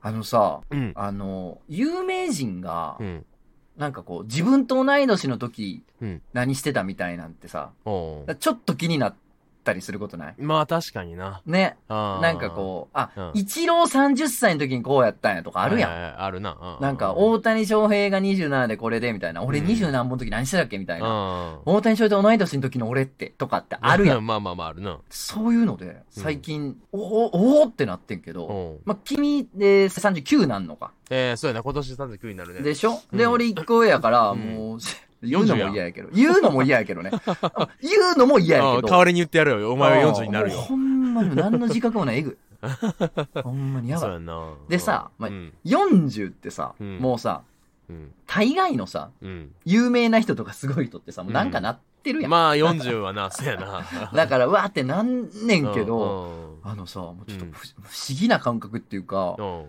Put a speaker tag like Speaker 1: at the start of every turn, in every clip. Speaker 1: あのさ、
Speaker 2: うん。
Speaker 1: あの、有名人が
Speaker 2: う、ん。
Speaker 1: なんかこう、自分と同い年の時
Speaker 2: うん、
Speaker 1: 何してたみたいなんてさ、
Speaker 2: おう
Speaker 1: ちょっと気になったりすることない
Speaker 2: まあ確かにな。
Speaker 1: ね。
Speaker 2: あー
Speaker 1: なんかこう、あ、
Speaker 2: うん
Speaker 1: 一郎30歳の時にこうやったんやとかあるやん。
Speaker 2: はいはいはいあるな。う
Speaker 1: なんか、大谷翔平が27でこれで、みたいな。俺
Speaker 2: うん
Speaker 1: 20何本の時何してたっけみたいな。
Speaker 2: あ
Speaker 1: 大谷翔平と同い年の時の俺って、とかってあるやん。
Speaker 2: ん。まあまあまああるな。
Speaker 1: そういうので、最近、おお、おおってなってんけど、
Speaker 2: おう
Speaker 1: まあ、君で39なんのか。
Speaker 2: えー、そうやな。今年39になるね。
Speaker 1: でしょ
Speaker 2: うん
Speaker 1: で、俺1個上やから、
Speaker 2: うん
Speaker 1: もう、 言うのも嫌やけど。言うのも嫌やけどね。 言うのも嫌や
Speaker 2: あ
Speaker 1: け
Speaker 2: ー
Speaker 1: ど。
Speaker 2: 代わりに言ってやるよ。お
Speaker 1: お
Speaker 2: 前は40になるよ。
Speaker 1: ほんまに何の自覚もない、えぐ い。ほんまにや
Speaker 2: そう
Speaker 1: ばい。
Speaker 2: やな。
Speaker 1: でさ
Speaker 2: う
Speaker 1: まあ
Speaker 2: ん。
Speaker 1: 40ってさ、
Speaker 2: うん
Speaker 1: もうさ、
Speaker 2: うん。
Speaker 1: 大概のさ、
Speaker 2: うん。
Speaker 1: 有名な人とかすごい人ってさ、もうなんかなってるやん。
Speaker 2: まあ40はな、そうやな。
Speaker 1: だから、うわーってなんねんけど、
Speaker 2: ど。
Speaker 1: あのさ、もうちょっと
Speaker 2: うん
Speaker 1: 不不思議な感覚っていうか、
Speaker 2: うん。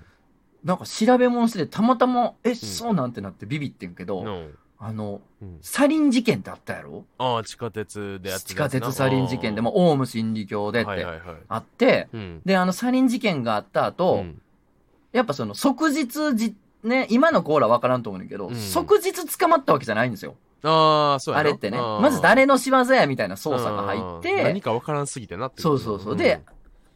Speaker 1: なんか調べ物しててたまたま、え、そうなんてなってビビってんけど、
Speaker 2: うん。
Speaker 1: あの、
Speaker 2: うん
Speaker 1: サリン事件ってあったやろ
Speaker 2: ああ、地下鉄でやって
Speaker 1: 地下鉄サリン事件で、もうオウム真理教で
Speaker 2: 出
Speaker 1: って、
Speaker 2: はいはいはい。
Speaker 1: あって、
Speaker 2: うん。
Speaker 1: で、あのサリン事件があった後、
Speaker 2: うん
Speaker 1: やっぱその即日じ、ね、今のコーラわからんと思うねんだけど、
Speaker 2: うん
Speaker 1: 即日捕まったわけじゃないんですよ。
Speaker 2: ああ、そうや
Speaker 1: あ
Speaker 2: な
Speaker 1: れってね。
Speaker 2: あー
Speaker 1: まず誰の仕業やみたいな捜査が入っ
Speaker 2: うん
Speaker 1: て
Speaker 2: 何、か分からんすぎてなって
Speaker 1: そうそうそう。で、、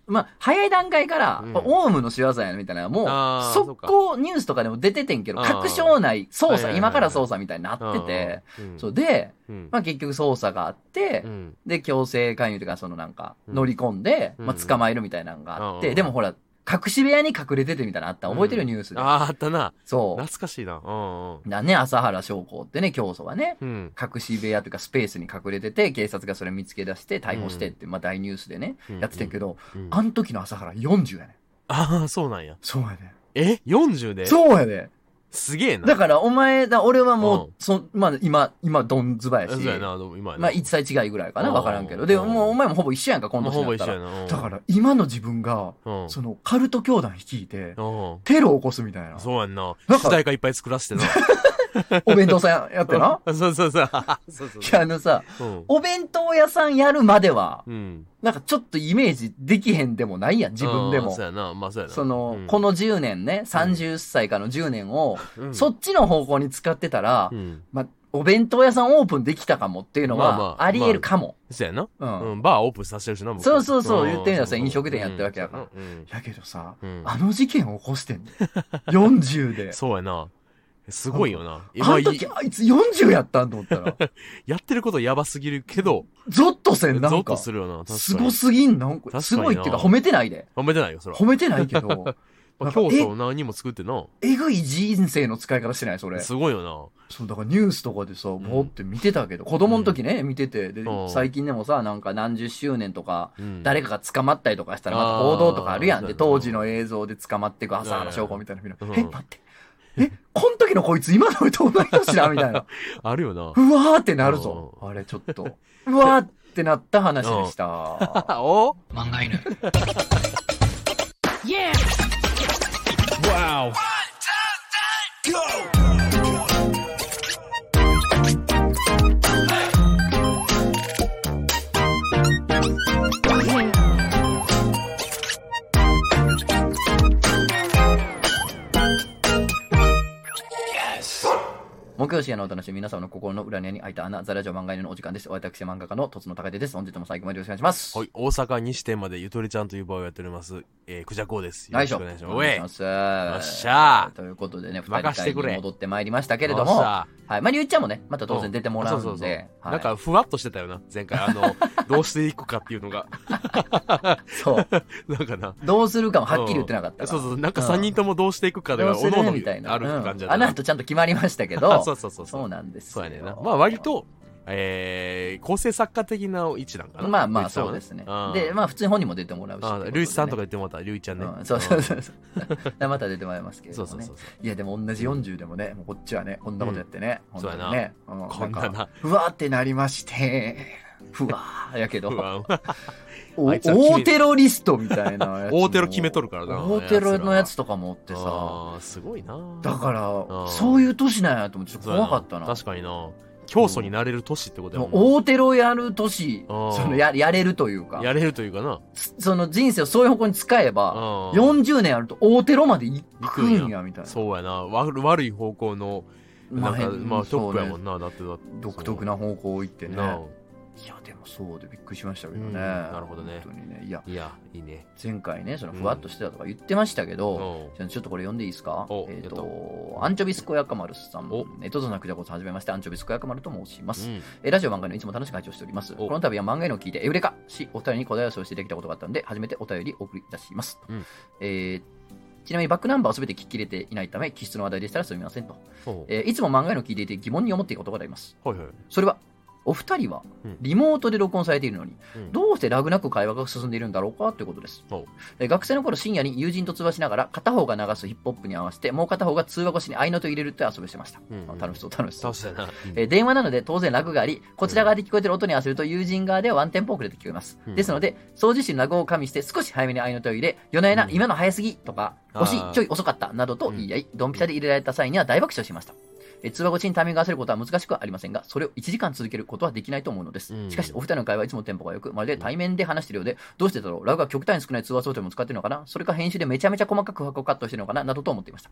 Speaker 1: まあ、早い段階から、
Speaker 2: うん
Speaker 1: オウムの仕業やみたいな、もう、
Speaker 2: あー
Speaker 1: 速攻ニュースとかでも出ててんけど、
Speaker 2: あー
Speaker 1: 確証内、捜
Speaker 2: はいはいはい
Speaker 1: 査、
Speaker 2: はい
Speaker 1: 今から捜査みたいになってて、
Speaker 2: うん
Speaker 1: そう、で、
Speaker 2: うん
Speaker 1: まあ結局捜査があって
Speaker 2: う、ん
Speaker 1: で、強制勧誘というか、そのなんか、
Speaker 2: うん
Speaker 1: 乗り込んで、
Speaker 2: うん
Speaker 1: まあ捕まえるみたいなのがあっ
Speaker 2: う
Speaker 1: て、
Speaker 2: ん
Speaker 1: でもほら、隠し部屋に隠れててみたいなのあった。覚えてる
Speaker 2: うん
Speaker 1: ニュースで。
Speaker 2: ああ、あったな。
Speaker 1: そ
Speaker 2: 懐かしいな。うんうん
Speaker 1: う。だね、朝原将校ってね、教祖がね、
Speaker 2: うん。
Speaker 1: 隠し部屋というかスペースに隠れてて、警察がそれ見つけ出して、逮捕してって、まあ大ニュースでね、
Speaker 2: うん
Speaker 1: やってたけど、
Speaker 2: うん
Speaker 1: あの時の朝原40やねん。
Speaker 2: ああ、そうなんや。
Speaker 1: そうやね
Speaker 2: え ?40 で
Speaker 1: ん。そうやね
Speaker 2: すげえ
Speaker 1: ん。
Speaker 2: な。
Speaker 1: だからお前、だ俺はも
Speaker 2: う、
Speaker 1: うんそ、まあ今、今、どんずばやし
Speaker 2: そう、やな、でも今やな
Speaker 1: まあ1歳違いぐらいかな、
Speaker 2: うん
Speaker 1: わからんけど。で、
Speaker 2: うん
Speaker 1: もうお前もほぼ一緒やんか、今
Speaker 2: も
Speaker 1: 度
Speaker 2: うほぼ
Speaker 1: だっ
Speaker 2: 一
Speaker 1: た
Speaker 2: 緒や
Speaker 1: ら。
Speaker 2: な。うん
Speaker 1: だから今の自分が、
Speaker 2: うん。
Speaker 1: そのカルト教団率いて、
Speaker 2: う。。
Speaker 1: テロを起こすみたいなん
Speaker 2: そうやんな。
Speaker 1: なんか
Speaker 2: 主題歌いっぱい作らせてな。。
Speaker 1: お弁当さんやってな
Speaker 2: そうそうそう。そうそう
Speaker 1: いや、あのさ、
Speaker 2: そう。
Speaker 1: お弁当屋さんやるまでは、
Speaker 2: うん。うん。
Speaker 1: なんかちょっとイメージできへんでもないやん、自分で
Speaker 2: うん
Speaker 1: も
Speaker 2: そう。やな、まあそうやな。
Speaker 1: その、
Speaker 2: うん
Speaker 1: こ、の10年ね、30歳からの10年を、
Speaker 2: うん
Speaker 1: そっちの方向に使ってたら、
Speaker 2: うん。
Speaker 1: まあ、お弁当屋さんオープンできたかもっていうの
Speaker 2: まあま
Speaker 1: は、
Speaker 2: あ
Speaker 1: あり得るかも。
Speaker 2: そうやな。
Speaker 1: うん。
Speaker 2: うん、バーオープンさせてるしな、僕
Speaker 1: そうそうそうん言ってみたらさ
Speaker 2: そうそう
Speaker 1: 飲食店やってるわけやから
Speaker 2: うんうん
Speaker 1: やけどさ、
Speaker 2: うん
Speaker 1: あの事件を起こしてんの。40で。
Speaker 2: そうやな。すごいよな。
Speaker 1: あ
Speaker 2: 今
Speaker 1: の
Speaker 2: い、
Speaker 1: 時あいつ40やったんと思ったら、
Speaker 2: やってることやばすぎるけど、
Speaker 1: ゾッとせん、
Speaker 2: ゾ
Speaker 1: な
Speaker 2: ッ
Speaker 1: ん
Speaker 2: と
Speaker 1: か。
Speaker 2: するよな。確かに
Speaker 1: すごすぎん、なん
Speaker 2: 確か
Speaker 1: か。
Speaker 2: に
Speaker 1: すごいっていうか
Speaker 2: な
Speaker 1: 褒めてないで。
Speaker 2: 褒めてないよ、そら。
Speaker 1: 褒めてないけど、
Speaker 2: ま
Speaker 1: な
Speaker 2: あ、
Speaker 1: んか
Speaker 2: 競争を何人も作ってな。
Speaker 1: えぐい人生の使い方してない、それ。
Speaker 2: すごいよ
Speaker 1: そう、だからニュースとかでさ、ぼーって見てたけど、子供の時ね、見てて、で
Speaker 2: う、ん
Speaker 1: 最近でもさ、なんか何十周年とか、
Speaker 2: な。うん
Speaker 1: 誰かが捕まったりとかしたら、また
Speaker 2: あー
Speaker 1: 報道とかあるやん。で、
Speaker 2: そうやな
Speaker 1: 当時の映像で捕まってく朝原翔子みたいなの見
Speaker 2: うん
Speaker 1: るえ、待って。え、こん時のこいつ今の俺と同い年だみたいな。
Speaker 2: あるよな
Speaker 1: う。わーってなるぞ。あれ、ちょっと。うわーってなった話でした。
Speaker 2: あ、 お
Speaker 1: 漫画犬。
Speaker 2: !Wow!
Speaker 1: 木曜深夜のお楽しみ、皆様の心の裏に開いた穴、ザラジオ漫画犬のお時間です。お相手は私漫画家のとつのたかでです。本日も最後までよろしくお願いします。
Speaker 2: はい、大阪西店までゆとりちゃんという場をやっております。えー、クジャコウです。
Speaker 1: よ
Speaker 2: よろ
Speaker 1: ろ
Speaker 2: し
Speaker 1: し
Speaker 2: く
Speaker 1: く
Speaker 2: お
Speaker 1: お
Speaker 2: 願
Speaker 1: 願
Speaker 2: い
Speaker 1: い
Speaker 2: し
Speaker 1: します。
Speaker 2: ます。おい
Speaker 1: よっ
Speaker 2: っしゃー
Speaker 1: ということでね、二人
Speaker 2: 任して
Speaker 1: 会
Speaker 2: くれ
Speaker 1: に戻ってまいりましたけれど
Speaker 2: よっし
Speaker 1: も、
Speaker 2: ゃ
Speaker 1: はい。まあ、りゅうちゃんもね、また当然出てもらう
Speaker 2: そ
Speaker 1: ん
Speaker 2: うそう
Speaker 1: で、は
Speaker 2: そう
Speaker 1: い
Speaker 2: なんか、ふわっとしてたよな、前回。あの、 どうしていくかっていうのが。
Speaker 1: そう。
Speaker 2: なんかな。
Speaker 1: どうするかもはっきり言ってなかったから。
Speaker 2: そうそう、なんか3人ともどうしていくかで
Speaker 1: ど
Speaker 2: は、
Speaker 1: うす
Speaker 2: お
Speaker 1: る
Speaker 2: のおの
Speaker 1: みたいな。
Speaker 2: ある感じ
Speaker 1: う
Speaker 2: だ
Speaker 1: んあの後ちゃんと決まりましたけど、 そう
Speaker 2: そうそうそうそう
Speaker 1: そう。なんですよ。
Speaker 2: そうやねんな。まあ割と、えー、構成作家的な位置なんかな。
Speaker 1: まあま
Speaker 2: ゆ
Speaker 1: あ
Speaker 2: うちゃん
Speaker 1: そ
Speaker 2: は
Speaker 1: うですね
Speaker 2: うん。
Speaker 1: で、まあ普通に本人も出てもらうし。
Speaker 2: あ
Speaker 1: ってことでね
Speaker 2: ルイスさんとか言ってもらったら、ルイちゃんね。
Speaker 1: うんそうそうそうそう。 また出てもらいますけ
Speaker 2: う
Speaker 1: れ
Speaker 2: んそ
Speaker 1: ど
Speaker 2: う
Speaker 1: も
Speaker 2: そう
Speaker 1: ね
Speaker 2: そう。。
Speaker 1: いやでも同じ40でもね、もうこっちはね、こんなことやってね。
Speaker 2: うん
Speaker 1: 本当にね。う
Speaker 2: こんなな。
Speaker 1: ふわーってなりまして、ふわーや けど、
Speaker 2: うわ
Speaker 1: お
Speaker 2: あいつは決め
Speaker 1: 大テロリストみたいなやつも。
Speaker 2: 大テロ決めとるからな
Speaker 1: 大テロのやつとかもおってさ、
Speaker 2: あーすごいな
Speaker 1: だから
Speaker 2: う、ん
Speaker 1: そういう年なんやと思ってちょっと怖かったな。
Speaker 2: そうや確かにな。教祖になれる年ってことや
Speaker 1: もう
Speaker 2: もんな
Speaker 1: 大テロやる年、
Speaker 2: あー
Speaker 1: そのや、やれるというか、
Speaker 2: やれるというかな。
Speaker 1: つその人生をそういう方向に使えば、
Speaker 2: うん
Speaker 1: 40年やると大テロまでい
Speaker 2: 行
Speaker 1: く
Speaker 2: く
Speaker 1: ん
Speaker 2: ん
Speaker 1: や、
Speaker 2: や
Speaker 1: みたいな。
Speaker 2: そうやな。わ悪い方向の、なんか、まあ、トップやもん
Speaker 1: ね。
Speaker 2: な。だってだって、
Speaker 1: 独特な方向行ってね。い
Speaker 2: なあ
Speaker 1: や、でもそうでびっくりしましたけど
Speaker 2: う
Speaker 1: ね。
Speaker 2: んなるほどね
Speaker 1: 本当にね。いや、
Speaker 2: いや、いいね。
Speaker 1: 前回ね、そのふわっとしてたとか言ってましたけど、
Speaker 2: うん
Speaker 1: じゃあちょっとこれ読んでいいですか
Speaker 2: お
Speaker 1: えっ、
Speaker 2: や
Speaker 1: と、アンチョビスコヤカマルさん
Speaker 2: お、
Speaker 1: えっと、ぞなくじゃこさんはじめまして、アンチョビスコヤカマルと申します。
Speaker 2: うん
Speaker 1: えーラジオ漫画のいつも楽しく拝聴しております。
Speaker 2: お
Speaker 1: この度は漫画への聞いて、エウレカし、お二人に答え合わせをしてできたことがあったので、初めてお便りお送りいたします。
Speaker 2: うん
Speaker 1: えーちなみにバックナンバーを全て聞き入れていないため、気質の話題でしたらすみませんと。
Speaker 2: ほう
Speaker 1: えーいつも漫画への聞いていて疑問に思っていることがあります。
Speaker 2: はいはい。
Speaker 1: それは、お二人は
Speaker 2: うん
Speaker 1: リモートで録音されているのに、
Speaker 2: うん
Speaker 1: どうしてラグなく会話が進んでいるんだろうかということです
Speaker 2: お。
Speaker 1: えー学生の頃深夜に友人と通話しながら、片方が流すヒップホップに合わせて、もう片方が通話越しに合いの手を入れるって遊びをしてました。
Speaker 2: うん
Speaker 1: あ楽しそう、楽しそう
Speaker 2: 倒。したな。
Speaker 1: えー電話なので当然ラグがあり、こちら側で聞こえてる音に合わせると友人側ではワンテンポ遅れて聞こえます。
Speaker 2: うん
Speaker 1: ですので、掃除士のラグを加味して少し早めに合いの手を入れ、夜な夜な
Speaker 2: うん
Speaker 1: 今の早すぎとか、惜し
Speaker 2: あー
Speaker 1: い、ちょい遅かったなどと言い合い、ドンピシャで入れられた際には大爆笑しました。えー通話越しにタイミングを合わせることは難しくはありませんが、それを1時間続けることはできないと思うのです。
Speaker 2: うん
Speaker 1: しかし、お二人の会話はいつもテンポが良く、まるで対面で話してるようで、どうしてだろう、ラグが極端に少ない通話装置も使ってるのかな、それか編集でめちゃめちゃ細かく箱をカットしてるのかな、などと思っていました。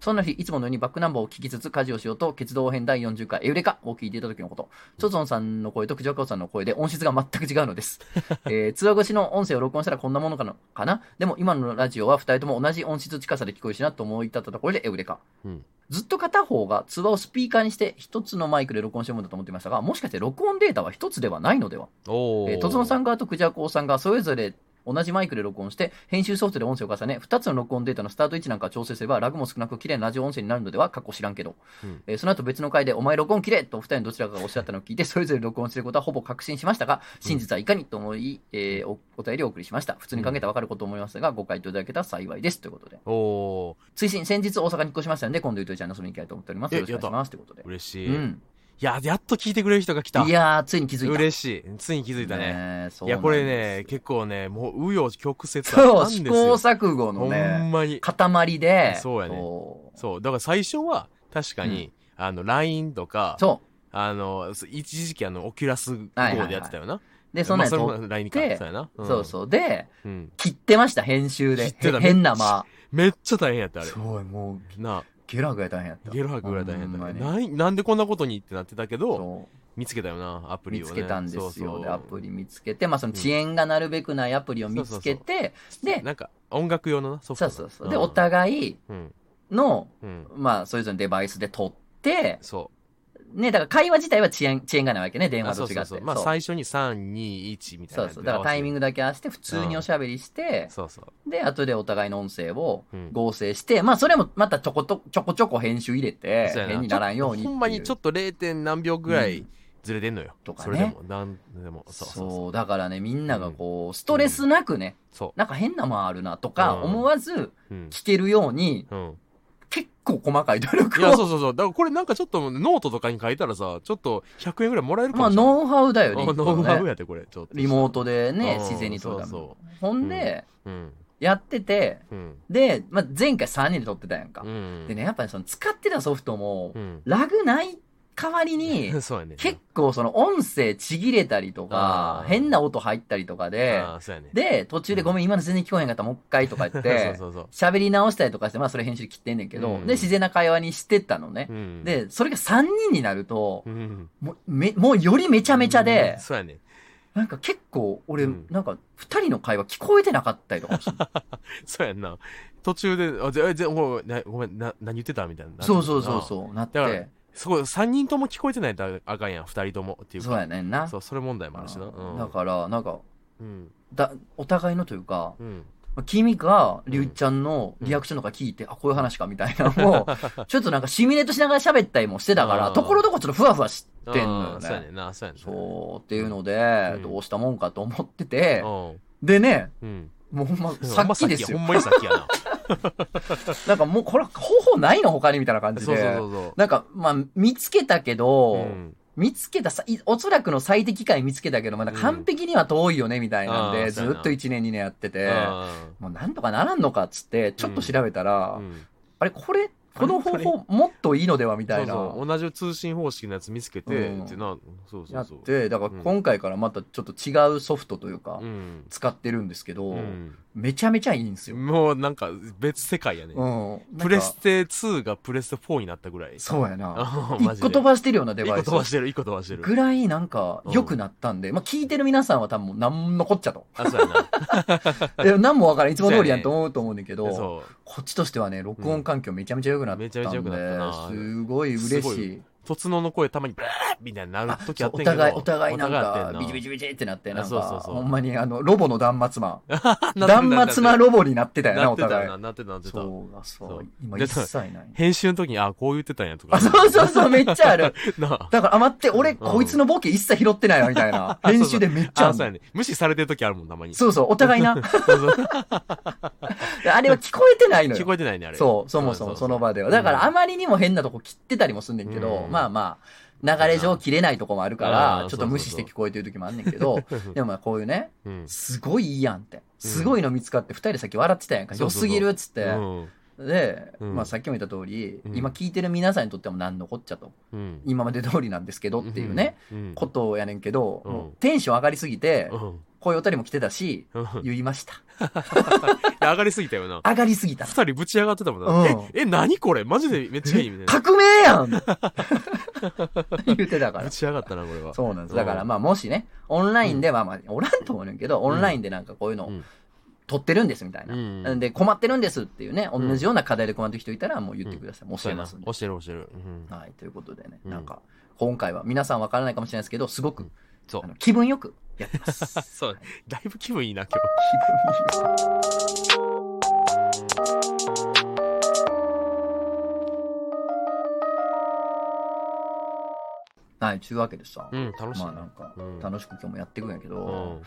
Speaker 1: そんな日、いつものようにバックナンバーを聞きつつ家事をしようと、決動編第40回、エウレカを聞いていた時のこと。チョゾンさんの声とクジョカオさんの声で音質が全く違うの です。えー通話越しの音声を録音したらこんなものかなかなでも今のラジオは二人とも同じ音質近さで聞こえるしなと思い立ったところでエウレカ。
Speaker 2: うん
Speaker 1: ずっと片方が通話をスピーカーにして一つのマイクで録音してもらだと思っていましたが、もしかして録音データは一つではないのでは
Speaker 2: お
Speaker 1: えー、
Speaker 2: ー。
Speaker 1: とつのさん側とクジャコウさんがそれぞれ同じマイクで録音して、編集ソフトで音声を重ね、2つの録音データのスタート位置なんかを調整すれば、ラグも少なく綺麗なラジオ音声になるのでは、過去知らんけど。
Speaker 2: うん
Speaker 1: えーその後別の回で、お前録音綺麗とお二人のどちらかがおっしゃったのを聞いて、それぞれ録音してることはほぼ確信しましたが、真実はいかにと思い、えーおお便りをお送りしました。普通に考えたらわかること思いますが、ご回答いただけたら幸いです。ということで。
Speaker 2: おー。
Speaker 1: 推進、先日大阪に引っ越しましたので、今度ゆとりちゃんの遊びに行きたいと思っております。
Speaker 2: え
Speaker 1: よろしくお願いします。ということで。
Speaker 2: 嬉し
Speaker 1: う
Speaker 2: い。い
Speaker 1: ん。
Speaker 2: や、やっと聞いてくれる人が来た。
Speaker 1: いやー、ついに気づいた。
Speaker 2: 嬉しい。ついに気づいたね。
Speaker 1: ねえ。そう
Speaker 2: いや、
Speaker 1: なん
Speaker 2: これ
Speaker 1: です
Speaker 2: ね、結構ね、もう、紆余曲折
Speaker 1: そ
Speaker 2: あ
Speaker 1: う、
Speaker 2: ったん
Speaker 1: 試
Speaker 2: です
Speaker 1: 行
Speaker 2: よ。
Speaker 1: 錯誤の
Speaker 2: ほん
Speaker 1: ね、
Speaker 2: まに。
Speaker 1: 塊で、
Speaker 2: そうやね
Speaker 1: そう
Speaker 2: そう。だから最初は、確かに、あの、LINE とか、
Speaker 1: そう
Speaker 2: あの、す一時期あの、オキュラス GO
Speaker 1: はいはい
Speaker 2: でやってたよな。
Speaker 1: で、そん
Speaker 2: ま
Speaker 1: な
Speaker 2: あ
Speaker 1: ん
Speaker 2: そ
Speaker 1: そ
Speaker 2: れ
Speaker 1: う
Speaker 2: も LINE か。
Speaker 1: で
Speaker 2: そうやな。うん
Speaker 1: そうそう。で、
Speaker 2: うん。
Speaker 1: 切ってました、編集で。
Speaker 2: 切ってた
Speaker 1: へ変な間。
Speaker 2: めっちゃ大変やった、あれ。
Speaker 1: そう、もう、
Speaker 2: な
Speaker 1: ゲラゲラ大変やった。
Speaker 2: ゲロ吐くぐらい大変やっ
Speaker 1: ほ
Speaker 2: た
Speaker 1: んま
Speaker 2: ね。
Speaker 1: に
Speaker 2: ない、なんでこんなことにってなってたけど、
Speaker 1: そう
Speaker 2: 見つけたよな、アプリ
Speaker 1: 見
Speaker 2: をね。
Speaker 1: つけたんですよ。
Speaker 2: そう
Speaker 1: で、
Speaker 2: そう
Speaker 1: アプリ見つけて、まあ、その遅延がなるべくないアプリを見つけて、で、
Speaker 2: なんか、音楽用のなソフ
Speaker 1: そ
Speaker 2: ト
Speaker 1: う
Speaker 2: な。
Speaker 1: そうそう。で、
Speaker 2: ん
Speaker 1: お互い
Speaker 2: うん。
Speaker 1: の、
Speaker 2: うん。
Speaker 1: まあ、それぞれのデバイスで撮って、
Speaker 2: そ
Speaker 1: ね、だから会話自体は遅延、遅延がないわけね、
Speaker 2: う。
Speaker 1: 電
Speaker 2: あ
Speaker 1: 話
Speaker 2: そ
Speaker 1: と
Speaker 2: う
Speaker 1: 違
Speaker 2: そ
Speaker 1: っ
Speaker 2: うそう。
Speaker 1: て。
Speaker 2: まあ、
Speaker 1: そう
Speaker 2: 最初に3、2、1みたいな
Speaker 1: そう
Speaker 2: やつで。
Speaker 1: そう。だからタイミン
Speaker 2: グ。
Speaker 1: グだけ合わせて、普通におしゃべりして、
Speaker 2: そうそう。
Speaker 1: で、後でお互いの音声を
Speaker 2: うん
Speaker 1: 合成して、まあ、それもまたちょこちょこちょこちょこ編集入れて
Speaker 2: そうや、
Speaker 1: 変にならんように
Speaker 2: ちょっとほんまにちょ
Speaker 1: っ
Speaker 2: っと 0. 点何秒ぐらいずれてんのよ、
Speaker 1: とかね
Speaker 2: それでもなんでも
Speaker 1: そ
Speaker 2: そうう
Speaker 1: そ
Speaker 2: そううそう
Speaker 1: だからね、みんながこう、ストレスなくね、
Speaker 2: そ
Speaker 1: なんか変なもんあるなとか、
Speaker 2: うん
Speaker 1: 思わず
Speaker 2: ううん、
Speaker 1: 聞けるように、
Speaker 2: うん、
Speaker 1: 結構細かい努
Speaker 2: い
Speaker 1: 力
Speaker 2: やそ
Speaker 1: を、
Speaker 2: うそうそうだからこれなんかちょっとノートとかに書いたらさちょっと100円ぐらいもらえるか
Speaker 1: まあ、
Speaker 2: もしれない、
Speaker 1: ノウハウだよ
Speaker 2: あ
Speaker 1: ね。一個
Speaker 2: ノ
Speaker 1: の
Speaker 2: ウ
Speaker 1: ね
Speaker 2: ハウやってこれちょっと
Speaker 1: リモートでね
Speaker 2: う、ん
Speaker 1: 自然に撮るために
Speaker 2: そ
Speaker 1: ほんで、
Speaker 2: うそううん
Speaker 1: やってて、
Speaker 2: うん
Speaker 1: で、まあ、前回3人で撮ってたやんか
Speaker 2: う。ん
Speaker 1: でね、やっぱりその使ってたソフトも
Speaker 2: う、ん
Speaker 1: ラグない代わりに、
Speaker 2: そうやね
Speaker 1: 結構その音声ちぎれたりとか
Speaker 2: あ、ー
Speaker 1: 変な音入ったりとかで、
Speaker 2: ああそうやね
Speaker 1: で、途中でごめん、今の全然聞こえへんかった、もう一回とか言って、
Speaker 2: そうそう
Speaker 1: 喋り直したりとかして、まあそれ編集で切ってんねんけど、
Speaker 2: うん
Speaker 1: で、自然な会話にしてったのね
Speaker 2: そう、。うん、
Speaker 1: で、それが3人になると
Speaker 2: う、ん、
Speaker 1: もう、め、もうよりめちゃめちゃで
Speaker 2: うん、そうやね
Speaker 1: なんか結構、俺、
Speaker 2: うん
Speaker 1: なんか、二人の会話聞こえてなかったりとか して
Speaker 2: そうやんな途中であぜえぜごめんなごめんな何言ってたみたいな
Speaker 1: そうそうそう
Speaker 2: う
Speaker 1: そう、なっ
Speaker 2: だから
Speaker 1: て、
Speaker 2: すごい3人とも聞こえてないとあかんやん2人ともっていうか
Speaker 1: そうやねんな。
Speaker 2: そう、それ問題もあるしな。うん。
Speaker 1: だから、なんか、
Speaker 2: うん。
Speaker 1: だ、お互いのというか、
Speaker 2: うん。
Speaker 1: 君が、りゅうちゃんのリアクションとか聞いて、あ、こういう話か、みたいなの を、ちょっとなんかシミュレートしながら喋ったりもしてたから、
Speaker 2: うん
Speaker 1: ところどころちょっとふわふわしてん
Speaker 2: あ
Speaker 1: のよ
Speaker 2: ーそうやね
Speaker 1: ね。
Speaker 2: んな、そうやねんな。
Speaker 1: そう、っていうので
Speaker 2: う、ん
Speaker 1: どうしたもんかと思ってて、
Speaker 2: う。
Speaker 1: でね、
Speaker 2: うん。
Speaker 1: もうほんま、
Speaker 2: うん。
Speaker 1: さっきですよ。
Speaker 2: ほんまにさっきや な。
Speaker 1: なんかもう、これ、方法ないの他に、みたいな感じ
Speaker 2: そうそう
Speaker 1: で
Speaker 2: そ。うそう。
Speaker 1: なんか、まあ、見つけたけ
Speaker 2: う
Speaker 1: ど、
Speaker 2: ん
Speaker 1: 見つけたさ、いおそらくの最適解見つけたけど、まだ完璧には遠いよね、みたいなん
Speaker 2: う
Speaker 1: で、
Speaker 2: ん
Speaker 1: ずっと1年、2年やってて、
Speaker 2: あ
Speaker 1: もうなんとかならんのかっつって、ちょっと調べたら、
Speaker 2: ーうん
Speaker 1: あれ、これ、この方法もっといいのではみた
Speaker 2: そう
Speaker 1: いな。
Speaker 2: そう同じ通信方式のやつ見つけて、
Speaker 1: うん
Speaker 2: ってなそうそ
Speaker 1: や
Speaker 2: う
Speaker 1: っ
Speaker 2: そう
Speaker 1: て、だから今回からまたちょっと違うソフトというか、
Speaker 2: うん、
Speaker 1: 使ってるんですけど、
Speaker 2: うん
Speaker 1: めちゃめちゃいいんですよ。
Speaker 2: もうなんか別世界やね、
Speaker 1: うん。なんか
Speaker 2: プレステ2がプレステ4になったぐらい
Speaker 1: そうやな。
Speaker 2: あマ
Speaker 1: 一
Speaker 2: ジで
Speaker 1: 個飛ばしてるようなデバイ
Speaker 2: 一個飛ばし
Speaker 1: ス。
Speaker 2: てる一個飛ばしてる
Speaker 1: ぐらいなんか良くなったんで、まあ聞いてる皆さんは多分何のこっちゃと。
Speaker 2: あそうやな
Speaker 1: いや何もわからん。いつも通りやんと思うと思うんだけど、
Speaker 2: そ
Speaker 1: こっちとしてはね、録音環境めちゃめちゃ良くなったんで、
Speaker 2: めちゃめちゃ良くなったな
Speaker 1: すごい嬉
Speaker 2: すご
Speaker 1: し
Speaker 2: い
Speaker 1: い。
Speaker 2: うとつのの声たまにブラーみたいになる
Speaker 1: あそ
Speaker 2: 時あ
Speaker 1: う
Speaker 2: って
Speaker 1: お
Speaker 2: んけど
Speaker 1: 互い、お互いなん
Speaker 2: お互やっ
Speaker 1: か
Speaker 2: てな、
Speaker 1: ビチビチビチってなって、なん
Speaker 2: あそうそう
Speaker 1: か、
Speaker 2: そう
Speaker 1: ほんまにあの、ロボの断末魔。
Speaker 2: なってる
Speaker 1: 断
Speaker 2: なってる
Speaker 1: 末魔ロボになってたよな、
Speaker 2: な
Speaker 1: お
Speaker 2: ってた
Speaker 1: 互い
Speaker 2: な。なってたなってた
Speaker 1: そう、あそ
Speaker 2: そうう、
Speaker 1: 今
Speaker 2: で
Speaker 1: 一切ない。
Speaker 2: 編集の時にあこう言ってたんやとか
Speaker 1: あ、そうそうそう、めっちゃある。
Speaker 2: なあ
Speaker 1: だから、あ、待って、俺、
Speaker 2: うん
Speaker 1: こいつのボケ一切拾ってないわ、みたいな。
Speaker 2: そうそう
Speaker 1: 編集でめっちゃあ
Speaker 2: あ
Speaker 1: る
Speaker 2: そうやね無視されてる時あるもんたまに
Speaker 1: そうそう、お互いな。
Speaker 2: そうそう
Speaker 1: あれは聞こえてないの
Speaker 2: 聞
Speaker 1: よ。
Speaker 2: こえてないねあれ
Speaker 1: そう、そもそもその場では。だから、あまりにも変なとこ切ってたりもすんねんけど、
Speaker 2: うん
Speaker 1: まあまあ、流れ上切れないとこもあるか
Speaker 2: う
Speaker 1: ら
Speaker 2: ん、
Speaker 1: ちょっと無視して聞こえてる時もあんねんけ ど、でもまあこういうね、
Speaker 2: うん
Speaker 1: すごいいいやんって。すごいの見つかって、二人でさっき笑ってたやんか。
Speaker 2: そ
Speaker 1: 良
Speaker 2: うそうそ
Speaker 1: す
Speaker 2: う
Speaker 1: ぎるっつって。
Speaker 2: うん
Speaker 1: で、
Speaker 2: うん
Speaker 1: まあさっきも言った通り、
Speaker 2: うん
Speaker 1: 今聞いてる皆さんにとっても何のこっちゃと。
Speaker 2: うん
Speaker 1: 今まで通りなんですけどっていうね、
Speaker 2: うん
Speaker 1: ことやねんけど、
Speaker 2: うん
Speaker 1: もうテンション上がりすぎて、
Speaker 2: うん
Speaker 1: こういうお便りも来てたし、
Speaker 2: うん
Speaker 1: 言いました。
Speaker 2: 上がりすぎたよな
Speaker 1: 上がりすぎた。
Speaker 2: 二人ぶち上がってたもん
Speaker 1: うん
Speaker 2: なええ何これマジでめっちゃいいみたいな
Speaker 1: 革命やん 言ってたか
Speaker 2: ぶ
Speaker 1: ら。
Speaker 2: ち上がったなこれは
Speaker 1: そうなんです。
Speaker 2: うん
Speaker 1: だからまあもしね、オンラインで、まあまあ、おらんと思うねんけど、オンラインでなんかこういうの
Speaker 2: うん
Speaker 1: 撮ってるんですみたいな。
Speaker 2: うん
Speaker 1: んで、困ってるんですっていうね、
Speaker 2: ん
Speaker 1: 同じような課題で困ってる人いたらもう言ってください。もう教えますんで。
Speaker 2: 教える教える。うん
Speaker 1: はい、ということでね、
Speaker 2: うん
Speaker 1: なんか、今回は皆さんわからないかもしれないですけど、すごく、
Speaker 2: そう
Speaker 1: あの気分よくやってます。気
Speaker 2: そう。だいぶ気分いいな、今
Speaker 1: 分よく。はい、というわけでさ、
Speaker 2: 日。うん、楽しい
Speaker 1: まあなん
Speaker 2: な。
Speaker 1: か
Speaker 2: う、ん
Speaker 1: 楽しく今日もやっていくんやけ
Speaker 2: う
Speaker 1: ど、
Speaker 2: ん。
Speaker 1: ど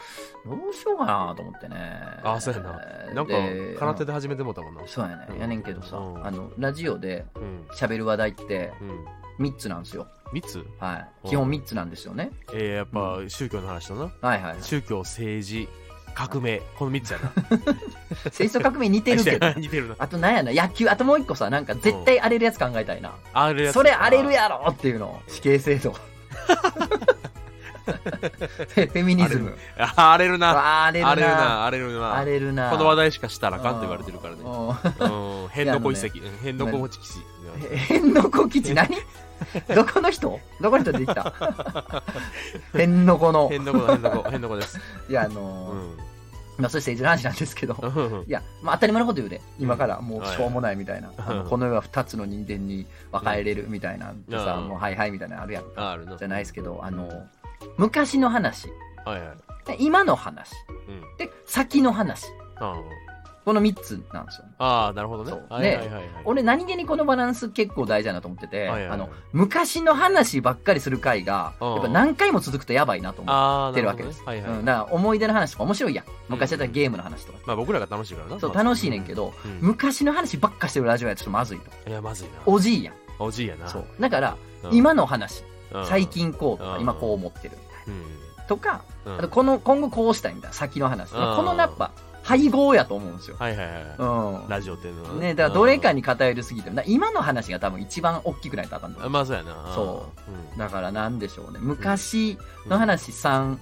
Speaker 1: うしようかなと思ってね。
Speaker 2: あそうやな
Speaker 1: えー
Speaker 2: なんか
Speaker 1: で、
Speaker 2: 空手で始めてもうたもんな。
Speaker 1: そうやね。やねんけどさ、
Speaker 2: うん
Speaker 1: あの、ラジオで
Speaker 2: うん。
Speaker 1: 喋る話題って
Speaker 2: うん。
Speaker 1: 3つなんですよ。
Speaker 2: 密
Speaker 1: はい。
Speaker 2: うん
Speaker 1: 基本3つなんですよね。
Speaker 2: えー、やっぱ、宗教の話だな。
Speaker 1: はいはいはい。
Speaker 2: 宗教、政治、革命。この三 つやな。。
Speaker 1: 戦争革命似てるけど
Speaker 2: 似てるな。
Speaker 1: あとなんやな、野球、あともう一個さ、なんか絶対荒れるやつ考えたいな。
Speaker 2: あれやつ
Speaker 1: それ荒れるやろっていうの。死刑 制度。フェフェミニズム。
Speaker 2: あ荒れるな。
Speaker 1: あ荒れる
Speaker 2: 荒れる
Speaker 1: な。
Speaker 2: な。荒れるな。
Speaker 1: 荒れるな。
Speaker 2: この話題しかしたらあかんって言われてるからね。
Speaker 1: うん。
Speaker 2: うん。変の子遺跡。うん変の子持ち騎士。
Speaker 1: 天の子基地 何どこの人どこの人出てきた 天の子の。
Speaker 2: 変の子だ、変の子。変の 子です。
Speaker 1: いや、あ
Speaker 2: う
Speaker 1: のー
Speaker 2: ん。
Speaker 1: まあ、そして政治の話なんですけど。
Speaker 2: うん
Speaker 1: いや、まあ、当たり前のこと言うで、今からもう
Speaker 2: はい
Speaker 1: しょうもないみたいな、あの
Speaker 2: うん
Speaker 1: この世は2つの人間に分かれれるみたいなんてさ、
Speaker 2: うん
Speaker 1: もうはいはいみたいなのあるやん
Speaker 2: ああるな。
Speaker 1: じゃないですけど、あの、昔の話、
Speaker 2: はいはい。
Speaker 1: 今の話、
Speaker 2: うん。
Speaker 1: で、先の話、
Speaker 2: あ
Speaker 1: この3つなんですよね。
Speaker 2: あー、なるほどね
Speaker 1: そう。
Speaker 2: はいはいはいはい。
Speaker 1: 俺何気にこのバランス結構大事だなと思ってて、
Speaker 2: はいはいはい
Speaker 1: あの、昔の話ばっかりする回が、
Speaker 2: うん
Speaker 1: やっぱ何回も続くとやばいなと思っ
Speaker 2: ああ、
Speaker 1: てる
Speaker 2: な
Speaker 1: わ
Speaker 2: ほ
Speaker 1: け
Speaker 2: ど
Speaker 1: で
Speaker 2: ね
Speaker 1: す。
Speaker 2: はいはい。
Speaker 1: うん、だから思い出の話とか面白いやん。昔だったらゲームの話とか。
Speaker 2: まあ僕らが楽しいからな。
Speaker 1: そう、
Speaker 2: まあ
Speaker 1: 楽しいねんけ。ど、
Speaker 2: うん
Speaker 1: 昔の話ばっかしてるラジオやとちょっとまずいと。
Speaker 2: いや、まずいな。
Speaker 1: おじいやん。
Speaker 2: おじいやな。
Speaker 1: そう。だから、
Speaker 2: うん
Speaker 1: 今、の話、
Speaker 2: うん
Speaker 1: 最。近こうとか、
Speaker 2: うん
Speaker 1: 今こう思ってるみたい
Speaker 2: うん。
Speaker 1: な。とか、
Speaker 2: うん
Speaker 1: あとこの、今後こうしたいみたいな、先の話。こ
Speaker 2: うん
Speaker 1: のやっぱ、配合やと思うんですよ。
Speaker 2: はいはいは
Speaker 1: う
Speaker 2: い。ラジオっていうのは。
Speaker 1: ん。ねだからどれか
Speaker 2: に。
Speaker 1: に偏りすぎてる。だから今の話が多分一番大きくないとあかんと思う
Speaker 2: まあそうやな。
Speaker 1: そ
Speaker 2: うん。
Speaker 1: だからなんでしょうね。昔の話3、
Speaker 2: うん。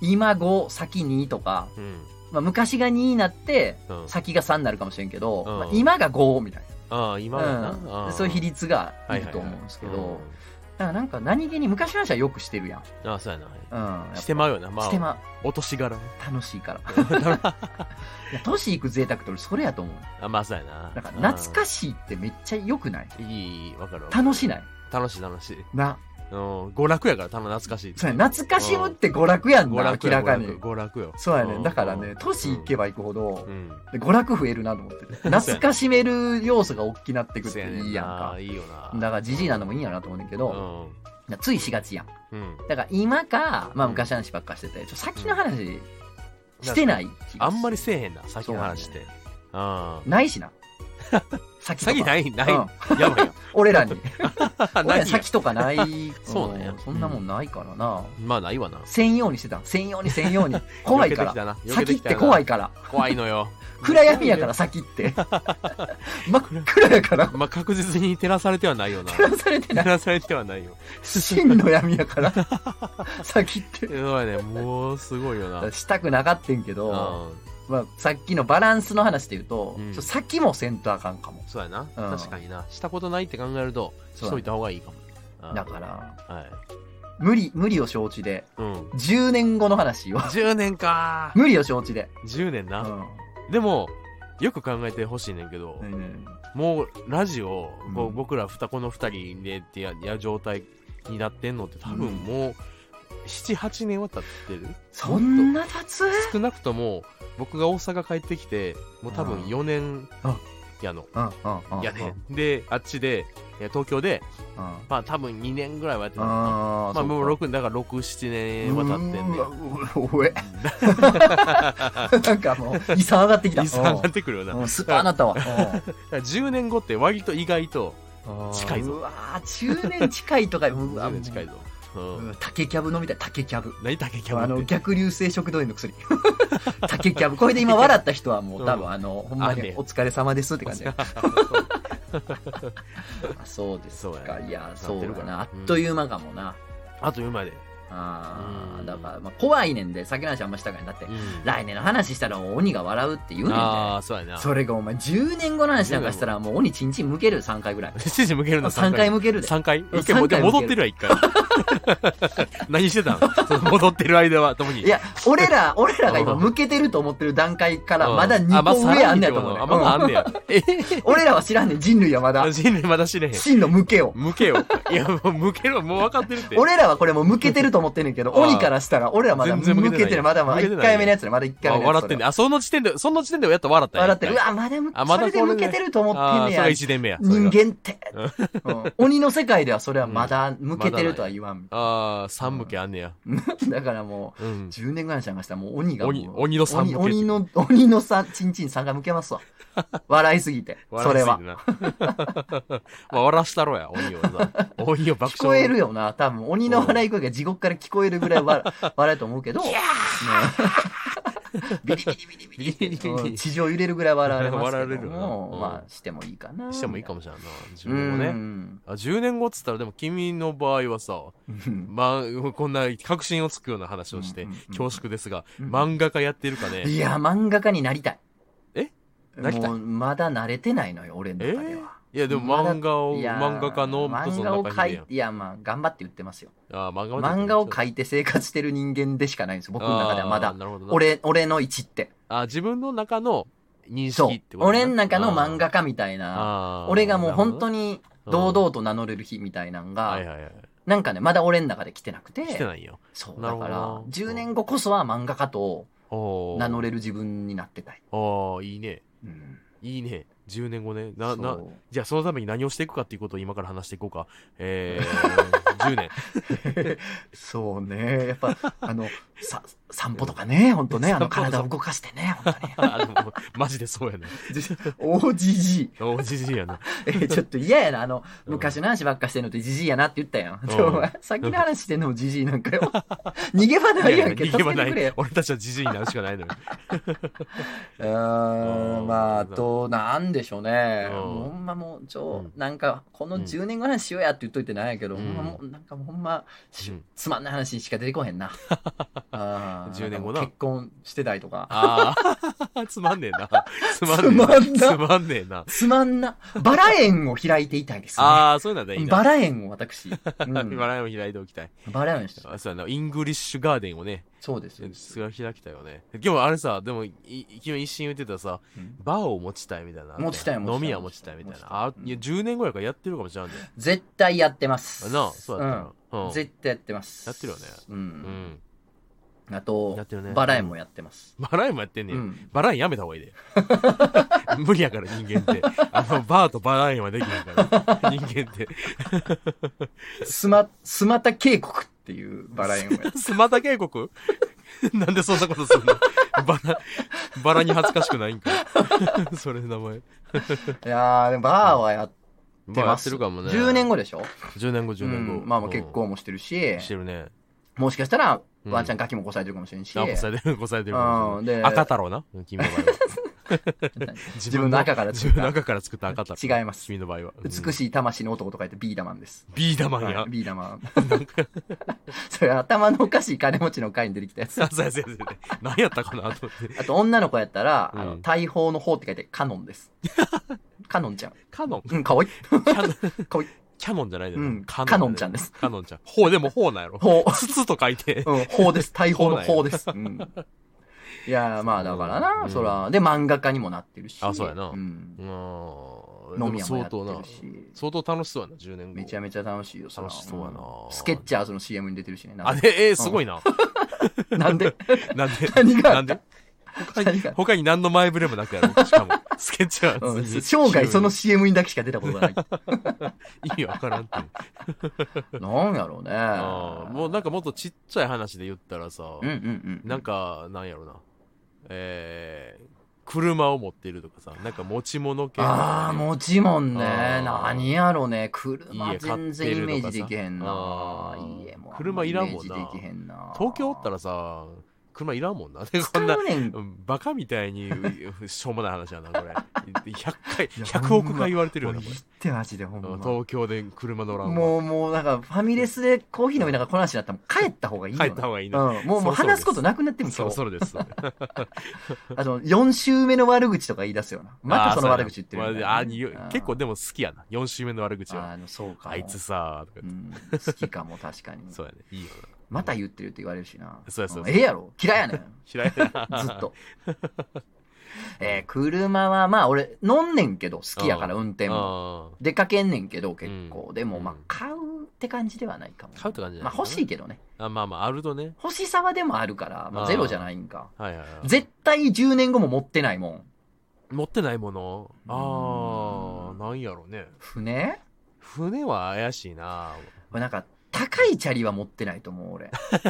Speaker 1: 今5、先2とか、
Speaker 2: うん。
Speaker 1: まあ、昔が2になって、
Speaker 2: うん。
Speaker 1: 先が3になるかもしれんけど、
Speaker 2: うん
Speaker 1: まあ、今が5みたい
Speaker 2: ああ、今や
Speaker 1: な。
Speaker 2: な。
Speaker 1: う
Speaker 2: あ
Speaker 1: ん。
Speaker 2: あ
Speaker 1: そういう比率が
Speaker 2: は
Speaker 1: る
Speaker 2: いいはいはい
Speaker 1: と思うんですけ
Speaker 2: う
Speaker 1: ど、だからなんか何気に昔の話はよくしてるやん。
Speaker 2: んああ、そうやな。
Speaker 1: うん。やっぱ
Speaker 2: してまうよな。まあ、
Speaker 1: してま、
Speaker 2: お年柄 ね。
Speaker 1: 楽しいから。いや年いく贅沢って俺それやと思う。
Speaker 2: あまあそうやな。
Speaker 1: だから懐かしいってめっちゃ良くない
Speaker 2: うんいいいい、わかるわかる。
Speaker 1: 楽しない
Speaker 2: 楽しい楽しい。
Speaker 1: な。
Speaker 2: うん。娯楽やから、たぶん懐かしいって。
Speaker 1: そうや、懐かしむって娯楽やん
Speaker 2: 娯
Speaker 1: な、
Speaker 2: 楽
Speaker 1: 明
Speaker 2: や
Speaker 1: らか
Speaker 2: 娯
Speaker 1: に。
Speaker 2: 楽娯楽よ。
Speaker 1: そうや
Speaker 2: う
Speaker 1: ね。
Speaker 2: ん
Speaker 1: だからね、年いけばいくほど
Speaker 2: う、ん。
Speaker 1: 娯楽増えるなと思っ てて。懐かしめる要素が大きなってくっ
Speaker 2: そ
Speaker 1: て
Speaker 2: うね
Speaker 1: いいやんか
Speaker 2: な。いいよな。
Speaker 1: だからじじいなのもいいんやろなと思うねんだけど、なついしがちやん。
Speaker 2: うん。うん。
Speaker 1: だから今か、まあ昔の話ばっかしてて、ちょっと先の話してない気がする
Speaker 2: あんまりせえへんな、先の話って。うん。
Speaker 1: ないしな。先
Speaker 2: 詐欺
Speaker 1: い、
Speaker 2: ない、な
Speaker 1: う
Speaker 2: い。
Speaker 1: ん、
Speaker 2: やば いよ。
Speaker 1: 俺らに。俺ら
Speaker 2: ない
Speaker 1: に
Speaker 2: や
Speaker 1: 先とかない。
Speaker 2: そうなんや
Speaker 1: んそんなもんないからな。
Speaker 2: まあないわな。
Speaker 1: 専用にしてたん専用に専 用に。怖いか
Speaker 2: 避けてきたな
Speaker 1: ら。
Speaker 2: 避け
Speaker 1: 先
Speaker 2: て
Speaker 1: っ
Speaker 2: きた
Speaker 1: て
Speaker 2: な
Speaker 1: 怖いから。
Speaker 2: 怖いのよ。
Speaker 1: 暗闇やから先って。真っ暗やから。
Speaker 2: まあ確実に照らされてはない よな。
Speaker 1: 照らされてな
Speaker 2: 照
Speaker 1: い。
Speaker 2: らされてはないよ。
Speaker 1: 真の闇やから。先って。
Speaker 2: そうやね。もうすごいよな。
Speaker 1: したくなかってんけ
Speaker 2: う
Speaker 1: ど、
Speaker 2: ん。
Speaker 1: まあ、さっきのバランスの話で言うと、
Speaker 2: う
Speaker 1: ち
Speaker 2: ん
Speaker 1: ょっと先もせんとあかんかも。
Speaker 2: そうやな。確かにな。したことないって考えると、し
Speaker 1: そう
Speaker 2: といた方がいいかも。うん
Speaker 1: だから、
Speaker 2: はい。
Speaker 1: 無理、無理を承知で、
Speaker 2: うん。
Speaker 1: 10年後の話を。
Speaker 2: 10年か
Speaker 1: 無理を承知で。
Speaker 2: 10年
Speaker 1: う
Speaker 2: な。
Speaker 1: ん。
Speaker 2: でも、よく考えてほしいねんけど、
Speaker 1: うん
Speaker 2: もうラジオ、こう
Speaker 1: うん
Speaker 2: 僕ら双子の2人でってやや状態になってんのって多分もう78年は経ってる
Speaker 1: そんな経つ
Speaker 2: 少なくとも僕が大阪帰ってきてもう多分
Speaker 1: うん
Speaker 2: 4年
Speaker 1: あ
Speaker 2: やの
Speaker 1: うんうんうん。
Speaker 2: やねであっちでえ東京で
Speaker 1: うん。あ
Speaker 2: まあ多分2年ぐらいはやってたのかな
Speaker 1: あー、
Speaker 2: まあもう
Speaker 1: 六
Speaker 2: 6だから67年は経ってんね
Speaker 1: おえ。なんかもう、遺産上がってきた。
Speaker 2: 遺産上がってくるよな
Speaker 1: うんうんスーパーなったわ。
Speaker 2: だから10年後って割と意外と
Speaker 1: うん
Speaker 2: 近いぞ
Speaker 1: うわー10年近いとか、うわ
Speaker 2: 10年近いぞうん
Speaker 1: うん竹キャブ飲みたい、竹キャブ。
Speaker 2: 何竹キャ
Speaker 1: あ
Speaker 2: ブっ
Speaker 1: の
Speaker 2: て
Speaker 1: 逆流性食道炎の薬 竹キャブこれで今笑った人はもう多分あのほんま
Speaker 2: あんね
Speaker 1: に
Speaker 2: や
Speaker 1: お疲れ様ですって感じだよあそうです
Speaker 2: そうや
Speaker 1: か
Speaker 2: ね
Speaker 1: いや
Speaker 2: な
Speaker 1: そ
Speaker 2: って
Speaker 1: う
Speaker 2: る
Speaker 1: か
Speaker 2: か
Speaker 1: な
Speaker 2: な
Speaker 1: あっという間かもな
Speaker 2: あと今で
Speaker 1: あ
Speaker 2: う
Speaker 1: ー
Speaker 2: ん
Speaker 1: だからまあ怖いねんで先の話あんましたからだって
Speaker 2: うん
Speaker 1: 来年の話したら鬼が笑うって言うねん
Speaker 2: あ
Speaker 1: で
Speaker 2: あ、そうやな。
Speaker 1: それがお前10年後の話なんかしたらもう鬼ちんちん向ける3回ぐらい
Speaker 2: 指示向けるの
Speaker 1: 3回向けるで
Speaker 2: 3回
Speaker 1: うん
Speaker 2: 一回も
Speaker 1: 三回向ける
Speaker 2: 戻ってるわ、一回。 何してたのその 戻ってる間は、共に。
Speaker 1: いや、俺ら、俺らが今向けてると思ってる段階から、まだ
Speaker 2: あま
Speaker 1: 2個上あんねやと
Speaker 2: さ
Speaker 1: 思うね
Speaker 2: らにってことあ、まだあんねや。え
Speaker 1: 俺らは知らんねん、人類はまだ。
Speaker 2: 人類まだ知れへん。
Speaker 1: 真の向けを。
Speaker 2: 向 けよ。いや、もう向けろ、もう分かってるって。
Speaker 1: 俺らはこれもう向けてると思ってんねんけど、
Speaker 2: あー
Speaker 1: 鬼からしたら、俺らまだ
Speaker 2: 全
Speaker 1: 向
Speaker 2: 然向けてない
Speaker 1: けてる。まだまだ
Speaker 2: 向けて
Speaker 1: 1
Speaker 2: ない
Speaker 1: 回目のやつね、まだ1回
Speaker 2: あ
Speaker 1: 目のや
Speaker 2: 笑
Speaker 1: つ。
Speaker 2: ってんね。あ、その時点で、その時点でやったら笑ったんや
Speaker 1: 笑ってる。う
Speaker 2: 一回
Speaker 1: わ、まだむ
Speaker 2: あ、ま
Speaker 1: そ
Speaker 2: だ
Speaker 1: れで向けてると思
Speaker 2: あ
Speaker 1: って
Speaker 2: ー
Speaker 1: んね
Speaker 2: それ
Speaker 1: や。
Speaker 2: が1年目や。それ
Speaker 1: 人
Speaker 2: が
Speaker 1: 間って。うん鬼の世界ではそれはまだ向けてるとは言わん。
Speaker 2: ああ、3向けあんねや。
Speaker 1: だからも
Speaker 2: う
Speaker 1: う、
Speaker 2: ん。
Speaker 1: 10年ぐらいの人がしたらもう鬼がもう
Speaker 2: 鬼鬼の三向
Speaker 1: 鬼
Speaker 2: け
Speaker 1: 鬼の、鬼のさ、ちんちん3が向け ますわ。笑いすぎて。それは。
Speaker 2: 笑いすぎてな。 まあ、笑らしたろや、鬼をな。鬼を爆笑。
Speaker 1: 聞こえるよな、多分。鬼の笑い声が地獄から聞こえるぐらい 笑笑うと思うけど、ね ビリビリビリビリビリ
Speaker 2: ビリビリ
Speaker 1: 地上揺れるぐらい笑われます
Speaker 2: 笑わ
Speaker 1: け
Speaker 2: れ
Speaker 1: ど
Speaker 2: るよな
Speaker 1: も、
Speaker 2: うん
Speaker 1: まあ、してもいいかな。
Speaker 2: してもいいか
Speaker 1: も。
Speaker 2: もしれんな自
Speaker 1: う
Speaker 2: 分もね
Speaker 1: ん。
Speaker 2: あ10年後っつったらでも君の場合はさ、まあ、こんな確信をつくような話をして、
Speaker 1: うんうんうん
Speaker 2: 恐縮ですが、
Speaker 1: うん
Speaker 2: 漫画家やってるかね
Speaker 1: いや、漫画家になりたい。
Speaker 2: えなりたい
Speaker 1: もう、まだ慣れてないのよ、俺の中では。
Speaker 2: いやでも漫画を、
Speaker 1: いや
Speaker 2: 漫画家の武
Speaker 1: 漫
Speaker 2: 藤
Speaker 1: 画を
Speaker 2: 中
Speaker 1: 描
Speaker 2: 秀
Speaker 1: い
Speaker 2: やん
Speaker 1: いやまあ頑張って言ってますよ
Speaker 2: あ漫画
Speaker 1: 漫画を
Speaker 2: い
Speaker 1: 描いて生活してる人間でしかないんですよ
Speaker 2: 僕
Speaker 1: 僕の中ではまだ
Speaker 2: なるほどな
Speaker 1: 俺俺の位置って
Speaker 2: あ自分の中の認
Speaker 1: そう
Speaker 2: 識ってことね
Speaker 1: 俺の中の漫画家みたいな
Speaker 2: あー
Speaker 1: 俺がもう本当
Speaker 2: なる
Speaker 1: に
Speaker 2: ほ
Speaker 1: 堂
Speaker 2: どね
Speaker 1: 々と名乗れる日みたいなん
Speaker 2: うんはい
Speaker 1: が、
Speaker 2: はいはい
Speaker 1: なんかね、まだ俺の中で来てなくて、
Speaker 2: 来てないよ
Speaker 1: そう、
Speaker 2: な
Speaker 1: だ
Speaker 2: るほ
Speaker 1: か
Speaker 2: ど
Speaker 1: ら、
Speaker 2: うん
Speaker 1: 10年後こそは漫画家と
Speaker 2: おー
Speaker 1: 名乗れる自分になってたい。
Speaker 2: おーいいね
Speaker 1: うん、
Speaker 2: いいね10年後ねなな
Speaker 1: そう
Speaker 2: じゃあそのために何をしていくかっていうことを今から話していこうか。えー、10年。
Speaker 1: そうね、やっぱ、あの、さ、散歩とかね、本当ね、あの、
Speaker 2: 散歩
Speaker 1: 体を動かしてね、本当に。
Speaker 2: あでもマジでそうやな。
Speaker 1: OGG。
Speaker 2: おじじいやな。
Speaker 1: え、ちょっと嫌やな、あの、昔の話ばっかしてんのとジジイやなって言ったやん。でもお前、先の話してんのもジジイなん かよ。逃げ場ないやんけ、
Speaker 2: 逃げ
Speaker 1: 助
Speaker 2: 場
Speaker 1: け
Speaker 2: な
Speaker 1: てくれ
Speaker 2: い
Speaker 1: よ。。
Speaker 2: 俺たちはじじいになるし かないのよ。
Speaker 1: うー
Speaker 2: うんん
Speaker 1: まあ、あと、なんでしょうね。
Speaker 2: うん
Speaker 1: もうほんまもう、ちょ、
Speaker 2: うん
Speaker 1: なんか、この10年ぐらいしようやって言っといてないけど、
Speaker 2: うん
Speaker 1: ほんまもう、なんかもうほんま、し
Speaker 2: うん
Speaker 1: つまんない話しか出てこへん な。あー
Speaker 2: 10年後
Speaker 1: な
Speaker 2: なん
Speaker 1: か結婚してたりとか。
Speaker 2: ああ、つまんねえな。つま
Speaker 1: つま
Speaker 2: ん
Speaker 1: ん
Speaker 2: ねえ。
Speaker 1: な
Speaker 2: つまんねえな。
Speaker 1: つまんな。バラ園を開いていたいですね。
Speaker 2: ああ、そういうのはいい
Speaker 1: バ
Speaker 2: な。
Speaker 1: ラ園を私。うん
Speaker 2: 笑いを開いておきたい。
Speaker 1: バラ園した。
Speaker 2: あそうやな。イングリッシュガーデンをね、
Speaker 1: そうです。
Speaker 2: それは開きたいよね。今日あれさ、でも、い君一心言ってたさ、
Speaker 1: うん
Speaker 2: バーを持ちたいみたいな。
Speaker 1: 持ちたい持ちたい
Speaker 2: 飲み屋持ちたいみたい
Speaker 1: 持ちたい
Speaker 2: な。あ、いや、10年後やからやってるかもしれんね。
Speaker 1: 絶対やってます。
Speaker 2: なあ、そうやったな。
Speaker 1: う。
Speaker 2: うんん。
Speaker 1: 絶対やってます。
Speaker 2: やってるよね
Speaker 1: う。
Speaker 2: うんん。
Speaker 1: あと
Speaker 2: やってるね、
Speaker 1: バラ園もやってます。
Speaker 2: バラエもやってんね。
Speaker 1: うんん。
Speaker 2: バランやめた方がいいで。 無理やから人間って。あの、バーとバランはできへんから。人間って。
Speaker 1: スマ、スマタ渓谷っていうバラ園をや って
Speaker 2: スマタ渓谷 なん でそんなことするのバラ、バラに恥ずかしくないんか。それ名前。
Speaker 1: いやー、でもバーはやっ
Speaker 2: ま
Speaker 1: て
Speaker 2: あや
Speaker 1: ま
Speaker 2: って
Speaker 1: す。
Speaker 2: るかもね。
Speaker 1: 10年後でしょ
Speaker 2: 10年後、10年後。
Speaker 1: うんまあまあ結婚もしてるし
Speaker 2: うん。、してるね。
Speaker 1: もしかしたら、
Speaker 2: うん
Speaker 1: ワンちゃんガキもこさえてるかもしれんし、
Speaker 2: あ、こさえてる、こさえてるかもしれない。
Speaker 1: うんで
Speaker 2: 赤太郎な、君の場合は。
Speaker 1: 自分の赤から
Speaker 2: 自
Speaker 1: 作っ
Speaker 2: 分の
Speaker 1: た
Speaker 2: 赤から作った赤太郎。
Speaker 1: 違います
Speaker 2: 君の場合は。
Speaker 1: 美
Speaker 2: い。
Speaker 1: しい魂の男と書いてビーダマンです。
Speaker 2: ビーダマンや
Speaker 1: はい。ビーダマン。 それ頭のおかしい金持ちの会に出てきたや つ。
Speaker 2: あそうやそうやそうや何やったかなと思って。
Speaker 1: あと女の子やったら、あ
Speaker 2: う
Speaker 1: の
Speaker 2: ん
Speaker 1: 大砲の方って書いてカノン です。カノンちゃん。
Speaker 2: カノン
Speaker 1: うん、かわいい。
Speaker 2: キャノ
Speaker 1: かわいい。
Speaker 2: キャノンじゃないだ
Speaker 1: う
Speaker 2: ろ
Speaker 1: ん、カノンちゃんで
Speaker 2: で。
Speaker 1: すす。
Speaker 2: カノンちゃん。ほう、でもほうなんやろ。
Speaker 1: 砲。
Speaker 2: 筒と書いて。
Speaker 1: うん、砲 です。大砲の
Speaker 2: そ
Speaker 1: 砲です。うん。いやー、まあだからな、
Speaker 2: うん
Speaker 1: そら。で、漫画家にもなってるし。
Speaker 2: あそうやなんう。ん。
Speaker 1: 飲み屋もや
Speaker 2: 相
Speaker 1: って
Speaker 2: 当な
Speaker 1: る。し。
Speaker 2: 相当楽しそうやな、10年後。
Speaker 1: めちゃめちゃ楽しいよ、ら
Speaker 2: 楽しそうやなん
Speaker 1: スケッチャーズの CM に出てるしね。な
Speaker 2: あ、
Speaker 1: んで
Speaker 2: で、えー、すごいな。
Speaker 1: なんで
Speaker 2: なんで
Speaker 1: 何が
Speaker 2: な
Speaker 1: あ
Speaker 2: ん
Speaker 1: っ
Speaker 2: で
Speaker 1: た
Speaker 2: 他に
Speaker 1: 何が
Speaker 2: 他に何の前触れもなくやろ。し かも、スケッチャー
Speaker 1: う
Speaker 2: ズ
Speaker 1: ん
Speaker 2: に
Speaker 1: 生涯その CM にだけしか出たことが ない。
Speaker 2: 意味わからんって。
Speaker 1: なんやろうね。
Speaker 2: あーもうなんかもっとちっちゃい話で言ったらさ、
Speaker 1: うんうんうん。
Speaker 2: なんか、なんやろな。えー、車を持ってるとかさ、なんか持ち物系とかね、
Speaker 1: ああ、もちもんね。
Speaker 2: あー
Speaker 1: 何やろうね。車
Speaker 2: 家買
Speaker 1: 全
Speaker 2: ってる
Speaker 1: 然イ
Speaker 2: とかさ
Speaker 1: メージできへんな
Speaker 2: あ。ー
Speaker 1: 家も。
Speaker 2: 車いらんもんな
Speaker 1: イメージできへんな。
Speaker 2: 東京おったらさ、車いらんもんな。で、こ
Speaker 1: 使
Speaker 2: んな、
Speaker 1: うねん
Speaker 2: うんバカみたいに、しょうもない話やな、これ。100回、100億回言われてるよな、こ
Speaker 1: もう
Speaker 2: れ
Speaker 1: いいってマジでほんま。
Speaker 2: うん。東京で車乗らんわ
Speaker 1: もうもうなんかファミレスでコーヒー飲みながらこの話になったらもう帰った方がいいよな。
Speaker 2: 帰った方がいいな
Speaker 1: うん、もうもう
Speaker 2: そろそろです
Speaker 1: 話すことなくなっても
Speaker 2: そ
Speaker 1: 今
Speaker 2: ろ
Speaker 1: 日
Speaker 2: そろです。
Speaker 1: あと4週目の悪口とか言い出すよな。またその悪口言ってる
Speaker 2: あ
Speaker 1: よ
Speaker 2: ーそう
Speaker 1: ね、
Speaker 2: やなまああに
Speaker 1: うん
Speaker 2: 結構でも好きやな。4週目の悪口は。
Speaker 1: あのそうかも。
Speaker 2: あいつさーとか
Speaker 1: う
Speaker 2: 言って、
Speaker 1: ん、好きかも確かに。
Speaker 2: そうやね。いいよな。
Speaker 1: また言ってるって言われるしな。
Speaker 2: そうやそうや
Speaker 1: んええやろ嫌いやねん。
Speaker 2: 嫌いだな。
Speaker 1: ずっ と。えー車はまあ俺飲んねんけど好きやから運転も。
Speaker 2: も。
Speaker 1: 出かけんねんけど結構。でもまあ
Speaker 2: うん
Speaker 1: 買うって感じではないかも。
Speaker 2: 買うって感じじゃ
Speaker 1: ま
Speaker 2: ない
Speaker 1: あ欲しいけどね。
Speaker 2: あまあまあ、あるとね。
Speaker 1: 欲しさはでもあるから、ま
Speaker 2: あ
Speaker 1: あ
Speaker 2: ー
Speaker 1: ゼロじゃないんか。
Speaker 2: はいはいはい。
Speaker 1: 絶対10年後も持ってないもん。
Speaker 2: 持ってないものあ
Speaker 1: う
Speaker 2: ー、
Speaker 1: ん
Speaker 2: なんやろね。
Speaker 1: 船
Speaker 2: 船は怪し いな
Speaker 1: これなんか、高いチャリは持ってないと思う、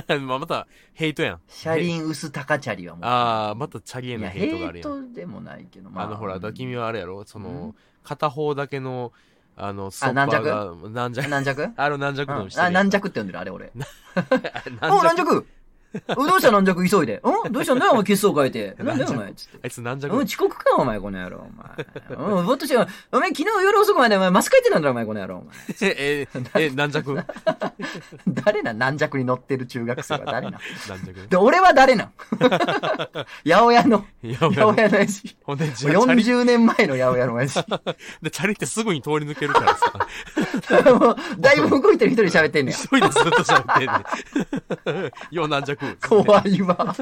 Speaker 1: 俺。
Speaker 2: まあまた、ヘイトやん。
Speaker 1: 車輪薄高チャリは持ってない。
Speaker 2: あー、またチャリへ
Speaker 1: い
Speaker 2: の
Speaker 1: や、
Speaker 2: ヘイトがあ
Speaker 1: ヘ
Speaker 2: る
Speaker 1: イ
Speaker 2: やん。
Speaker 1: トでもないけど、まあ。
Speaker 2: あの、ほら、だ君
Speaker 1: は。
Speaker 2: はあれやろそうの
Speaker 1: ん、
Speaker 2: 片方だけの、あの、ストッパーが、軟 弱。
Speaker 1: 軟 弱
Speaker 2: あの軟弱
Speaker 1: う
Speaker 2: の
Speaker 1: ん
Speaker 2: し、てるや
Speaker 1: あ、
Speaker 2: ん
Speaker 1: 軟弱って呼んでる、あれ俺。お軟
Speaker 2: 軟弱
Speaker 1: 弱おどうした軟弱急いで。うんどうしたんだよ、お前、血相変え て。なんだよ、お前。つって
Speaker 2: あいつ軟弱
Speaker 1: うん、遅刻か、お前、この野郎、お前。うん、ぼっとして、お前、昨日夜遅くまで、お前、マス書いてたんだろ、お前、この野郎、お前。
Speaker 2: え、え、 え、軟弱軟
Speaker 1: 誰な、軟弱に乗ってる中学生は誰な。
Speaker 2: 弱
Speaker 1: で、俺は誰なん 八百屋 の、
Speaker 2: いや、
Speaker 1: 八百屋の親父。
Speaker 2: ほんで、じゃあチャリ、
Speaker 1: 40年前の八百屋の親父。
Speaker 2: で、チャリってすぐに通り抜けるからさ。
Speaker 1: もうだいぶ動いてる人に喋ってんねや
Speaker 2: 一。人でずっと喋ってんねん。 よ、軟弱。
Speaker 1: 怖いわ。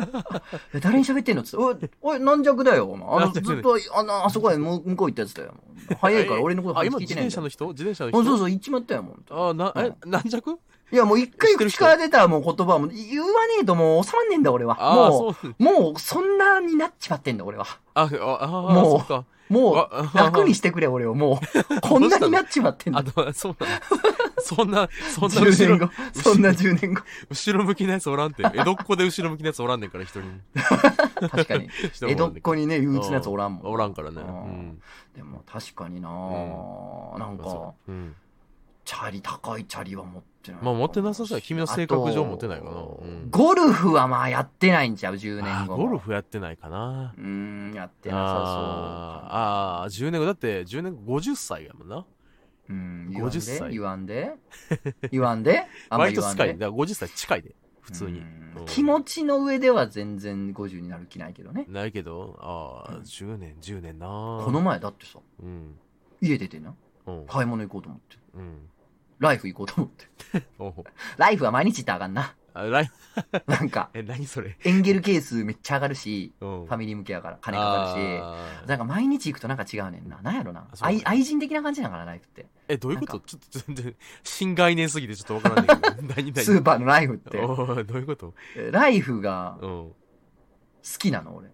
Speaker 1: え誰に喋ってんのつって、おい、おい、軟弱だよ、お前。あの、
Speaker 2: 軟
Speaker 1: ず
Speaker 2: 弱
Speaker 1: っ
Speaker 2: だよ
Speaker 1: と、あの、あそこへ向向こう行ったやつだよ。早いから俺のこと
Speaker 2: あ、
Speaker 1: 話
Speaker 2: 今
Speaker 1: 聞い
Speaker 2: 自
Speaker 1: てないんだよ。
Speaker 2: 転車の人自転車の
Speaker 1: あそ
Speaker 2: 人
Speaker 1: うそう、行っちまったよ、もう。
Speaker 2: あ、な、え、軟弱
Speaker 1: いや、もう一
Speaker 2: 知
Speaker 1: 回
Speaker 2: ってる
Speaker 1: 口
Speaker 2: 人
Speaker 1: から出たらもう言葉はもう言わねえともう収まんねえんだ、俺は。
Speaker 2: あ
Speaker 1: も
Speaker 2: あ、そう
Speaker 1: う、もう、そんなになっちまってんだ、俺は。
Speaker 2: あ、あ、あ、
Speaker 1: もう
Speaker 2: そっか。
Speaker 1: も
Speaker 2: あ
Speaker 1: う、楽にしてくれ、俺を。も う、こんなになっちまってん
Speaker 2: あ
Speaker 1: だ。
Speaker 2: の、そうなの。 そんな、そんな
Speaker 1: 10
Speaker 2: 後
Speaker 1: 年
Speaker 2: ろ、
Speaker 1: 後。そんな10年後。
Speaker 2: 後ろ向きなやつおらんって。江戸っ子で後ろ向きなやつおらんねんから、一人に。
Speaker 1: 確かに。江戸っ子
Speaker 2: 一人もおらんねんから
Speaker 1: にね、憂鬱なやつおらんもん。
Speaker 2: おらんからね。
Speaker 1: う
Speaker 2: うん。
Speaker 1: でも確かにな、なん
Speaker 2: まあそ
Speaker 1: か、
Speaker 2: ううん。
Speaker 1: チャリ、高いチャリは持ってない。
Speaker 2: まあ持ってなさそうや君の性格上持ってないかな
Speaker 1: あと
Speaker 2: うん
Speaker 1: ゴルフはまあやってないんちゃう、10
Speaker 2: あ
Speaker 1: 年
Speaker 2: ー
Speaker 1: 後。
Speaker 2: ゴルフやってないかな。
Speaker 1: うーん、やってなさ
Speaker 2: あーあー、10年後、だって10年後50歳やもんな。
Speaker 1: そう。うん、
Speaker 2: 50歳
Speaker 1: 言わんで言わん であんま
Speaker 2: 割
Speaker 1: 言
Speaker 2: と
Speaker 1: わん
Speaker 2: 近い。
Speaker 1: で
Speaker 2: だから50歳近いで、普通に
Speaker 1: う。ん
Speaker 2: うん
Speaker 1: 気持ちの上では全然50になる気ないけどね。
Speaker 2: ないけど、ああ、10年、10年なー。
Speaker 1: この前だってさ、
Speaker 2: うん。
Speaker 1: 家出てな、
Speaker 2: うん。
Speaker 1: 買い物行こうと思って。
Speaker 2: うん。
Speaker 1: ライフ行こうと思って。
Speaker 2: おう
Speaker 1: ライフは毎日行ったらあかんな。
Speaker 2: あライ
Speaker 1: なんか、
Speaker 2: え、何それ。
Speaker 1: エンゲル係数めっちゃ上がるし、
Speaker 2: うん。
Speaker 1: ファミリー向けやから金かかるし。
Speaker 2: あー
Speaker 1: なんか毎日行くとなんか違うねんな。なんやろな。
Speaker 2: あそうね
Speaker 1: 愛愛人的な感じなんかな、ライフって。
Speaker 2: え、どういうこと
Speaker 1: なん
Speaker 2: ちょっと全然、新概念すぎてちょっとわからない けど。何何
Speaker 1: スーパーのライフって。
Speaker 2: おうどういうこと
Speaker 1: えライフが
Speaker 2: うん。
Speaker 1: 好きなの、俺。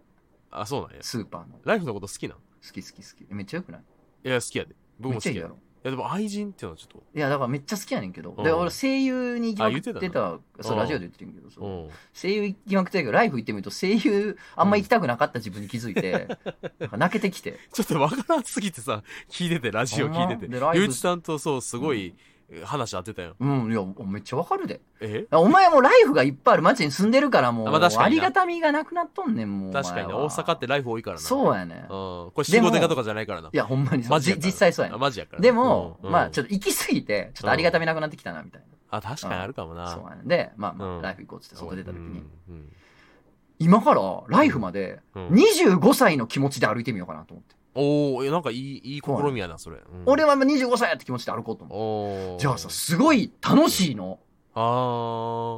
Speaker 2: あ、そうなんや。
Speaker 1: スーパーの。
Speaker 2: ライフのこと好きなん
Speaker 1: 好き好き好き。めっちゃよくない
Speaker 2: いや、好きやで。僕
Speaker 1: め
Speaker 2: も
Speaker 1: っ
Speaker 2: 好き
Speaker 1: ちゃいい
Speaker 2: やで
Speaker 1: やろ。
Speaker 2: やでも愛人っていうのはちょっ
Speaker 1: いや、だからめっちゃ好きやねんけど。
Speaker 2: うん
Speaker 1: で、俺声優に行きまくって
Speaker 2: あ
Speaker 1: た。
Speaker 2: 言ってた
Speaker 1: そうう、
Speaker 2: ん
Speaker 1: ラジオで言ってるけど、
Speaker 2: と、
Speaker 1: そう
Speaker 2: うん、
Speaker 1: 声優行きまくってたけど、ライフ行ってみると声優あんま行きたくなかった自分に気づい て、なんか泣けてきて。
Speaker 2: ちょっとわからんすぎてさ聞いててラジオ聞いてて
Speaker 1: ほんまでライブ
Speaker 2: ゆういちさんとそうすごい話合ってたよ、
Speaker 1: うん、いや、めっちゃわかるで。
Speaker 2: え
Speaker 1: お前もライフがいっぱいある街に住んでるから、もう、
Speaker 2: あまあ確かにな
Speaker 1: ありがたみがなくなっとんねん、もう。
Speaker 2: 確かに
Speaker 1: お
Speaker 2: な
Speaker 1: 前は
Speaker 2: 大阪ってライフ多いからなう、
Speaker 1: そうやね
Speaker 2: ん、。これ仕事がとかじゃないからない
Speaker 1: や、ほんまにそう
Speaker 2: マジ
Speaker 1: じ
Speaker 2: やから
Speaker 1: 実際そうや
Speaker 2: あ
Speaker 1: ね
Speaker 2: マジやから
Speaker 1: でも、
Speaker 2: うんうん
Speaker 1: まあ、ちょっと行き過ぎて、ちょっとありがたみなくなってきたな、みたい
Speaker 2: あ確かにあるかも
Speaker 1: な。
Speaker 2: な
Speaker 1: そうやね。で、まあま
Speaker 2: う
Speaker 1: あ、
Speaker 2: ん
Speaker 1: ライフ行こうっつって外出た時に、
Speaker 2: うん
Speaker 1: 今からライフまで
Speaker 2: うんうん
Speaker 1: 25歳の気持ちで歩いてみようかなと思って。
Speaker 2: おおなんかいいいい試みやなそれ、うん
Speaker 1: 俺はもう25歳やって気持ちで歩こうと思う。
Speaker 2: おー
Speaker 1: じゃあさ、すごい楽しいの。
Speaker 2: あ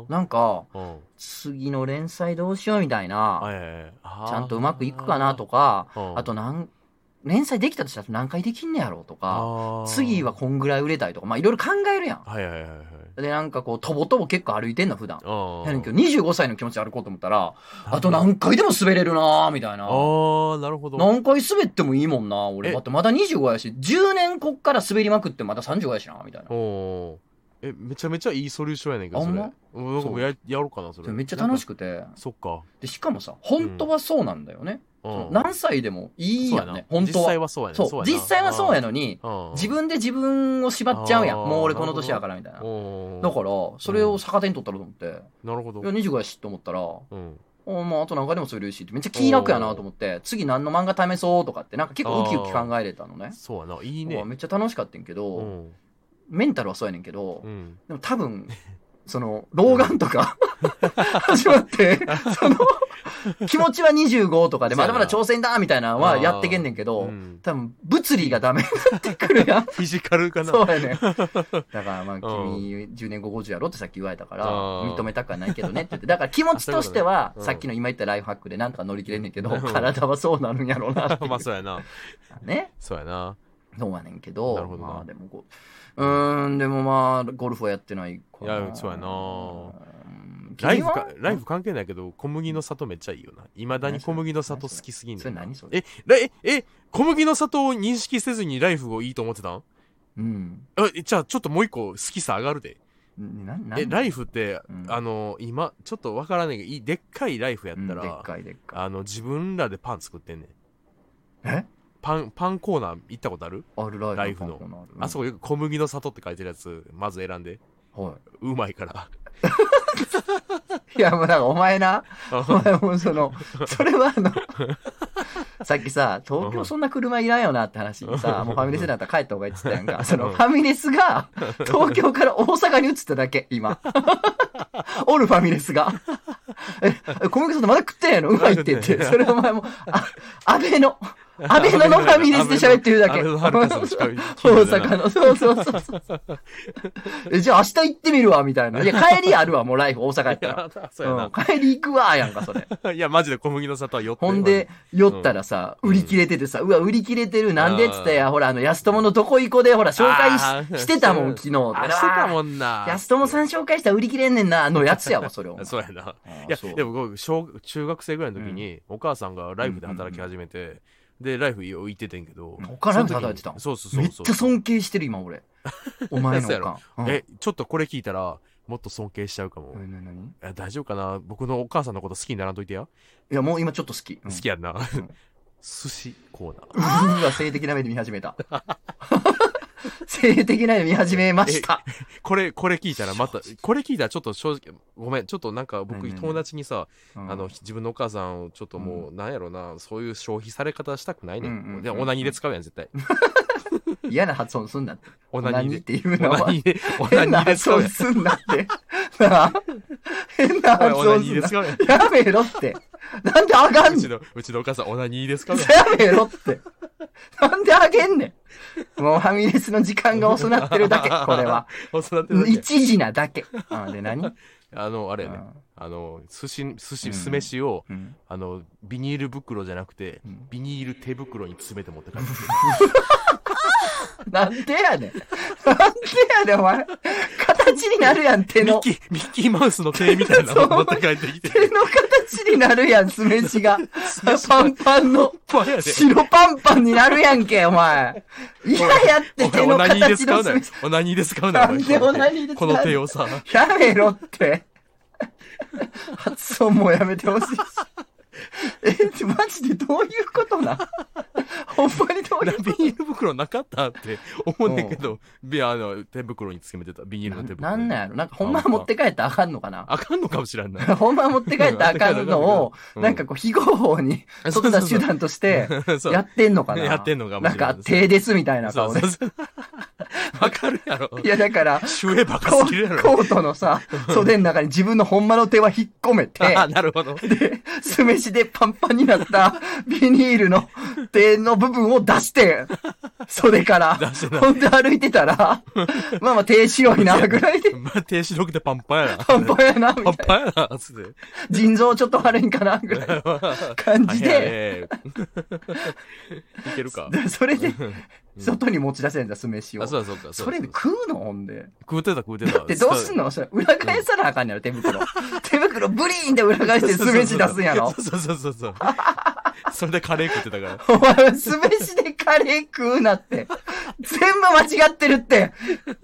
Speaker 2: ー
Speaker 1: なんか、
Speaker 2: うん
Speaker 1: 次の連載どうしようみたい
Speaker 2: は
Speaker 1: な、
Speaker 2: いはいはいあー
Speaker 1: ちゃんとうまくいくかなとか、
Speaker 2: うん
Speaker 1: あと何、連載できたとしたら何回できんねやろうとか、
Speaker 2: あー
Speaker 1: 次はこんぐらい売れたいとか、まあいろいろ考えるやん。
Speaker 2: はいはいはいはい
Speaker 1: で、なんかこう、とぼとぼ結構歩いてんの、普段。
Speaker 2: あ
Speaker 1: やねんけど、25歳の気持ちで歩こうと思ったら、あと
Speaker 2: ん
Speaker 1: 何回でも滑れるなーみたいな
Speaker 2: あ。ーなるほど
Speaker 1: 何回滑ってもいいもんな、俺。
Speaker 2: え
Speaker 1: だってまだ25やし、10年こっから滑りまくってまた35やしな、みたいな。
Speaker 2: おーえめちゃめちゃいいソリューションやねんけど
Speaker 1: あ
Speaker 2: そ
Speaker 1: ほん
Speaker 2: れ
Speaker 1: ま
Speaker 2: うんなんかもうややろうかなそ
Speaker 1: で
Speaker 2: れ
Speaker 1: めっちゃ楽し
Speaker 2: く
Speaker 1: くて。
Speaker 2: そっか
Speaker 1: で、しかもさ、本当はそうなんだよね。
Speaker 2: うん
Speaker 1: 何歳でもいい
Speaker 2: そう
Speaker 1: や
Speaker 2: や
Speaker 1: ん
Speaker 2: な
Speaker 1: ね、本当
Speaker 2: 実際
Speaker 1: は。
Speaker 2: はそうやね
Speaker 1: そう、実際はそうやのに、
Speaker 2: の
Speaker 1: 自分で自分を縛っちゃうやん。
Speaker 2: あー
Speaker 1: もう俺この年やから、みたいな。だ
Speaker 2: だ
Speaker 1: から、それを逆手に取ったらと思って、
Speaker 2: なるほど
Speaker 1: いや、25やしと思ったら、お
Speaker 2: うん
Speaker 1: まあ、あと何回でも滑れるしって、めっちゃ気楽やなと思って、次何の漫画試そうとかって、なんか結構ウキウキ考えれたのね。
Speaker 2: そうやないい
Speaker 1: そう
Speaker 2: ね
Speaker 1: めっちゃ楽しかったんけ
Speaker 2: う
Speaker 1: ど、
Speaker 2: ん
Speaker 1: メンタルはそうやねんけど
Speaker 2: う、ん
Speaker 1: でも多分、その、老眼とか、始まって、その、気持ちは25とかで、
Speaker 2: そう
Speaker 1: ま
Speaker 2: や
Speaker 1: だ
Speaker 2: な
Speaker 1: まだ挑戦だみたいなのはやってけんねんけど、
Speaker 2: うん
Speaker 1: 多分、物理がダメになってくるやん。
Speaker 2: フィジカルかな
Speaker 1: そうやねん。だからまあ、君、10年後50やろってさっき言われたから、
Speaker 2: うん
Speaker 1: 認めたくはないけどねって言って、だから気持ちとしては、
Speaker 2: あそういうことねうん
Speaker 1: さっきの今言ったライフハックでなんとか乗り切れんねんけど、
Speaker 2: うん
Speaker 1: 体はそうなるんやろうなっていう
Speaker 2: まあそうやな
Speaker 1: ね。
Speaker 2: そうやな
Speaker 1: そうやねんけど、
Speaker 2: なるほどな
Speaker 1: まあでもこう、うーん、でもまあ、ゴルフはやってないか
Speaker 2: いやそうやな
Speaker 1: うん
Speaker 2: ライ
Speaker 1: 君
Speaker 2: フか
Speaker 1: は
Speaker 2: ライフ関係ないけど小麦の里めっちゃいいよないまだに小麦の里好きすぎんねんな
Speaker 1: 何それ
Speaker 2: えらええ小麦の里を認識せずにライフをいいと思ってたん
Speaker 1: うん。
Speaker 2: えじゃあちょっともう一個好きさ上がるで
Speaker 1: なな
Speaker 2: えライ
Speaker 1: フ
Speaker 2: フって、
Speaker 1: うん
Speaker 2: あの今ちょっとわからないけどいでっかいライフやったら、
Speaker 1: でっかいでっかい。
Speaker 2: あの自分らでパン作ってんねん
Speaker 1: え
Speaker 2: パンパンコーナー行ったことある、
Speaker 1: あるライフ
Speaker 2: ライフのあそこよく小麦の里って書いてるやつまず選んで
Speaker 1: こ。は
Speaker 2: うまい から
Speaker 1: い。いや、もうなんかお前な、お前もうそ の、それはあの、さっきさ、東京そんな車いらんよなって話にさ、もうファミレスになったら帰った方がいいって言ったやんか。そのファミレスが、東京から大阪に移っただけ、今。 おるファミレスが。え、小麦さんまだ食ってんやのうまいって言って。それお前も、あ、安倍の、安倍ののファミレスで喋ってるだけ。
Speaker 2: 安倍の
Speaker 1: 大
Speaker 2: 安倍のハルカさんしか聞いてない
Speaker 1: 阪の、そうそうそうそう。えじゃあ明日行ってみるわ、みたいな。いや、帰りあるわ、もうライフ大阪やっ
Speaker 2: い
Speaker 1: たら。
Speaker 2: やそうやな、
Speaker 1: うん帰り行くわ、やんか、そ れ。
Speaker 2: いやマジで小麦の里は寄って
Speaker 1: ほんで、酔ったらさ、
Speaker 2: うん
Speaker 1: 売り切れててさ、うわ、売り切れてる、なんでっ
Speaker 2: あー
Speaker 1: つったや、ほら、あの、安友のどこ行こで、ほら、紹介
Speaker 2: あー
Speaker 1: ししてたもん、
Speaker 2: そう
Speaker 1: 昨日。と
Speaker 2: あしてたもんな。
Speaker 1: 安友さん紹介したら売り切れんねんな、のやつやわ、それを
Speaker 2: そうやないいやでも僕小中学生ぐらいの時に、お母さんがライフで働き始めて、でライフ行っててんけど
Speaker 1: お母さんが働いてたん
Speaker 2: その時にそうそうそうそう
Speaker 1: めっちゃ尊敬してる、今、俺。お 前のおかん。うん
Speaker 2: え、ちょっとこれ聞いたら、もっと尊敬しちゃうかも。
Speaker 1: うんななに
Speaker 2: え大丈夫かな僕のお母さんのこと好きにならんといてや。
Speaker 1: いや、もう今ちょっと好き。うん
Speaker 2: 好きやんな。
Speaker 1: ん
Speaker 2: 寿司コーナー。
Speaker 1: うわ、性的な目で見始めた。 性的な目で見始めま した。
Speaker 2: これ、これ聞いたらまた、これ聞いたらちょっと正直、ごめん、ちょっとなんか
Speaker 1: 何
Speaker 2: 僕
Speaker 1: 何
Speaker 2: 友達にさ、
Speaker 1: うん
Speaker 2: あの、自分のお母さんをちょっともう、なんやろな、そういう消費され方したくないね。
Speaker 1: うんうんうんん
Speaker 2: で、オナニーで使うやん、絶対。
Speaker 1: 嫌な発音すんなって。
Speaker 2: オナニ
Speaker 1: っ
Speaker 2: ーで。
Speaker 1: ていうの
Speaker 2: オナ
Speaker 1: は
Speaker 2: ニ。ーで、オナ
Speaker 1: 変
Speaker 2: ニ
Speaker 1: な
Speaker 2: ーで
Speaker 1: 発
Speaker 2: 使う
Speaker 1: 音
Speaker 2: やん。
Speaker 1: すんなって。なあ変な発
Speaker 2: おいオナ
Speaker 1: 音
Speaker 2: ニ
Speaker 1: すん
Speaker 2: ーで
Speaker 1: な。
Speaker 2: 使うやん。
Speaker 1: やめろって。なんであがん
Speaker 2: う
Speaker 1: ね
Speaker 2: ち
Speaker 1: ん。
Speaker 2: の、うちのお母さん、オナニーで使うやん。
Speaker 1: やめろって。なんであげんねん。もうファミレスの時間が遅なってるだ け、これは。
Speaker 2: お育てだけ
Speaker 1: 一時なだけ。あで、何
Speaker 2: あの、あれやね
Speaker 1: うん。
Speaker 2: あの、寿司、寿
Speaker 1: う
Speaker 2: 司、
Speaker 1: ん
Speaker 2: 酢飯を、
Speaker 1: うん
Speaker 2: あの、ビニール袋じゃなくて
Speaker 1: うん、
Speaker 2: ビニール手袋に詰めて持って帰る。
Speaker 1: なんでやねん。なんでやねん、お前。形になるやん、手
Speaker 2: ミッ
Speaker 1: の。
Speaker 2: キー、ミッキーマウスの手みたいなのまた帰ってきて。
Speaker 1: 手の形になるやん、酢 飯が。パンパンの。
Speaker 2: ほんまやで
Speaker 1: 白パンパンになるやん け、お前。嫌やって、手
Speaker 2: おいオ
Speaker 1: の
Speaker 2: ナニーで
Speaker 1: 形
Speaker 2: 使
Speaker 1: の
Speaker 2: うな
Speaker 1: 酢
Speaker 2: よ
Speaker 1: 飯。。
Speaker 2: オナニーで使うなよ。お前
Speaker 1: なんでオナニーで使うの
Speaker 2: この手をさ。
Speaker 1: やめろって。 発音もやめてほしいし。 え、マジでどういうことなん ほんまにどう
Speaker 2: な
Speaker 1: いう
Speaker 2: ビ
Speaker 1: こと
Speaker 2: ニール袋なかったって思うねんけど、びあの、手袋に詰めてた。ビニールの手袋。
Speaker 1: なんなんやろなんかほんまは持って帰ったらあかんのかな
Speaker 2: あかんのかもしれんない。
Speaker 1: ほんまは持って帰ったらあかんのを、
Speaker 2: うん
Speaker 1: なんかこう非合法に
Speaker 2: うん
Speaker 1: 取った手段として、
Speaker 2: そう
Speaker 1: やってんのかな
Speaker 2: やってんのかも
Speaker 1: な
Speaker 2: し
Speaker 1: ん
Speaker 2: れない
Speaker 1: か手ですみたいな
Speaker 2: そ
Speaker 1: 顔
Speaker 2: う
Speaker 1: で
Speaker 2: そう。そう。わかるやろ。
Speaker 1: いやだから、
Speaker 2: シュエバカ
Speaker 1: コ
Speaker 2: すぎるや
Speaker 1: ー
Speaker 2: ろ。
Speaker 1: コートのさ、袖の中に自分のほんまの手は引っ込めて、
Speaker 2: あ、なるほど。
Speaker 1: で、酢飯でパンパンになったビニールの手の部分を出して、袖から
Speaker 2: 出して。な
Speaker 1: ほんで歩いてたら、まあまあ手白いな、ぐらいで、
Speaker 2: まあ、手白くてパンパンやな。
Speaker 1: パンパンやな、みた
Speaker 2: パ
Speaker 1: い
Speaker 2: ン
Speaker 1: な。
Speaker 2: パンやな、つって。
Speaker 1: 腎臓ちょっと悪いんかな、ぐらいの感じ
Speaker 2: はいはい
Speaker 1: で、
Speaker 2: はい。いけるか。
Speaker 1: でそれで、外に持ち出せんだ、酢飯を
Speaker 2: あ、。そうだそうだ。
Speaker 1: それ
Speaker 2: うだ
Speaker 1: 食うのほんで。
Speaker 2: 食うてた食うてた。
Speaker 1: で、どうすんのそれ、裏返さなあかんやろ、手袋。手袋ブリーンで裏返して酢飯出すんやろ。
Speaker 2: そうそうそうそう。 それでカレー食ってたから。
Speaker 1: お前は酢飯でカレー食うなって。全部間違ってるって。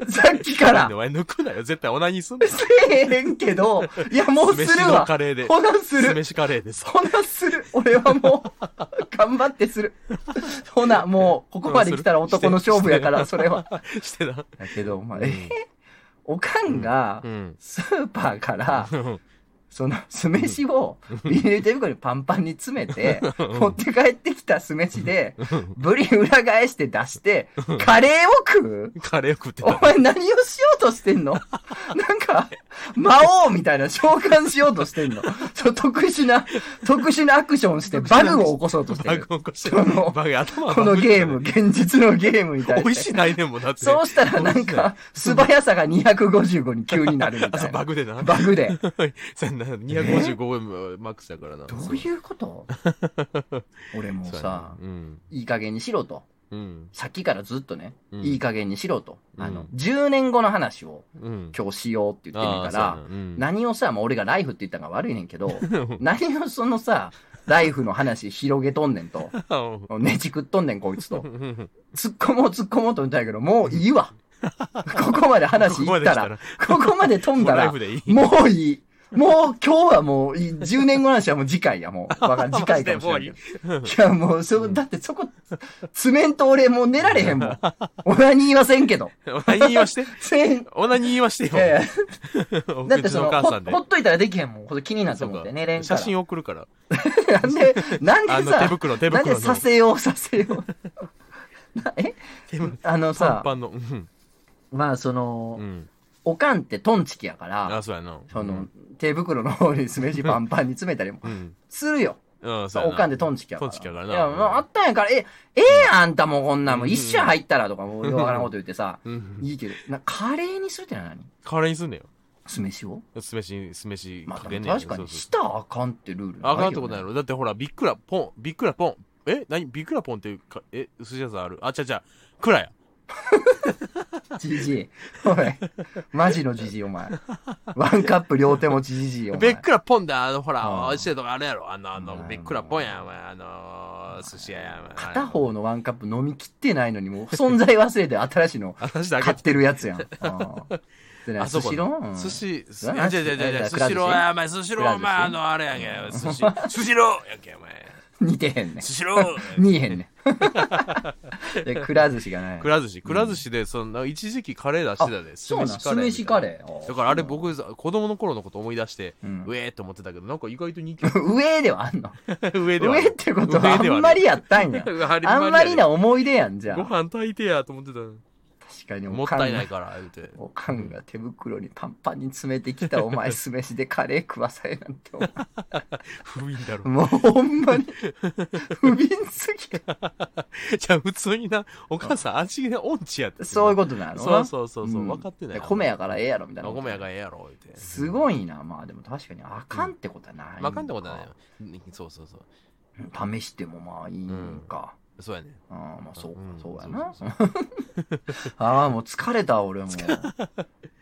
Speaker 1: さっきから
Speaker 2: お。前抜くなよ。絶対オナニーすんの。
Speaker 1: せえへんけど、いやもうする
Speaker 2: 酢飯
Speaker 1: わ。
Speaker 2: のカレーで
Speaker 1: ほなす
Speaker 2: 酢
Speaker 1: る。
Speaker 2: 飯カレーです。
Speaker 1: ほなする。俺はもう、頑張ってする。ほな、もう、ここまで来たら男の勝負やから、それは。。
Speaker 2: してな。
Speaker 1: だけど、お前、えーおかんが
Speaker 2: う、ん。
Speaker 1: スーパーから、
Speaker 2: うん
Speaker 1: その酢飯をビニール手袋にパンパンに詰めて、持って帰ってきた酢飯で、ブリ裏返して出して、カレーを食う
Speaker 2: カレーを食って
Speaker 1: お
Speaker 2: た。
Speaker 1: 前何をしようとしてんのなんか、魔王みたいな召喚しようとしてんのそう特殊な、特殊なアクションしてバグを起こそうとして
Speaker 2: バ
Speaker 1: る。
Speaker 2: グ起こして
Speaker 1: その
Speaker 2: バグ頭
Speaker 1: このゲーム、
Speaker 2: バグ
Speaker 1: 現実のゲームに
Speaker 2: して
Speaker 1: 対
Speaker 2: る。
Speaker 1: して。
Speaker 2: 美味しないねんもん、だって。
Speaker 1: そうしたらなんか、素早さが255に急になるみ
Speaker 2: あ、
Speaker 1: た
Speaker 2: そう
Speaker 1: い
Speaker 2: バ
Speaker 1: な。
Speaker 2: グでな。
Speaker 1: バグで。
Speaker 2: そんな、255マックスだからな。
Speaker 1: どういうこと 俺も
Speaker 2: そうや
Speaker 1: さ
Speaker 2: な、うん。
Speaker 1: いい加減にしろと。
Speaker 2: うん。
Speaker 1: さっきからずっとね、
Speaker 2: うん
Speaker 1: いい加減にしろと。
Speaker 2: うん
Speaker 1: あの、10年後の話を
Speaker 2: うん。
Speaker 1: 今日しようって言ってるか
Speaker 2: あ
Speaker 1: ら
Speaker 2: ー、そうやなうん
Speaker 1: 何をさ、まあ、俺がライフって言ったのが悪いねんけ ど、何をそのさ、ライフの話広げとんねんと。ねじくっとんねん、こいつと。突っ込もう突っ込もうと思ったんやけど、もういい わ。ここまで話いったら、ここまで飛んだ
Speaker 2: ライ
Speaker 1: ら
Speaker 2: フ、でい い。
Speaker 1: もういい。もう今日はもういい。10年後の話はもう次回や、 もう。わかんない次回かもしれないけど。いや、もう、そう、だってそこ、詰めんと俺もう寝られへん もん。俺に言わせんけど。
Speaker 2: オナニーはして。
Speaker 1: せん。
Speaker 2: オナニーはしてよ
Speaker 1: い。やいや、だ
Speaker 2: だ
Speaker 1: ってその、
Speaker 2: お母
Speaker 1: ほ
Speaker 2: さん
Speaker 1: っ
Speaker 2: で。
Speaker 1: ほっといたらできへんもん。これ気になって思って寝れんか
Speaker 2: 写
Speaker 1: ら。
Speaker 2: 真送るから。
Speaker 1: なんで、なん
Speaker 2: あ
Speaker 1: で
Speaker 2: の、手
Speaker 1: さ、
Speaker 2: 袋、手
Speaker 1: なん
Speaker 2: 袋
Speaker 1: でさ
Speaker 2: の。
Speaker 1: せようさせよう。 なえ
Speaker 2: 手袋
Speaker 1: あの
Speaker 2: パ
Speaker 1: さ
Speaker 2: ン、パンの。うん。
Speaker 1: まあそうの、
Speaker 2: ん。
Speaker 1: おかんってトンチキやから、
Speaker 2: あ、そうやな。
Speaker 1: その、手袋の方に酢飯パンパンに詰めたりも
Speaker 2: うん。
Speaker 1: するよ。
Speaker 2: うん。そうや
Speaker 1: お
Speaker 2: な
Speaker 1: かんでトンチキやから。
Speaker 2: トンチキやから
Speaker 1: いや、
Speaker 2: な。
Speaker 1: まあ、あったんやから、え、ええやん、あんたもうこんなん、もう一社入ったらとか、もう よくわからんこと言ってさ、
Speaker 2: うん。
Speaker 1: いいけど、な、カレーにするってのは何
Speaker 2: カレーにすんねよ。
Speaker 1: 酢飯を
Speaker 2: 酢飯、酢飯
Speaker 1: まあ、
Speaker 2: か
Speaker 1: で
Speaker 2: けん
Speaker 1: も
Speaker 2: ねん。
Speaker 1: 確か
Speaker 2: そう
Speaker 1: に、
Speaker 2: そう
Speaker 1: したらあかんってルールないよね。
Speaker 2: あかんってことないのだってほら、ビックラポン、ビックラポン。え何ビックラポンっていうか、え、寿司屋さんあるあ、ちゃちゃ、クラや。
Speaker 1: じじい。おい。マジのじじい、お前。ワンカップ両手持ちじじい、 お
Speaker 2: ビ
Speaker 1: 前
Speaker 2: ッ。クラポンだ、あの、ほら、
Speaker 1: あー
Speaker 2: 美味しいとこあるやろ。あの、あ
Speaker 1: お前
Speaker 2: の、ビックラポンや、お前、あのー、寿司屋や、お前。
Speaker 1: 片方のワンカップ飲み切ってないのに、もう存在忘れて新しいの
Speaker 2: あの人あ
Speaker 1: 買
Speaker 2: げ
Speaker 1: ってるやつ やん。うんでね、
Speaker 2: あ
Speaker 1: 寿
Speaker 2: そこ
Speaker 1: 司の
Speaker 2: 寿司、寿司、
Speaker 1: うん
Speaker 2: あ違う違う違う違う、
Speaker 1: く
Speaker 2: 寿
Speaker 1: ら寿司
Speaker 2: 司ローや、お前、寿司ロ
Speaker 1: くら寿司
Speaker 2: ー、お前、あの、あれやんけ、寿司、寿司ローやんけ、お前。
Speaker 1: 似てへんね
Speaker 2: 寿司ローやんけ
Speaker 1: ん。似えへんね ん。で、くら寿司がない
Speaker 2: く。ら寿司、くら寿司で、その、一時期カレー出してたで、
Speaker 1: そうなん、酢飯カレー。
Speaker 2: だからあれ僕さ子供の頃のこと思い出して、
Speaker 1: う
Speaker 2: うんえーって思ってたけどなんか意外と人気
Speaker 1: 上ではあんの
Speaker 2: 上ではあ
Speaker 1: 上っ
Speaker 2: る
Speaker 1: てことは
Speaker 2: 上
Speaker 1: あ
Speaker 2: ではある
Speaker 1: んまりやったんや。
Speaker 2: あ
Speaker 1: あんまりな
Speaker 2: ご
Speaker 1: 思い出やんじゃん。
Speaker 2: 飯炊いてやと思ってたの
Speaker 1: 確かに
Speaker 2: も
Speaker 1: お
Speaker 2: っ
Speaker 1: かんが
Speaker 2: たいないから言うて
Speaker 1: おかんが手袋にパンパンに詰めてき たお前酢飯でカレー食わされなんてお前
Speaker 2: 不憫だろ
Speaker 1: もうほんまに不憫すぎる
Speaker 2: じゃあ普通になお母さん味がオンチやって
Speaker 1: そういうことなの
Speaker 2: そう
Speaker 1: う
Speaker 2: そうそうそう分かってない
Speaker 1: 米やからええやろみたいな
Speaker 2: 米やからええやろ言うて
Speaker 1: す
Speaker 2: い
Speaker 1: ごいなまあでも確かにあかんってことはない
Speaker 2: 分かんだことないよそうそうそう
Speaker 1: 試してもまあいいんか、
Speaker 2: そうやね。
Speaker 1: あーまあそうか、
Speaker 2: うん
Speaker 1: そうやな。 ああ、もう疲れた、俺も。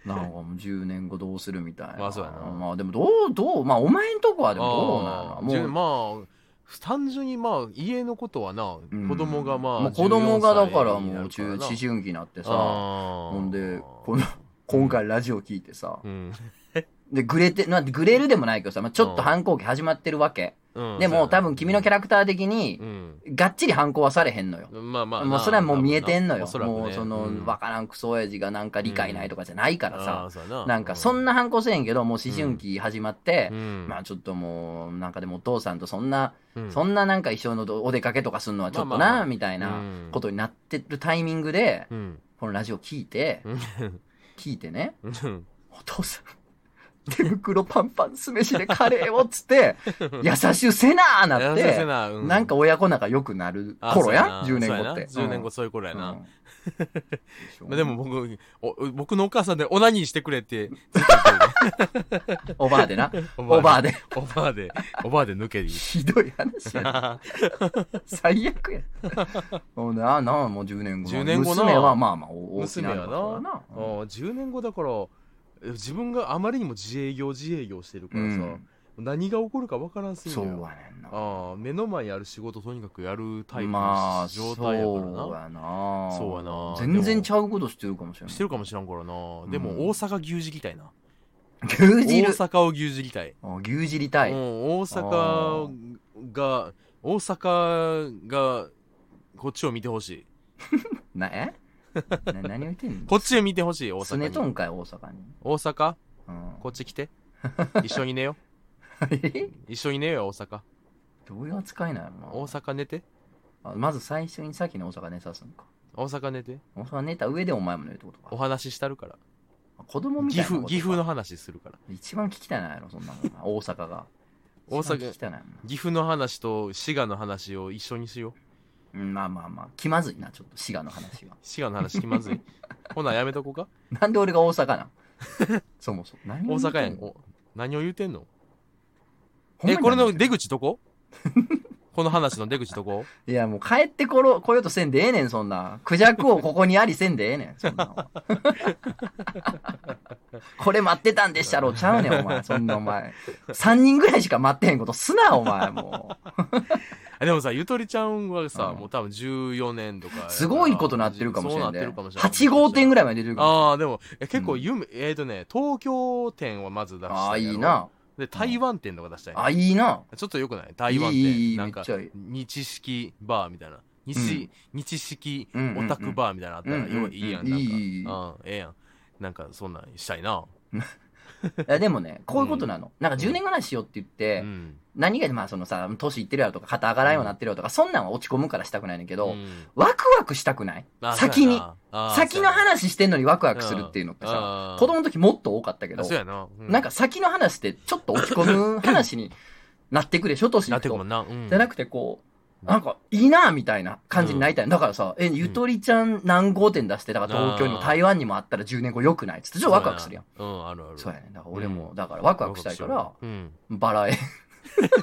Speaker 1: なんかもう10年後どうするみたいな。
Speaker 2: まあそうやな
Speaker 1: まあでもどう、どう、まあお前んとこはでもどうなの
Speaker 2: あーじ
Speaker 1: も
Speaker 2: ゅ
Speaker 1: う、
Speaker 2: まあ、単純にまあ、家のことはな、
Speaker 1: うん
Speaker 2: 子供がまあ、
Speaker 1: もう子供がだからもう中
Speaker 2: 中
Speaker 1: 思春期になってさ、
Speaker 2: ほ
Speaker 1: ほんで、この、今回ラジオ聞いてさ、
Speaker 2: うん。
Speaker 1: で、グレて、なんてグレるでもないけどさ、まあ、ちょっと反抗期始まってるわけ。
Speaker 2: うん
Speaker 1: でも多分君のキャ
Speaker 2: ラ、
Speaker 1: ラクター的に
Speaker 2: う、ん。
Speaker 1: がっちり反抗はされへんのよ。
Speaker 2: まあまあな、
Speaker 1: もうそれはもう見えてんのよ。
Speaker 2: 多分な
Speaker 1: もうその、わ、からんクソ親父がなんか理解ないとかじゃないからさ。なんかそん
Speaker 2: な、
Speaker 1: な反抗せえへんけど、もう思春期始まって
Speaker 2: う、ん、
Speaker 1: まあちょっともう、なんかでもお父さんとそんな、
Speaker 2: うん
Speaker 1: そんななんか一緒のお出かけとかするのはちょっと
Speaker 2: まあまあま
Speaker 1: な、
Speaker 2: あ
Speaker 1: みたいな
Speaker 2: うん
Speaker 1: ことになってるタイミングで、
Speaker 2: うん。
Speaker 1: このラジオ聞いて、聞いてね、
Speaker 2: うん
Speaker 1: お父さん、手袋パンパン酢飯でカレーをっつ って、優しゅせなーなっ
Speaker 2: いやそうや
Speaker 1: て、
Speaker 2: なう
Speaker 1: なんか親子仲良くなる
Speaker 2: あ
Speaker 1: 頃や
Speaker 2: そ
Speaker 1: ?10
Speaker 2: うな
Speaker 1: 年後って。
Speaker 2: そうやな10年
Speaker 1: うん
Speaker 2: 後そういう頃やな。
Speaker 1: うん
Speaker 2: まあでも僕、お僕のお母さんでオナニーしてくれって、ずっと言ってるね
Speaker 1: オバーで な。 オバー
Speaker 2: で。
Speaker 1: で。
Speaker 2: オバーで、オバーで抜けり。
Speaker 1: ひどい話 や。 最悪や。もうな、な、もう10年後。
Speaker 2: 10年後な
Speaker 1: 娘はまあまあ、お大きな
Speaker 2: 娘は
Speaker 1: る
Speaker 2: な
Speaker 1: からな。
Speaker 2: あー10年後だからえ自分があまりにも自営業自営業してるからさ、何が起こるか分からんすぎ
Speaker 1: そうやねん
Speaker 2: よ
Speaker 1: な。
Speaker 2: あー目の前にある仕事とにかくやるタイプ
Speaker 1: ま
Speaker 2: の
Speaker 1: あ、
Speaker 2: 状態やからな、
Speaker 1: そうやな。
Speaker 2: そうやな
Speaker 1: 全然ちゃうことしてるかもしれない
Speaker 2: して。るかもしらんからな、
Speaker 1: ん
Speaker 2: でも大阪牛耳りたいな
Speaker 1: 牛
Speaker 2: 大
Speaker 1: 汁。
Speaker 2: 阪を牛耳りたい、
Speaker 1: あ牛耳りたい。
Speaker 2: う
Speaker 1: うん
Speaker 2: ん大阪が大阪がこっちを見てほしい
Speaker 1: な、えな何を言ってんの
Speaker 2: こっちを見てほしい大
Speaker 1: すねと
Speaker 2: 阪に
Speaker 1: んかい、大阪に。
Speaker 2: 大阪
Speaker 1: うん
Speaker 2: こっち来て一緒に寝よ
Speaker 1: え
Speaker 2: 一緒に寝ようよ大阪
Speaker 1: どういう扱いなの
Speaker 2: 大阪寝て
Speaker 1: あまず最初にさっきの大阪寝さすのか。
Speaker 2: 大阪寝て
Speaker 1: 大阪寝た上でお前も寝るってことか。
Speaker 2: お話ししたるから
Speaker 1: 子供みたい
Speaker 2: 岐
Speaker 1: なこと
Speaker 2: 阜
Speaker 1: か。
Speaker 2: 岐阜の話するから
Speaker 1: 一番聞きたいなやろ、そんなもんな。大阪が。
Speaker 2: 大阪
Speaker 1: 一番聞きたいなや
Speaker 2: 岐阜の話と滋賀の話を一緒にしよう
Speaker 1: ろなうんまあまあまあ、気まずいな、ちょっと滋賀の話は。
Speaker 2: 滋賀の話気まずい ほなやめとこうか
Speaker 1: なんで俺が大阪な んそもそも。何
Speaker 2: 大
Speaker 1: を言う
Speaker 2: 阪
Speaker 1: て
Speaker 2: や
Speaker 1: ん
Speaker 2: ん
Speaker 1: の。
Speaker 2: お何を言うてんの
Speaker 1: ほんま
Speaker 2: え
Speaker 1: に
Speaker 2: これの出口どここの話の出口どこ
Speaker 1: いや、もう帰ってころ、来ようとせんでええねん、そんな。クジャクをここにありせんでええねん、そんなん はこれ待ってたんでっしゃろ、ちゃうねん、お前。そんなお前。3人ぐらいしか待ってへんことすな、お前、もう。
Speaker 2: あでもさゆとりちゃんはさ、
Speaker 1: うん
Speaker 2: もう多分14年とかやから
Speaker 1: すごいことなってるかもしれ
Speaker 2: そ
Speaker 1: な
Speaker 2: う
Speaker 1: い、
Speaker 2: なってるかもしれん
Speaker 1: 8号店ぐらいまで出てるかもし
Speaker 2: ああでもえ結構夢、えっ、とね東京店はまず出し
Speaker 1: れ
Speaker 2: た
Speaker 1: ないああ、
Speaker 2: やろ
Speaker 1: いいな。
Speaker 2: で台湾店とか出したい
Speaker 1: あ、いいな。
Speaker 2: ちょっとよくない台湾っ
Speaker 1: いいいいい
Speaker 2: て、
Speaker 1: い
Speaker 2: なんか
Speaker 1: めっちゃいい、
Speaker 2: 日式バーみたいな。日、日式オタクバーみたいなのあった
Speaker 1: うん
Speaker 2: ら、
Speaker 1: うんうん
Speaker 2: よいいやん。なんか、
Speaker 1: いいいいいい
Speaker 2: うん、ええやん。なんか、そんなんしたいな。
Speaker 1: いやでも ね、こういうことなの。なんか10年ぐらいしようって言っ
Speaker 2: う
Speaker 1: て、
Speaker 2: ん。
Speaker 1: 何が、まあそのさ、年いってるやろとか、肩上がらんようになってるやろとか、そんなんは落ち込むからしたくないねんだけど、
Speaker 2: うん
Speaker 1: ワクワクしたくない
Speaker 2: あ
Speaker 1: 先に
Speaker 2: そうやなあ
Speaker 1: 先の話してんのにワクワクするっていうのってさ、子供の時もっと多かったけ
Speaker 2: け
Speaker 1: ど、
Speaker 2: そうやな。う
Speaker 1: なんか、先の話ってちょっと落ち込む話になってくでしょ、年
Speaker 2: な
Speaker 1: に
Speaker 2: ってくも
Speaker 1: と。
Speaker 2: んな。うん
Speaker 1: じゃなくてこう、なんかいいなみたいな感じになりたい。だからさ、え、ゆとりちゃん何号店出して、だから東京にも
Speaker 2: うん
Speaker 1: 台湾にもあったら10年後良くないっつって、ちょっとワクワクするやん。。
Speaker 2: そうやなうん、あるある。
Speaker 1: そう
Speaker 2: や。
Speaker 1: やねん。だから俺も、だからワクワクしたいから、
Speaker 2: うん。
Speaker 1: バラエ。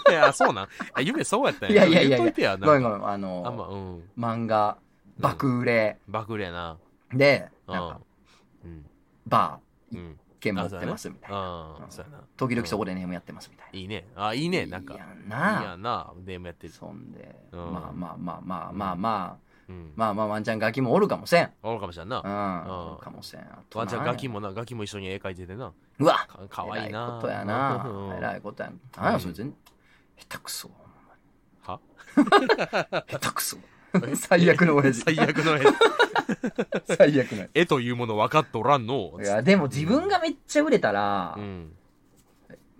Speaker 2: いや、そうなん。あ夢そうやったん
Speaker 1: いやいやいやいや
Speaker 2: 言っといてや、
Speaker 1: ご
Speaker 2: な
Speaker 1: めん
Speaker 2: ん
Speaker 1: ご
Speaker 2: か。
Speaker 1: めん、あ
Speaker 2: あんま、
Speaker 1: の、
Speaker 2: うん。
Speaker 1: 漫画、爆売れ
Speaker 2: 爆売れやな。
Speaker 1: で、
Speaker 2: う
Speaker 1: なんか
Speaker 2: ん。、うん。
Speaker 1: バ
Speaker 2: うん。
Speaker 1: ー、券持ってますみたいな。
Speaker 2: ああ、そうやな。
Speaker 1: 時々そこでネームやってますみたいな。
Speaker 2: いいね。あ、いいね。なんか。
Speaker 1: いや
Speaker 2: いい
Speaker 1: な
Speaker 2: やな、ネームやってる。
Speaker 1: そんで、
Speaker 2: うん
Speaker 1: まあまあまあまあまあまあ、
Speaker 2: うん。
Speaker 1: まあまあワンちゃんガキもおるかもせん。
Speaker 2: おるかもしれん
Speaker 1: う
Speaker 2: な。
Speaker 1: ん。
Speaker 2: うん
Speaker 1: おるかもせん。あと
Speaker 2: ワンちゃん
Speaker 1: 何や
Speaker 2: ガキもな、ガキも一緒に絵描いててな。
Speaker 1: うわ
Speaker 2: かかわいい
Speaker 1: 偉
Speaker 2: な。
Speaker 1: いことや
Speaker 2: うん
Speaker 1: な。偉いことやな。なんやそれ全、下手くそ。
Speaker 2: は
Speaker 1: 下手くそ。最悪の親父。
Speaker 2: 最悪 の
Speaker 1: 最悪の。
Speaker 2: 絵。絵というもの分かっとらんの
Speaker 1: い。や、でも自分がめっちゃ売れたら
Speaker 2: う、ん。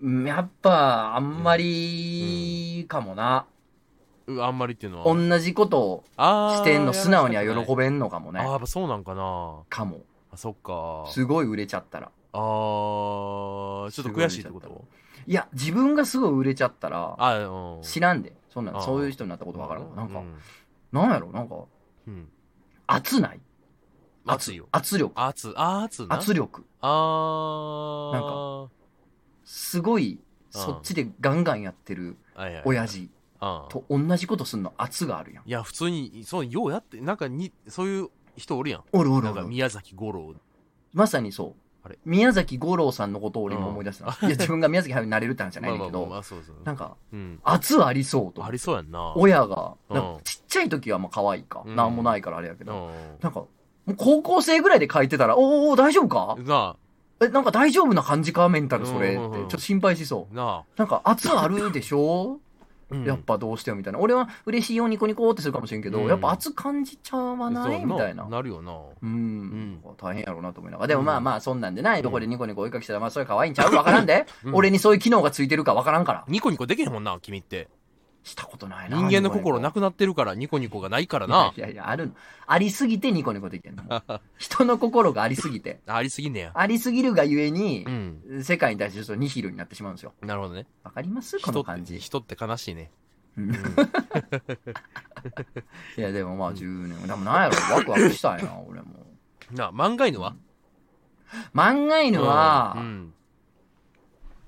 Speaker 1: うんやっぱ、あんまり、かもな。
Speaker 2: うあんまりっていうのは。
Speaker 1: 同じことを
Speaker 2: あ
Speaker 1: してんの素直には喜
Speaker 2: べ
Speaker 1: べんのかも
Speaker 2: あー
Speaker 1: ね
Speaker 2: や。っぱそうなんかな。
Speaker 1: かも。
Speaker 2: あ、そっか。
Speaker 1: すごい売れちゃったら。
Speaker 2: あー、ちょっと悔しいってこ
Speaker 1: すご
Speaker 2: と
Speaker 1: いや、自分がすごい売れちゃったら、
Speaker 2: あうん。
Speaker 1: 知らんで。そんな
Speaker 2: あ
Speaker 1: ん、
Speaker 2: ー
Speaker 1: そういう人になったことわからん。なん
Speaker 2: う
Speaker 1: か、
Speaker 2: ん
Speaker 1: なんやろなんか、
Speaker 2: うん。
Speaker 1: 圧ない
Speaker 2: 熱いよ。
Speaker 1: 圧力。
Speaker 2: 熱、あー熱な。
Speaker 1: 圧力。
Speaker 2: あー。
Speaker 1: なんかすごい、
Speaker 2: うん
Speaker 1: そっちでガンガンやってる
Speaker 2: はいはいはい
Speaker 1: 親父。
Speaker 2: ああ
Speaker 1: と同じことすんの圧があるやん。
Speaker 2: いや普通にそうようやってなんかにそういう人おるやん
Speaker 1: おるおる
Speaker 2: な
Speaker 1: お
Speaker 2: んか
Speaker 1: る。
Speaker 2: 宮崎五郎
Speaker 1: まさにそう
Speaker 2: あれ。
Speaker 1: 宮崎五郎さんのことを俺今思い出したの。いや、自分が宮崎駿になれるって話じゃない
Speaker 2: まあ
Speaker 1: んだ
Speaker 2: ま
Speaker 1: け
Speaker 2: あまあま
Speaker 1: ど、
Speaker 2: あそうそう
Speaker 1: なんか、
Speaker 2: うん
Speaker 1: 圧ありそうと
Speaker 2: あ。りそうやんな
Speaker 1: 親が、
Speaker 2: うん
Speaker 1: なんかちっちゃい時はまあ可愛いか。
Speaker 2: うん
Speaker 1: なんもないからあれやけ
Speaker 2: う
Speaker 1: ど、
Speaker 2: ん
Speaker 1: なんか、もう高校生ぐらいで書いてたら、おーおー、大丈夫か
Speaker 2: な
Speaker 1: え、なんか大丈夫な感じかメンタルそれって。ち
Speaker 2: うんうんうん
Speaker 1: ょっと心配しそう
Speaker 2: あ。
Speaker 1: な
Speaker 2: な
Speaker 1: んか圧あるでしょ
Speaker 2: あ
Speaker 1: やっぱどうしてよみたいな。俺は嬉しいよニコニコってするかもしれんけど、
Speaker 2: うん
Speaker 1: やっぱ圧感じちゃわないみたいな。
Speaker 2: なるよな
Speaker 1: うん、
Speaker 2: ん
Speaker 1: 大変やろうなと思いながら。でもまあ
Speaker 2: うん
Speaker 1: まあ、そんなんでない。どこでニコニコ追いかけしたら、まあそれ可愛いんちゃう
Speaker 2: うん
Speaker 1: わからんで、
Speaker 2: うん
Speaker 1: 俺にそういう機能がついてるかわからんから。
Speaker 2: ニコニコできへんもんな君って
Speaker 1: したことないな。
Speaker 2: 人間の心な
Speaker 1: く
Speaker 2: くなってるからニコニコがないからない
Speaker 1: やいやいや、あるの。ありすぎてニコニコできんの。人の心がありすぎて。
Speaker 2: ありすぎんねや
Speaker 1: ありすぎるがゆえに
Speaker 2: う、ん
Speaker 1: 世界に対してちょっとニヒルになってしまうんですよ。
Speaker 2: なるほどね
Speaker 1: わかりますこ
Speaker 2: 人
Speaker 1: の
Speaker 2: っ
Speaker 1: 感
Speaker 2: て
Speaker 1: じ。
Speaker 2: 人って悲しいね
Speaker 1: うん
Speaker 2: うん
Speaker 1: いや、でもまあ10年。でもなんやろ、ワクワクしたいな、俺も。
Speaker 2: なあ漫画犬は
Speaker 1: 漫画犬は、
Speaker 2: うん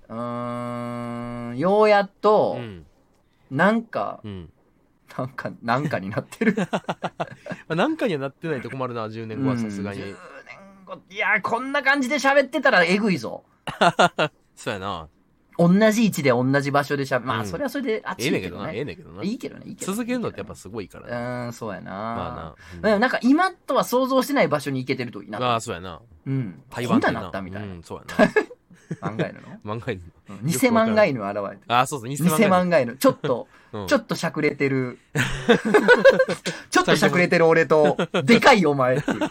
Speaker 1: うーん、ようやっ
Speaker 2: う
Speaker 1: と、
Speaker 2: ん
Speaker 1: なんか、
Speaker 2: うん
Speaker 1: なんか、なんかにな ってる。
Speaker 2: まあ何回にはなってないと困るな10年後はさすが
Speaker 1: うん
Speaker 2: に
Speaker 1: 10年後、いや、こんな感じで喋ってたらえぐいぞ。
Speaker 2: そうやな
Speaker 1: 同じ位置で同じ場所で喋、ま
Speaker 2: う
Speaker 1: あ、
Speaker 2: ん
Speaker 1: それはそれで熱
Speaker 2: ええ
Speaker 1: い
Speaker 2: ねんけ
Speaker 1: け
Speaker 2: ど
Speaker 1: ど
Speaker 2: なええ
Speaker 1: ね。
Speaker 2: ねんけどない
Speaker 1: いけどね、いいけどね
Speaker 2: 続けるのってやっぱすごいから
Speaker 1: う
Speaker 2: な
Speaker 1: ーん、そうやな。
Speaker 2: まあ
Speaker 1: で
Speaker 2: な
Speaker 1: もなんか今とは想像してない場所に行けてるといい
Speaker 2: あ
Speaker 1: な。
Speaker 2: あそうやな
Speaker 1: うん。
Speaker 2: 台
Speaker 1: こ
Speaker 2: 湾
Speaker 1: ん
Speaker 2: って
Speaker 1: なんなったみたいな
Speaker 2: う。んそうやな
Speaker 1: 漫画犬の
Speaker 2: 漫画犬
Speaker 1: うん偽漫画犬現れて。
Speaker 2: ああ そうそう偽
Speaker 1: 偽漫画犬。ちょっと、
Speaker 2: 画
Speaker 1: ちょ
Speaker 2: っ
Speaker 1: っとしゃくれて る。ちょっとしゃくれてる俺と、でかいお前っていう。
Speaker 2: と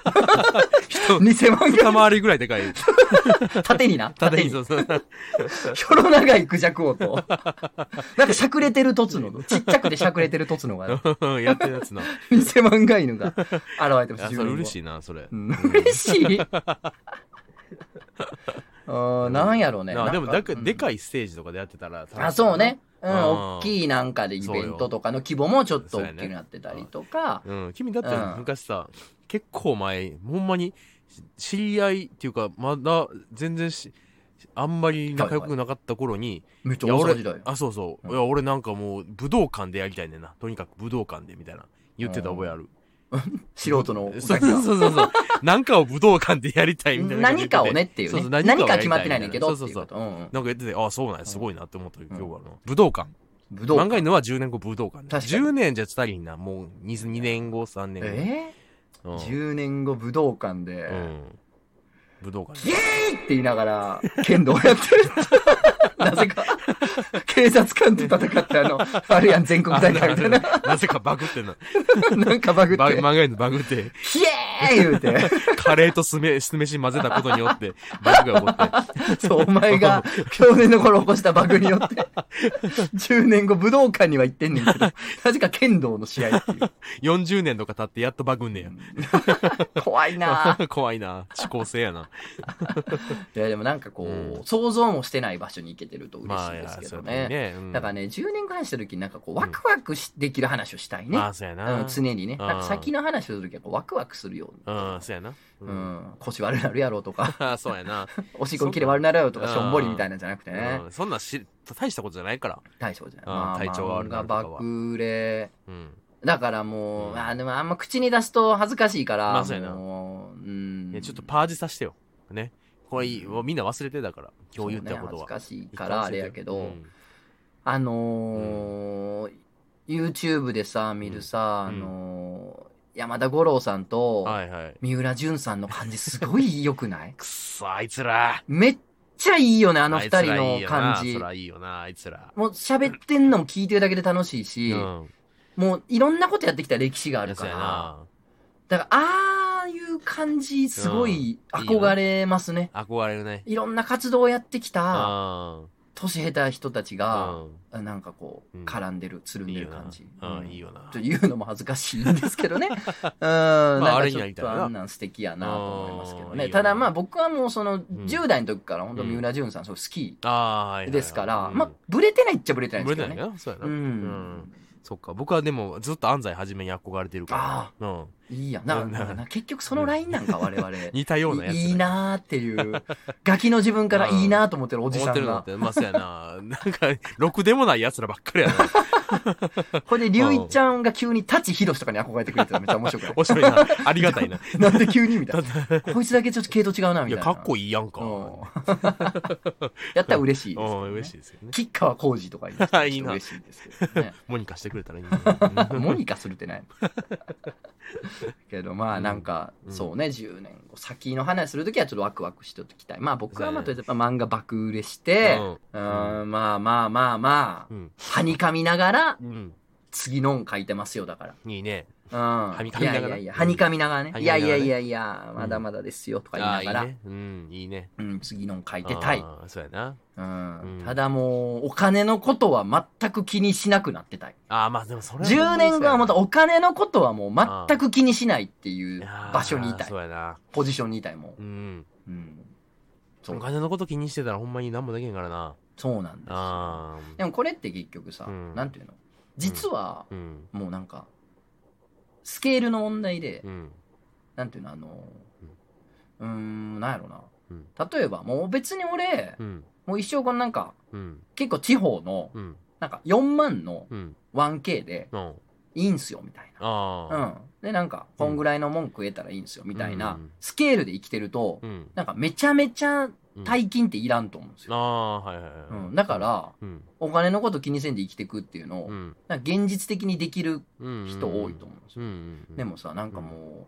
Speaker 1: 偽漫
Speaker 2: 二
Speaker 1: 画
Speaker 2: 回りぐらいで かい
Speaker 1: 縦にな。縦
Speaker 2: 縦に
Speaker 1: に。
Speaker 2: そう そう
Speaker 1: ひょろ長いクジャク王と、なんかしゃくれてるとつの、ちっちゃくてしゃくれてるとつのが、
Speaker 2: うんやってるや つな。
Speaker 1: 偽漫画犬が現れてま
Speaker 2: あ
Speaker 1: す。
Speaker 2: それ嬉
Speaker 1: い。
Speaker 2: しいな、それ。
Speaker 1: うん嬉し いあーなんやろうね。
Speaker 2: なあでもだか、
Speaker 1: うん
Speaker 2: でかいステージとかでやってたら楽しいな
Speaker 1: あ、そうね。。うん、
Speaker 2: うん
Speaker 1: 大きいなんかでイベントとかの規模もちょっと大きくなってたりとか、
Speaker 2: うん、君だって
Speaker 1: うん
Speaker 2: 昔さ、結構前、ほんまにし知り合いっていうか、まだ全然し、あんまり仲良くなかった頃に、
Speaker 1: めっちゃ
Speaker 2: いや
Speaker 1: 大阪
Speaker 2: 俺
Speaker 1: 時代よ、
Speaker 2: あ、そうそう、
Speaker 1: うん
Speaker 2: いや、俺なんかもう武道館でやりたいねんな。とにかく武道館でみたいな。言ってた覚えある。
Speaker 1: 素人のお
Speaker 2: そう
Speaker 1: 客
Speaker 2: そ
Speaker 1: さ
Speaker 2: うんそうそう そう。なんかを武道館でやりたいみたいな。
Speaker 1: 何かをねっていう
Speaker 2: そう
Speaker 1: ね。
Speaker 2: そう
Speaker 1: 何
Speaker 2: 何かを
Speaker 1: か
Speaker 2: や
Speaker 1: は
Speaker 2: り
Speaker 1: 決ま
Speaker 2: たい
Speaker 1: ってないねんだけど
Speaker 2: そう
Speaker 1: って
Speaker 2: そ
Speaker 1: いううこ
Speaker 2: そう
Speaker 1: と。うんうん
Speaker 2: なんか言ってて、ああ、そうなんや、すごいなって思った今日はな。武道館。
Speaker 1: 武道
Speaker 2: 漫画
Speaker 1: 館。
Speaker 2: 犬は10年後武道館ね。
Speaker 1: 確かに
Speaker 2: 10年じゃ足りんな。もう 2, 2年後、3年後。
Speaker 1: え
Speaker 2: う
Speaker 1: ー、
Speaker 2: ん
Speaker 1: ?10 年後武道館で、
Speaker 2: うん。武道館
Speaker 1: イエーイって言いながら、剣道やってる。 なぜか、警察官と戦ってあの、あれやん、全国大 会みたいな。
Speaker 2: あなぜかバグってんの。
Speaker 1: なん かバグって、
Speaker 2: バ
Speaker 1: イエ
Speaker 2: 漫画犬バグって、
Speaker 1: ーイ言うて。
Speaker 2: カレーと酢め酢飯混ぜたことによ って、バグが起こって。
Speaker 1: そう、お前が去年の頃起こしたバグによって、10年後武道館には行ってんねんけど、 なぜか剣道の試合っていう。
Speaker 2: 40年とか経ってやっとバグんね
Speaker 1: 怖いなぁ
Speaker 2: や。 怖いな。思考性やな。
Speaker 1: いや、でもなんかこう、
Speaker 2: うん
Speaker 1: 想像もしてない場所に行けてると 嬉し
Speaker 2: ま
Speaker 1: い
Speaker 2: あ、い
Speaker 1: で
Speaker 2: や
Speaker 1: すけ
Speaker 2: そ
Speaker 1: ど
Speaker 2: う
Speaker 1: ね。
Speaker 2: やね。うん
Speaker 1: だからね、10年ぐらいした時になんかこう、ワクワクし、できる話をしたいね。
Speaker 2: まあ、そうや
Speaker 1: う
Speaker 2: な。
Speaker 1: ん、常にね。
Speaker 2: うん
Speaker 1: なんか先の話をする時はこうワクワクするように。
Speaker 2: うん、そうやな。う。
Speaker 1: うんん、腰悪なるやろうとか、
Speaker 2: あそう やな。
Speaker 1: おしっこ切れ悪なるやろうとか、
Speaker 2: そ
Speaker 1: し
Speaker 2: うか
Speaker 1: ょんぼりみたいなんじゃなくてね
Speaker 2: う。んそんなし、大したことじゃないから。
Speaker 1: 大将じゃない。
Speaker 2: うん
Speaker 1: まあ、
Speaker 2: 体調悪な
Speaker 1: が
Speaker 2: るとかは
Speaker 1: 爆売れ。
Speaker 2: うん。
Speaker 1: だからもう、
Speaker 2: うん
Speaker 1: まあでもあんま口に出すと恥ずかしいから、
Speaker 2: まあそうやな
Speaker 1: もう、うん。
Speaker 2: ね、ちょっとパージさしてよ。ね。これいい、もうみんな忘れてだから、今日言ったこと
Speaker 1: そうね恥ず
Speaker 2: は。
Speaker 1: かしいからあれやけど、
Speaker 2: うん
Speaker 1: あのー YouTube でさ、見るさ、
Speaker 2: うん
Speaker 1: あのー山田五郎さんと、
Speaker 2: はいはい。
Speaker 1: 三浦淳さんの感じすごい良くない
Speaker 2: くっそ、あいつら。
Speaker 1: めっちゃいいよね、あ
Speaker 2: あ
Speaker 1: の二人の感
Speaker 2: いつ
Speaker 1: じ。
Speaker 2: らいいよな、あいつら。
Speaker 1: もう喋ってんのも聞いてるだけで楽しいし、
Speaker 2: うん。
Speaker 1: もういろんなことやってきた歴史があ
Speaker 2: あ
Speaker 1: る
Speaker 2: れ
Speaker 1: か
Speaker 2: や
Speaker 1: ら、
Speaker 2: な。
Speaker 1: だからああいう感じすごい
Speaker 2: うんいいよ
Speaker 1: 憧れますね。
Speaker 2: 憧れるね。
Speaker 1: いろんな活動をやってきた、
Speaker 2: あ
Speaker 1: 年下手人たち
Speaker 2: あ
Speaker 1: が、。なんかこう
Speaker 2: う、ん
Speaker 1: 絡んでる、つる
Speaker 2: うんん。いい
Speaker 1: で
Speaker 2: よ
Speaker 1: る感
Speaker 2: な
Speaker 1: じ。。
Speaker 2: う、
Speaker 1: うんん
Speaker 2: いいよな
Speaker 1: ちょ。っと言うのも恥ずかしいんですけどね。うん。なんかちょっとあんなん素敵やなと思いますけど
Speaker 2: うんいい
Speaker 1: ね。
Speaker 2: よな
Speaker 1: ただまあ僕はもうその
Speaker 2: ん
Speaker 1: 10代の時から本当三浦淳さんすごい好き
Speaker 2: ああ、はいはいはい。
Speaker 1: ですから、
Speaker 2: うん
Speaker 1: まあブレてないっちゃブレてないんで
Speaker 2: 無
Speaker 1: す
Speaker 2: 理
Speaker 1: け
Speaker 2: だ
Speaker 1: ど
Speaker 2: よ
Speaker 1: ね。
Speaker 2: な、そうやな。
Speaker 1: う
Speaker 2: うんん。そっか僕はでもずっと安西はじめに憧れてるか
Speaker 1: ああ、
Speaker 2: ら、うん、
Speaker 1: いいやんな。
Speaker 2: うん
Speaker 1: なんかな結局そのラインなんか、我 々。
Speaker 2: 似たようなやつ
Speaker 1: いいいなーっていう。ガキの自分からいいなーと思ってるおじ
Speaker 2: 思
Speaker 1: さ
Speaker 2: って
Speaker 1: ん
Speaker 2: るのっ
Speaker 1: が。
Speaker 2: てまあそうやななんかろくでもないやつらばっかりやな
Speaker 1: これで、りゅういちゃんが急に舘ひろしとかに憧れてくれてたらめっちゃ面白くない
Speaker 2: 面白 いなありがたいな
Speaker 1: なんで急にみた いな。こいつだけちょっと系統違うな、
Speaker 2: い
Speaker 1: みたいな。
Speaker 2: やかっこ
Speaker 1: いい。
Speaker 2: いいやんか、
Speaker 1: やったら嬉しいです、
Speaker 2: うん
Speaker 1: ね。
Speaker 2: 嬉しいですよね
Speaker 1: 吉川浩司とかにしたら
Speaker 2: いいな
Speaker 1: 嬉しいですけどね。
Speaker 2: モニカしてくれたらいい
Speaker 1: モ
Speaker 2: ね
Speaker 1: ニカするってない けどまあなんか、
Speaker 2: うん
Speaker 1: そうね10年後先の話するときはちょっとワクワクしておきたいまあ僕はまあとり
Speaker 2: そう
Speaker 1: あえずやっぱ漫画爆売れして、う
Speaker 2: うん
Speaker 1: ーんまあまあまあまあ、
Speaker 2: うん
Speaker 1: はにかみながら
Speaker 2: うん
Speaker 1: 次のん書いてますよだから。
Speaker 2: いいね
Speaker 1: うん。
Speaker 2: はにかみながら
Speaker 1: いやいやいや、はにかみながらね。
Speaker 2: はいに
Speaker 1: や
Speaker 2: か
Speaker 1: い
Speaker 2: みながら
Speaker 1: やい
Speaker 2: ね
Speaker 1: やいや、まだまだですよとか言い
Speaker 2: あ
Speaker 1: な
Speaker 2: あい
Speaker 1: が
Speaker 2: い
Speaker 1: ら、
Speaker 2: ねうんいいね
Speaker 1: うん、次のん書いてたい。
Speaker 2: あーそうやな
Speaker 1: うん
Speaker 2: うん
Speaker 1: ただもう、お金のことは全く気にしなくなってたい。
Speaker 2: ああまあでもそれは
Speaker 1: 10年後はまたお金のことはもう全く気にしないっていう場所にい
Speaker 2: あ
Speaker 1: た
Speaker 2: ー
Speaker 1: い
Speaker 2: そ。うやな
Speaker 1: ポジションにいたいも
Speaker 2: うん
Speaker 1: う。うん。そ
Speaker 2: お
Speaker 1: う。
Speaker 2: 金のこと気にしてたらほんまに何もできへんからな
Speaker 1: そうなんですよ。
Speaker 2: あ
Speaker 1: でもこれって結局さ、
Speaker 2: うん
Speaker 1: なんていうの実は、
Speaker 2: ーうん
Speaker 1: もうなんか、スケールの問題で、
Speaker 2: うん
Speaker 1: なんていうの、あの、うーん、なんやろな
Speaker 2: うん。
Speaker 1: 例えば、もう別に俺、
Speaker 2: うん
Speaker 1: もう一生このなんか、
Speaker 2: うん
Speaker 1: 結構地方の、
Speaker 2: うん
Speaker 1: なんか4万の
Speaker 2: うん
Speaker 1: 1K で
Speaker 2: うん
Speaker 1: いいんすよ、みたいな。
Speaker 2: あ
Speaker 1: う
Speaker 2: あ
Speaker 1: ん。で、なんか、こんぐらいの文句得たらいいんですよ、みたいな、
Speaker 2: うん
Speaker 1: スケールで生きてると、
Speaker 2: うん
Speaker 1: なんかめちゃめちゃ
Speaker 2: うん
Speaker 1: 大金っていらんと思うんです
Speaker 2: あ
Speaker 1: よ。
Speaker 2: あはいはいはい
Speaker 1: うん、だから、
Speaker 2: うん
Speaker 1: お金のこと気にせんで生きてくっていうのを、
Speaker 2: うん
Speaker 1: なんか現実的にできる
Speaker 2: うん
Speaker 1: 人多いと思うんです
Speaker 2: う
Speaker 1: よ。
Speaker 2: んうん
Speaker 1: でもさ、なんかも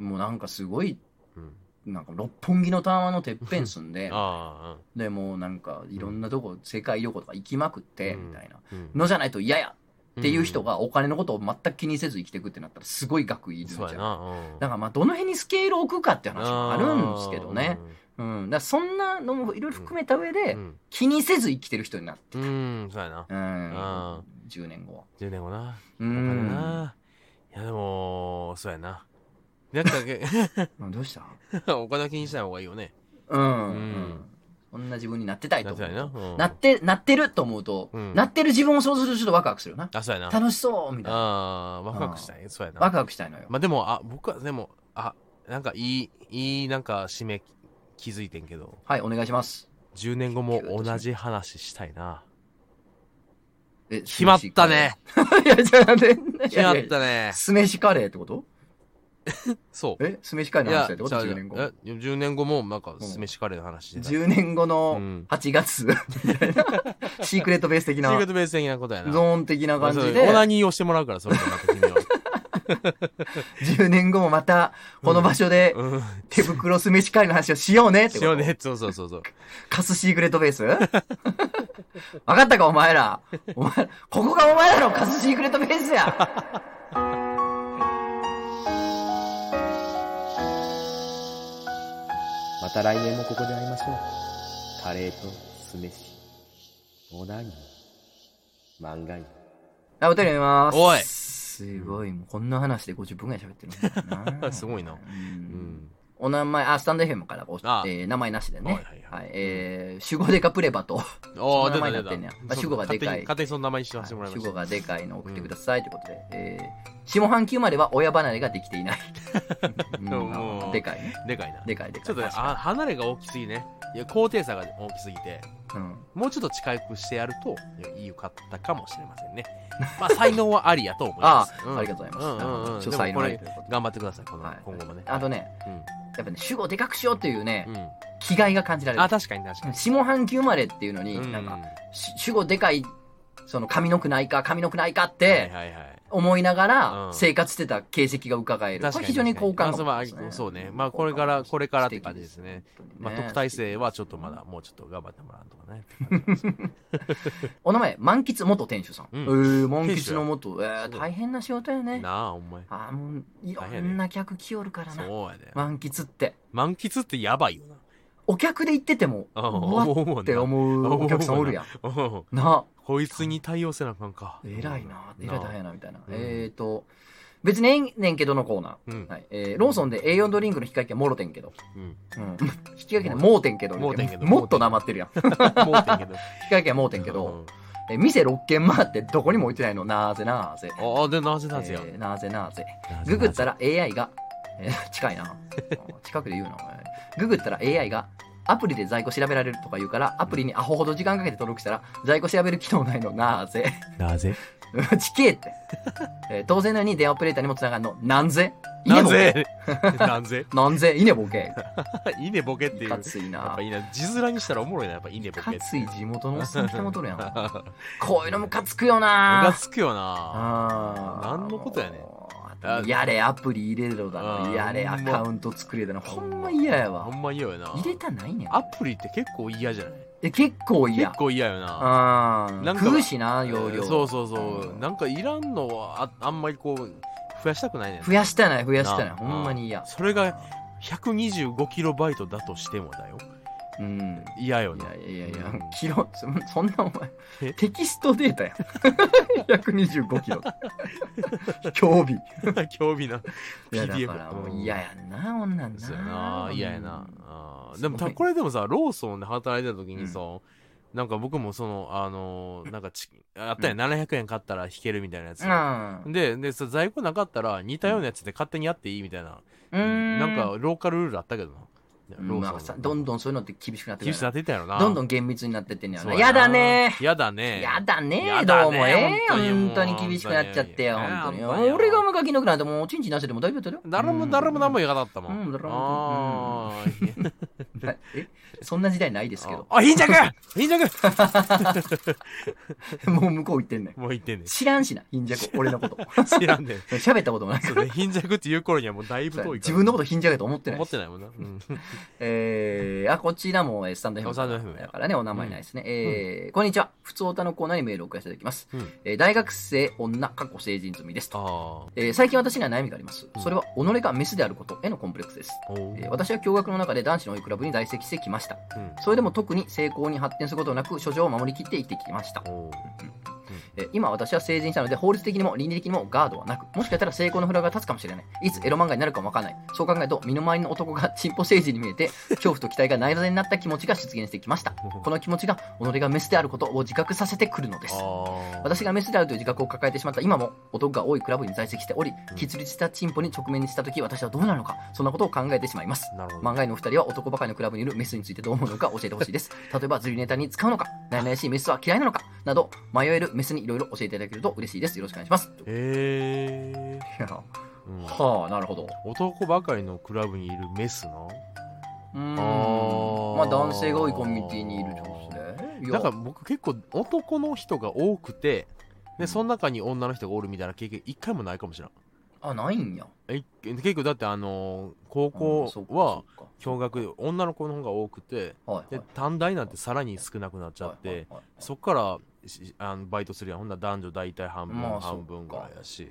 Speaker 1: う、もうなんかすごい、
Speaker 2: うん
Speaker 1: なんか六本木のタワーのてっぺん住んで、
Speaker 2: ああ
Speaker 1: で、もうなんかいろんなとこ、世界旅行とか行きまくって、
Speaker 2: うん
Speaker 1: みたいな。
Speaker 2: うん
Speaker 1: のじゃないと嫌やっていう人
Speaker 2: が
Speaker 1: がお金のことを全く気にせず生きてくってなったらすごい額いるじゃ
Speaker 2: そ
Speaker 1: ん
Speaker 2: うや。なうん
Speaker 1: だからまあどの辺にスケールを置くかって話もあるんですけどね。うん。だからそんなのもいろいろ含めた上
Speaker 2: あ
Speaker 1: で
Speaker 2: ーう、ん
Speaker 1: 気にせず生きてる人になる。
Speaker 2: うんうんそうやな
Speaker 1: うん。
Speaker 2: あ
Speaker 1: 10年後は。
Speaker 2: 10年後な
Speaker 1: う
Speaker 2: お金
Speaker 1: ん。
Speaker 2: ないやでもそうやななんかけ
Speaker 1: どうした
Speaker 2: お金は気にしない方がいいよね
Speaker 1: うん。う
Speaker 2: うん
Speaker 1: んそんな自分になってたい
Speaker 2: な
Speaker 1: と
Speaker 2: って
Speaker 1: 思
Speaker 2: な
Speaker 1: う
Speaker 2: いな
Speaker 1: と。
Speaker 2: うん
Speaker 1: なって、なってると思うと、
Speaker 2: うん
Speaker 1: なってる自分を想像するとちょっとワクワクするよな。
Speaker 2: あそうやな
Speaker 1: 楽しそうみたいな。
Speaker 2: ああーワクワクしたいそうやな
Speaker 1: ワクワクしたいのよ。
Speaker 2: まあでも、あ、僕はでも、あ、なんかいい、いい、なんか締め気づいてんけど、
Speaker 1: はい、お願いします。
Speaker 2: 10年後も同じ話したいな。
Speaker 1: え
Speaker 2: 決まったね。
Speaker 1: いや、じゃあなんで
Speaker 2: 決まっ
Speaker 1: ね。
Speaker 2: た ね。
Speaker 1: 酢飯カレーってこと
Speaker 2: そ
Speaker 1: え酢飯カ
Speaker 2: う。
Speaker 1: レーの話だってこと ?10 年後。
Speaker 2: え10年後もなんか酢飯カレーの話してた。シ
Speaker 1: 10年後
Speaker 2: う
Speaker 1: の
Speaker 2: ん
Speaker 1: 8月、 みたいな、シークレットベース的な、
Speaker 2: ークレ
Speaker 1: ゾ
Speaker 2: ットベース的なことやな。
Speaker 1: ーン的な感じで
Speaker 2: オ、ナニーをしてもらうから、それとまた君は。
Speaker 1: 10年後もまた、この場所で、
Speaker 2: うん。
Speaker 1: 手袋酢飯会の話をしようねって
Speaker 2: し
Speaker 1: こと。
Speaker 2: ようね。そうそうそうそう。
Speaker 1: カスシークレットベース わかったか、お前ら。お前ら、ここがお前らのカスシークレットベースや。
Speaker 3: また来年もここで会いましょう。カレーと酢飯。オナニー。漫画に。
Speaker 1: あ、お便り読みます。
Speaker 2: おい
Speaker 1: すごい、もうこんな話で50分ぐらい喋ってるんだよな。
Speaker 2: すごいな
Speaker 1: う
Speaker 2: うんん。
Speaker 1: お名前、あ、スタンド FM からご、え
Speaker 2: あ
Speaker 1: ー名前なしでね。
Speaker 2: はいはいはい
Speaker 1: はい、えー、守護デカプレバと。
Speaker 2: お
Speaker 1: そんな
Speaker 2: ー、
Speaker 1: 名前
Speaker 2: 出た
Speaker 1: にな
Speaker 2: 出
Speaker 1: ったてんねやあ。主語がでかい
Speaker 2: 勝手に勝手にその名前にしてしてもらいま
Speaker 1: 主
Speaker 2: した
Speaker 1: 語。がでかいのを送ってくださいということで、えー下半期生まれは親離れができてい ない。うん
Speaker 2: もう
Speaker 1: でかいね。
Speaker 2: でかいな。
Speaker 1: でかいでかい。
Speaker 2: ちょっとね、
Speaker 1: 確か
Speaker 2: あ離れが大きすぎね。いや、高低差が大きすぎて。
Speaker 1: にうん
Speaker 2: もうちょっと近くしてやるといや良かったかもしれませんね。 まあ才能はありやと思いま
Speaker 1: あ
Speaker 2: す。
Speaker 1: あ、ありがとうございます。なるほど
Speaker 2: す。
Speaker 1: ちょっ
Speaker 2: うんうんうん。
Speaker 1: と
Speaker 2: で
Speaker 1: 才
Speaker 2: も
Speaker 1: 能
Speaker 2: こ
Speaker 1: あり
Speaker 2: れ
Speaker 1: ということで
Speaker 2: 頑張ってください、この
Speaker 1: はい
Speaker 2: 今後もね。
Speaker 1: あとね、やっぱね、主語でかくしようっていうね
Speaker 2: う、ん。うん。
Speaker 1: 気概が感じられ
Speaker 2: あ、
Speaker 1: る。
Speaker 2: 確かに確かに。
Speaker 1: 下半期生まれっていうの
Speaker 2: う
Speaker 1: に、
Speaker 2: ん
Speaker 1: なん
Speaker 2: は
Speaker 1: か、し主語でかい、その髪のくないか、髪のくないかっ
Speaker 2: い
Speaker 1: て
Speaker 2: はいはい。
Speaker 1: 思いながら
Speaker 2: うん
Speaker 1: 生活してた形跡が伺える。これ非常に好感
Speaker 2: 確
Speaker 1: が持
Speaker 2: かに
Speaker 1: て
Speaker 2: 確
Speaker 1: ますね
Speaker 2: かにあそうね。まあこれから、これからって感じです。ね。
Speaker 1: 本当に
Speaker 2: まあ
Speaker 1: ね
Speaker 2: 特待生はちょっとまだ、もうちょっと頑張ってもらうとかね。
Speaker 1: お名前、満喫元店主さん。
Speaker 2: うん
Speaker 1: えー満喫の元。え
Speaker 2: す
Speaker 1: ー、
Speaker 2: ごい
Speaker 1: 大変な仕事やね。
Speaker 2: なあ、お前。
Speaker 1: あーもう、いろ
Speaker 2: 大変や
Speaker 1: んな客来よるからな。
Speaker 2: そうやで。
Speaker 1: 満喫って。
Speaker 2: 満喫ってやばいよな。
Speaker 1: お客で行ってても、う
Speaker 2: う
Speaker 1: んわ
Speaker 2: 思うも
Speaker 1: っ
Speaker 2: ん
Speaker 1: て
Speaker 2: な。
Speaker 1: 思うお客さんおるやん。
Speaker 2: うん
Speaker 1: な、
Speaker 2: こいつに対応せなあかんか。
Speaker 1: 偉いな、偉い大変やな、みたいな。
Speaker 2: うん
Speaker 1: えーと、別にええねんけどのコーナ
Speaker 2: うん
Speaker 1: ー。。はい。えー、ローソンで A4 ドリンクの引き換え券もろてんけど。
Speaker 2: うん。
Speaker 1: うん。 引き換え券もうてんけど。
Speaker 2: もうてんけど
Speaker 1: もっとなまってるやん。引き
Speaker 2: 思うてんけど。
Speaker 1: 換え券はもうてんけど。え店6軒回ってどこにも置いてないの。なぜなぜ。
Speaker 2: ああ、で、なぜなぜや。
Speaker 1: えーなぜなぜ。
Speaker 2: なぜ
Speaker 1: ググったら AI が、えー近いな。 近くで言うな、お前ググったら AI が、アプリで在庫調べられるとか言うから、アプリにアホほど時間かけて登録したら、在庫調べる機能ないの、なぜ。
Speaker 2: なぜ
Speaker 1: ちけえって、えー当然のように電話オペレーターにも繋がるの、なんぜいね
Speaker 2: な
Speaker 1: ぼけ
Speaker 2: ぜ なんぜ
Speaker 1: なんぜいねぼけ。
Speaker 2: いいねボケってい。
Speaker 1: いうか
Speaker 2: や
Speaker 1: つい
Speaker 2: っ
Speaker 1: な
Speaker 2: ぱ。いいな。字面にしたらおもろいな。やっぱいいねボケっ
Speaker 1: か
Speaker 2: て。
Speaker 1: つい地元のおっさん来てもとる やん。こういうのムカつくよな。
Speaker 2: ムカつくよな。
Speaker 1: あー
Speaker 2: 何のことやねん
Speaker 1: あとやれアプリ入れろだ
Speaker 2: あ
Speaker 1: の
Speaker 2: ー
Speaker 1: やれアカウント作れだのほんま嫌やわ
Speaker 2: ほんま嫌よな。
Speaker 1: 入れたないねん
Speaker 2: アプリって結構嫌じゃない
Speaker 1: え結構嫌
Speaker 2: 結構嫌よな。
Speaker 1: あー
Speaker 2: なんか
Speaker 1: 食うしな容量
Speaker 2: そうそうそう、
Speaker 1: うん
Speaker 2: なんかいらんのはああんまりこう増やしたくないねん
Speaker 1: 増やしたない増
Speaker 2: な
Speaker 1: やしたない
Speaker 2: な
Speaker 1: ほんまに嫌
Speaker 2: それが125キロバイトだとしてもだよ
Speaker 1: うん
Speaker 2: 嫌よ
Speaker 1: い
Speaker 2: な
Speaker 1: やいやいやいや
Speaker 2: うん
Speaker 1: キロそそんなお前
Speaker 2: え
Speaker 1: テキストデータ やん125キロ興味
Speaker 2: 興味ない
Speaker 1: や
Speaker 2: PDF
Speaker 1: だからもう嫌やんな女な
Speaker 2: そうやな嫌やな、あーでも
Speaker 1: すご
Speaker 2: た
Speaker 1: い
Speaker 2: これでもさローソンで働いてた時にさ、なんか僕もそのあ のーなんかちあったやん、700円買ったら引けるみたいなやつ、
Speaker 1: うん
Speaker 2: ででさ在庫なかったら似たようなやつで勝手にやっていいみたいな、
Speaker 1: うーん
Speaker 2: なんかローカルルールあったけどなローソン
Speaker 1: まあさどんどんそういうのって厳しくなって
Speaker 2: 厳しくなってたやろな。
Speaker 1: どんどん厳密になってってんねや
Speaker 2: そう
Speaker 1: な。
Speaker 2: や
Speaker 1: やだね
Speaker 2: やだね。
Speaker 1: やだね
Speaker 2: やだね
Speaker 1: どうもええ
Speaker 2: 本当に
Speaker 1: 本当に厳しくなっちゃってよ、
Speaker 2: もう
Speaker 1: 本当に。
Speaker 2: ね本当に
Speaker 1: 俺が無課金のくなんてもう、チンチンなしでも大丈夫だったよ。
Speaker 2: 誰も、誰も何も
Speaker 1: や
Speaker 2: 言わなかったもん。
Speaker 1: うん誰も
Speaker 2: あーいや
Speaker 1: え、そんな時代ないですけど。
Speaker 2: あ、貧弱貧弱
Speaker 1: もう向こう行ってんねん。
Speaker 2: もう言ってんね
Speaker 1: 知らんしな、貧弱、俺のこと。
Speaker 2: ん。知らんねん。
Speaker 1: 喋ったこともないか
Speaker 2: そ
Speaker 1: ら。
Speaker 2: れ貧弱っていう頃にはもうだいぶ遠いから。
Speaker 1: 自分の
Speaker 2: こ
Speaker 1: こと貧弱やと思って
Speaker 2: と
Speaker 1: ない
Speaker 2: 思
Speaker 1: で
Speaker 2: っ
Speaker 1: す。
Speaker 2: てないもんな。うん
Speaker 1: えー、あ、こちらもえースタンド FM。
Speaker 2: スタンド FM
Speaker 1: だからね、お名前ないですね。えー、こんにちは。普通歌のコーナーにメールを送らせていただきます。
Speaker 2: うん
Speaker 1: えー大学生、女、過去成人済みですと。
Speaker 2: あ
Speaker 1: えー最近私には悩みがあります
Speaker 2: う。ん
Speaker 1: それは、己がメスであることへのコンプレックスです。
Speaker 2: ーおう
Speaker 1: えー私は驚愕の中で男子の多いクラブに在籍してきました。
Speaker 2: うん
Speaker 1: それでも特に成功に発展することなく、諸情を守りきって生きてきました。
Speaker 2: おう
Speaker 1: えー今私は成人したので、法律的にも倫理的にもガードはなく、もしかしたら成功のフラグが立つかもしれない。いつエロ漫画になるかもわからない。そう考えると、身の回りの男がチンポ政治に見えて、恐怖と期待がないざになった気持ちが出現してきました。この気持ちが、己がメスであることを自覚させてくるのです。
Speaker 2: あー
Speaker 1: 私がメスであるという自覚を抱えてしまった今も男が多いクラブに在籍しており、喫立したチンポに直面した時私はどうなるのかそんなことを考えてしまいます
Speaker 2: なるほど。
Speaker 1: 漫画家のお二人は男ばかりのクラブにいるメスについてどう思うのか教えてほしいです例えばズルネタに使うのか悩々しいメスは嫌いなのかなど迷えるメスにいろいろ教えていただけると嬉しいですよろしくお願いします
Speaker 2: へえ。
Speaker 1: いや
Speaker 2: うん
Speaker 1: はあなるほど
Speaker 2: 男ばかりのクラブにいるメスな。
Speaker 1: うーん
Speaker 2: あー
Speaker 1: まあ男性が多いコミュニティにいる女性いや
Speaker 2: だから僕結構男の人が多くてでその中に女の人がおるみたいな経験一回もないかもしれ
Speaker 1: あないんや
Speaker 2: ないえ結構だってあのー高
Speaker 1: うんそ
Speaker 2: 校
Speaker 1: っか
Speaker 2: は
Speaker 1: そっ
Speaker 2: 共学女の子の方が多くて
Speaker 1: かはい
Speaker 2: で
Speaker 1: はい
Speaker 2: 短大なんてさらに少なくなっちゃって、
Speaker 1: はいはいはい
Speaker 2: そっからしあのバイトするやんほんなら男女大体半分、
Speaker 1: まあそっか
Speaker 2: 半分ぐらいやし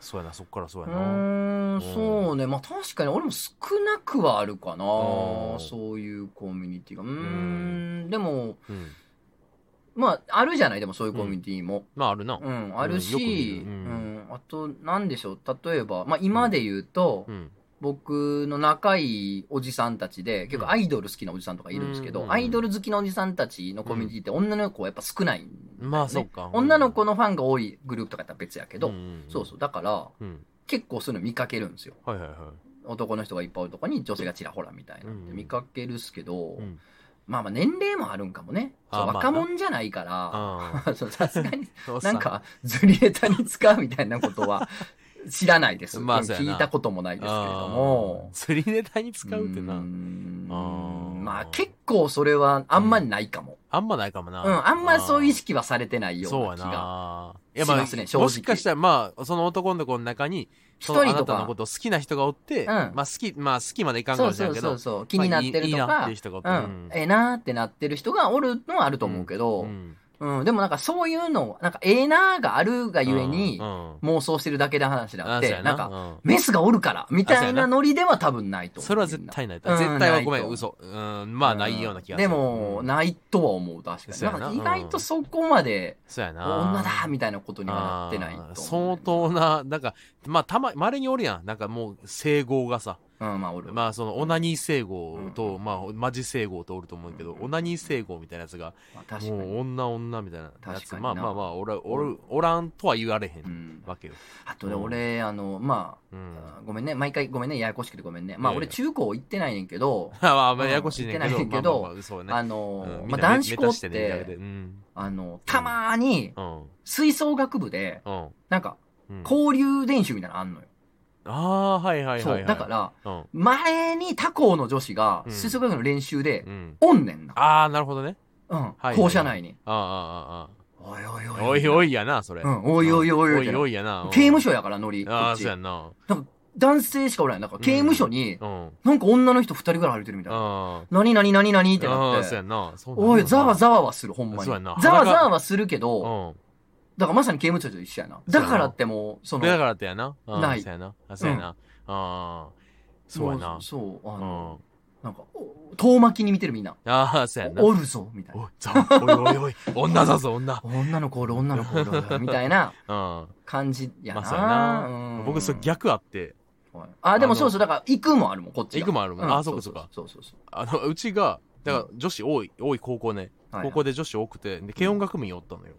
Speaker 2: そうやなそっからそう
Speaker 1: う
Speaker 2: やな、
Speaker 1: ーん、そうね。まあ確かに俺も少なくはあるかな
Speaker 2: う。ん
Speaker 1: そういうコミュニティが。うーん、でも、
Speaker 2: うん
Speaker 1: まああるじゃない、でもそういうコミュニティも。
Speaker 2: まああるな
Speaker 1: うん、ある
Speaker 2: よく見
Speaker 1: し、
Speaker 2: る
Speaker 1: う
Speaker 2: うん
Speaker 1: ん、あと、なんでしょう、例えば、まあ今で言うと
Speaker 2: う、ん
Speaker 1: 僕の仲いいおじさんたちで、結構アイドル好きなおじさんとかいるんですけ
Speaker 2: うんう
Speaker 1: ど、
Speaker 2: ん
Speaker 1: アイドル好きなおじさんたちのコミュニティって女の子はやっぱ少ないんだよね
Speaker 2: まあそっか
Speaker 1: 女の子のファンが多いグループとかだったら別やけど
Speaker 2: う、ん
Speaker 1: そうそう。だから、
Speaker 2: うん、うん、
Speaker 1: 結構そういうの見かけるんですよ。
Speaker 2: はいはいはい
Speaker 1: 男の人がいっぱいおるとこに女性がちらほらみたいな
Speaker 2: うん
Speaker 1: 見かけるっすけど、
Speaker 2: うん
Speaker 1: まあまあ年齢もあるんかもね。
Speaker 2: あ
Speaker 1: そう
Speaker 2: まあな
Speaker 1: 若者じゃないから、
Speaker 2: あ
Speaker 1: そうさすがに
Speaker 2: ー
Speaker 1: なんかズリエタに使うみたいなこと は知らないです。
Speaker 2: まあそうやな
Speaker 1: 聞いたこともないですけれども
Speaker 2: あー。釣りネタに使うって
Speaker 1: うー
Speaker 2: なんあー
Speaker 1: まあ結構それはあんまりないかも。
Speaker 2: あんまないかも
Speaker 1: う、
Speaker 2: なん
Speaker 1: あんまそういう意識はされてないよ
Speaker 2: そうう
Speaker 1: な
Speaker 2: や
Speaker 1: 気が。し
Speaker 2: ない
Speaker 1: ますね正直
Speaker 2: もしかしたらまあその男の子の中にそ
Speaker 1: 一
Speaker 2: のあ
Speaker 1: 人
Speaker 2: な
Speaker 1: と
Speaker 2: たの
Speaker 1: か
Speaker 2: こ、とを好きな人がおって、
Speaker 1: ん
Speaker 2: まあ好きまあ好きまでいかんか
Speaker 1: そ
Speaker 2: も
Speaker 1: う
Speaker 2: しれ
Speaker 1: そう
Speaker 2: んけ
Speaker 1: そ
Speaker 2: ど
Speaker 1: うそう、気になってると
Speaker 2: まあいいいいなっ
Speaker 1: か
Speaker 2: ていう、人がおって、
Speaker 1: うん、ええなーってなってる人がおるのはあると思うけど、
Speaker 2: うん
Speaker 1: うん、でもなんかそういうの、なんかええなーがあるがゆえに
Speaker 2: うんうん
Speaker 1: 妄想してるだけの話であっ
Speaker 2: あそう
Speaker 1: て、
Speaker 2: や
Speaker 1: なんか、
Speaker 2: なうん
Speaker 1: メスがおるから、みた
Speaker 2: あそ
Speaker 1: いう
Speaker 2: や
Speaker 1: な
Speaker 2: な
Speaker 1: ノリでは多分ないと思う。
Speaker 2: それは絶対ない
Speaker 1: うん
Speaker 2: 絶対はごめ
Speaker 1: ない
Speaker 2: ん
Speaker 1: と
Speaker 2: 嘘うん
Speaker 1: みんな
Speaker 2: まあないような気がす
Speaker 1: で
Speaker 2: る
Speaker 1: も、
Speaker 2: うん
Speaker 1: ないとは思う、確かに。
Speaker 2: そう
Speaker 1: な
Speaker 2: や
Speaker 1: ん
Speaker 2: な
Speaker 1: か意外とそこまで、
Speaker 2: そうやな
Speaker 1: 女だみたいなことにはなってないと
Speaker 2: あ
Speaker 1: 思う
Speaker 2: ー相。当ななんかまあたままれにおるやんなんかもう整合がさ
Speaker 1: うん、まあ俺は。
Speaker 2: まあそのオナニー整合と、まあ、マジ聖号とおると思うけど、オナニー聖号みたいなやつが、
Speaker 1: まあ、確か
Speaker 2: も
Speaker 1: に。
Speaker 2: う女女みたいなや
Speaker 1: 確
Speaker 2: つ
Speaker 1: かに
Speaker 2: ま
Speaker 1: な
Speaker 2: あまあまあおらおるおらんとは言われへ
Speaker 1: うんん、
Speaker 2: わけよ、
Speaker 1: あとね、俺、あの、ま
Speaker 2: う
Speaker 1: あ
Speaker 2: ん、
Speaker 1: あーごめんね、毎回ごめんね、ややこしくてごめんね。まあ、
Speaker 2: いやい
Speaker 1: 俺、
Speaker 2: や
Speaker 1: 中高行ってないねんけど、
Speaker 2: ま あまあまあややこしいねん
Speaker 1: 言
Speaker 2: けど
Speaker 1: ってないけど
Speaker 2: まあまあまあそうね
Speaker 1: あの、
Speaker 2: うんみ
Speaker 1: ま
Speaker 2: ん
Speaker 1: あ、
Speaker 2: なめ
Speaker 1: 男子校
Speaker 2: めた
Speaker 1: っ
Speaker 2: してねだけ
Speaker 1: て、
Speaker 2: でうん
Speaker 1: あの、たまーに、
Speaker 2: うん
Speaker 1: 吹奏楽部で、
Speaker 2: うん
Speaker 1: なんか、
Speaker 2: うん
Speaker 1: 交流練習みたいなのあんのよ。
Speaker 2: ああーはいはいはい、
Speaker 1: そ
Speaker 2: は
Speaker 1: う。
Speaker 2: い、
Speaker 1: だから、
Speaker 2: うん
Speaker 1: 前に他校の女子が
Speaker 2: うん
Speaker 1: 吹奏楽部の練習で
Speaker 2: う、ん、
Speaker 1: おんねんな。
Speaker 2: ああなるほどね
Speaker 1: うん
Speaker 2: は。い
Speaker 1: 校舎内に。
Speaker 2: あ
Speaker 1: おいおい
Speaker 2: ああ
Speaker 1: お
Speaker 2: あ
Speaker 1: い
Speaker 2: ああおいお
Speaker 1: い。
Speaker 2: いやなそれ、
Speaker 1: うんおいおいおいおい
Speaker 2: おいおいやなうん
Speaker 1: 刑務所やから、ノリ。こ
Speaker 2: あ
Speaker 1: っ
Speaker 2: あそう
Speaker 1: ち
Speaker 2: や。んな
Speaker 1: 男性しかおらんやん。だから、
Speaker 2: うん
Speaker 1: 刑務所に、
Speaker 2: うん
Speaker 1: なんか女の人二人ぐらい歩いてるみたいな。
Speaker 2: あ
Speaker 1: なになになになにって
Speaker 2: あ
Speaker 1: な
Speaker 2: あ
Speaker 1: っ
Speaker 2: そう
Speaker 1: て。
Speaker 2: やんなそうなんやな
Speaker 1: おい、ざわざわはする、ほんまに。
Speaker 2: そう
Speaker 1: ざ
Speaker 2: やな
Speaker 1: わざわはするけ
Speaker 2: う
Speaker 1: ど、
Speaker 2: ん
Speaker 1: だからまさに刑務所と一緒やな。だからってもう、その、
Speaker 2: だからってやな。うん
Speaker 1: ない
Speaker 2: そうやな。あそうやな。あーそうや
Speaker 1: も
Speaker 2: な。
Speaker 1: そう、あ
Speaker 2: う
Speaker 1: の、
Speaker 2: ん。
Speaker 1: なんか、お遠巻きに見てるみんな。
Speaker 2: ああ、そうやな。
Speaker 1: おるぞ、みたいな。
Speaker 2: おい、ざおいおいおい、女だぞ、女。
Speaker 1: 女の子おる、女の子おる、みたいな
Speaker 2: うん。 ま
Speaker 1: 感じやな。
Speaker 2: あ、そうやな
Speaker 1: う。ん
Speaker 2: 僕、そう、。逆あって、
Speaker 1: はいあ、でもそうそう、だから、行くもあるもん、こっちが。
Speaker 2: 行くもあるもん。
Speaker 1: うん
Speaker 2: あ、そうかそうか。。
Speaker 1: そうそうそう。
Speaker 2: あの、うちが、だから、女子多い、多い高校ね。
Speaker 1: はい
Speaker 2: 高校で女子多くて、で、軽音楽部におったのよ。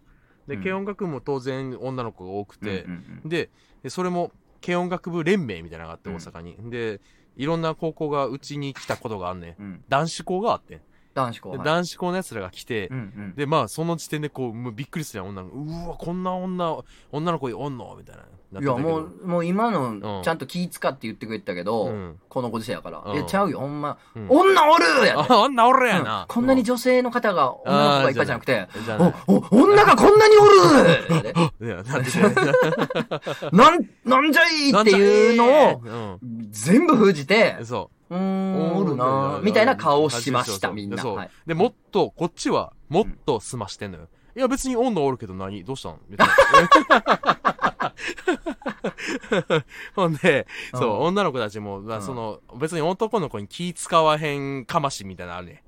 Speaker 2: で、
Speaker 1: うん
Speaker 2: 軽音楽部も当然女の子が多くて
Speaker 1: うん、うんうん
Speaker 2: で、でそれも、軽音楽部連盟みたいなのがあって、
Speaker 1: うん
Speaker 2: 大阪に。で、いろんな高校がうちに来たことがあんねん。
Speaker 1: うん
Speaker 2: 男子校があってん。
Speaker 1: 男子校。
Speaker 2: で
Speaker 1: はい
Speaker 2: 男子校のやつらが来て、
Speaker 1: うんうん
Speaker 2: でまあその時点でこうもうびっくりするやん女の子うわこんな女女の子おんのみたいななっ
Speaker 1: い
Speaker 2: てた
Speaker 1: や
Speaker 2: けど
Speaker 1: もう、もう今
Speaker 2: うん
Speaker 1: の、ちゃんと気使って言ってくれてたけ
Speaker 2: う
Speaker 1: ど、
Speaker 2: ん
Speaker 1: このご時世やから
Speaker 2: う。ん
Speaker 1: え、ちゃうよ、ほんま。
Speaker 2: うん
Speaker 1: 女おるやで
Speaker 2: あ女おるや
Speaker 1: うん
Speaker 2: な
Speaker 1: こんなに女性の方が、女の子がいっぱいじゃなくて、
Speaker 2: じゃあ
Speaker 1: お、お、女がこんなにおるやで
Speaker 2: いやなんでだよ
Speaker 1: なん、なんじゃいっていうのを、
Speaker 2: を
Speaker 1: 全部封じて
Speaker 2: うん、そう
Speaker 1: ーん、
Speaker 2: う
Speaker 1: おるな
Speaker 2: う
Speaker 1: ぁ
Speaker 2: ん
Speaker 1: みたいな顔をしまし
Speaker 2: そ
Speaker 1: た、
Speaker 2: うそう
Speaker 1: みんな。
Speaker 2: そう
Speaker 1: はい
Speaker 2: でもっとこっちはもっと済ましてんのよいや別に女おるけど何どうしたんみたいな ほんでそ
Speaker 1: う
Speaker 2: う、
Speaker 1: ん
Speaker 2: 女の子たちも、まあ、
Speaker 1: うん
Speaker 2: その、別に男の子に気使わへんかましみたいなのあるね。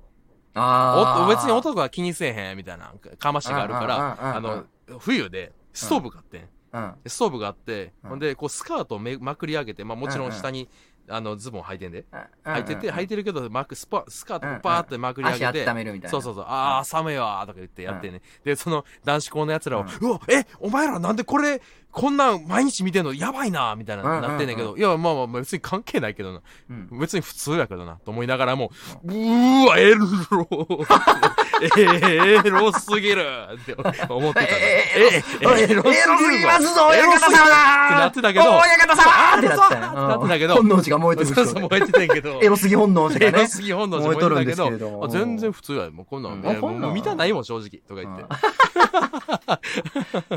Speaker 1: あ
Speaker 2: お
Speaker 1: ー
Speaker 2: 別に男は気にせえへんみたいなかましがあるか
Speaker 1: うん
Speaker 2: ら、
Speaker 1: う
Speaker 2: あ
Speaker 1: んうんうん
Speaker 2: の、冬で、ストーブ買ってん。
Speaker 1: うん。
Speaker 2: ストーブがあって、
Speaker 1: うん
Speaker 2: ほんで、こう、スカートをめまくり上げて、まあもちろん下に、あの、ズボン履いてんで。履いてて、履
Speaker 1: て、
Speaker 2: いてるけど、まく、スパ、スカー
Speaker 1: うん
Speaker 2: ト
Speaker 1: う
Speaker 2: を
Speaker 1: ん
Speaker 2: パーってまくり上
Speaker 1: 足
Speaker 2: げて。
Speaker 1: 温めるみたいな。
Speaker 2: そうそうそう、あー、寒いわーとか言ってやってね。で、その男子校の奴らは、
Speaker 1: う
Speaker 2: うわ、え、お前らなんでこれ、こんなん毎日見てんのやばいなーみたいな、
Speaker 1: うんうんうん
Speaker 2: なってんだけど、いや、まあまあまあ別に関係ないけどな。
Speaker 1: うん。
Speaker 2: 別に普通やけどな、と思いながらも、うーわ、エロエロすぎるって思ってたな。
Speaker 1: ええええエロすぎますぞ、
Speaker 2: エ
Speaker 1: 親
Speaker 2: ロ
Speaker 1: 方
Speaker 2: すぎ
Speaker 1: 様
Speaker 2: なってたけど
Speaker 1: 親方様ってなってたよ
Speaker 2: なってたけど
Speaker 1: 本能寺が燃えてる
Speaker 2: そうそう、燃えてたんやけど。
Speaker 1: エロすぎ本能寺
Speaker 2: エ
Speaker 1: が
Speaker 2: ロ
Speaker 1: ね。
Speaker 2: すぎ本能
Speaker 1: 燃えと
Speaker 2: 寺
Speaker 1: る
Speaker 2: 燃
Speaker 1: ん
Speaker 2: えて
Speaker 1: です
Speaker 2: た
Speaker 1: け
Speaker 2: け
Speaker 1: れ
Speaker 2: ど、
Speaker 1: ども
Speaker 2: あ全然普通やで、もうこんなん、
Speaker 1: うん
Speaker 2: いや
Speaker 1: こんなん
Speaker 2: もう見たないもん、正直、とか言っ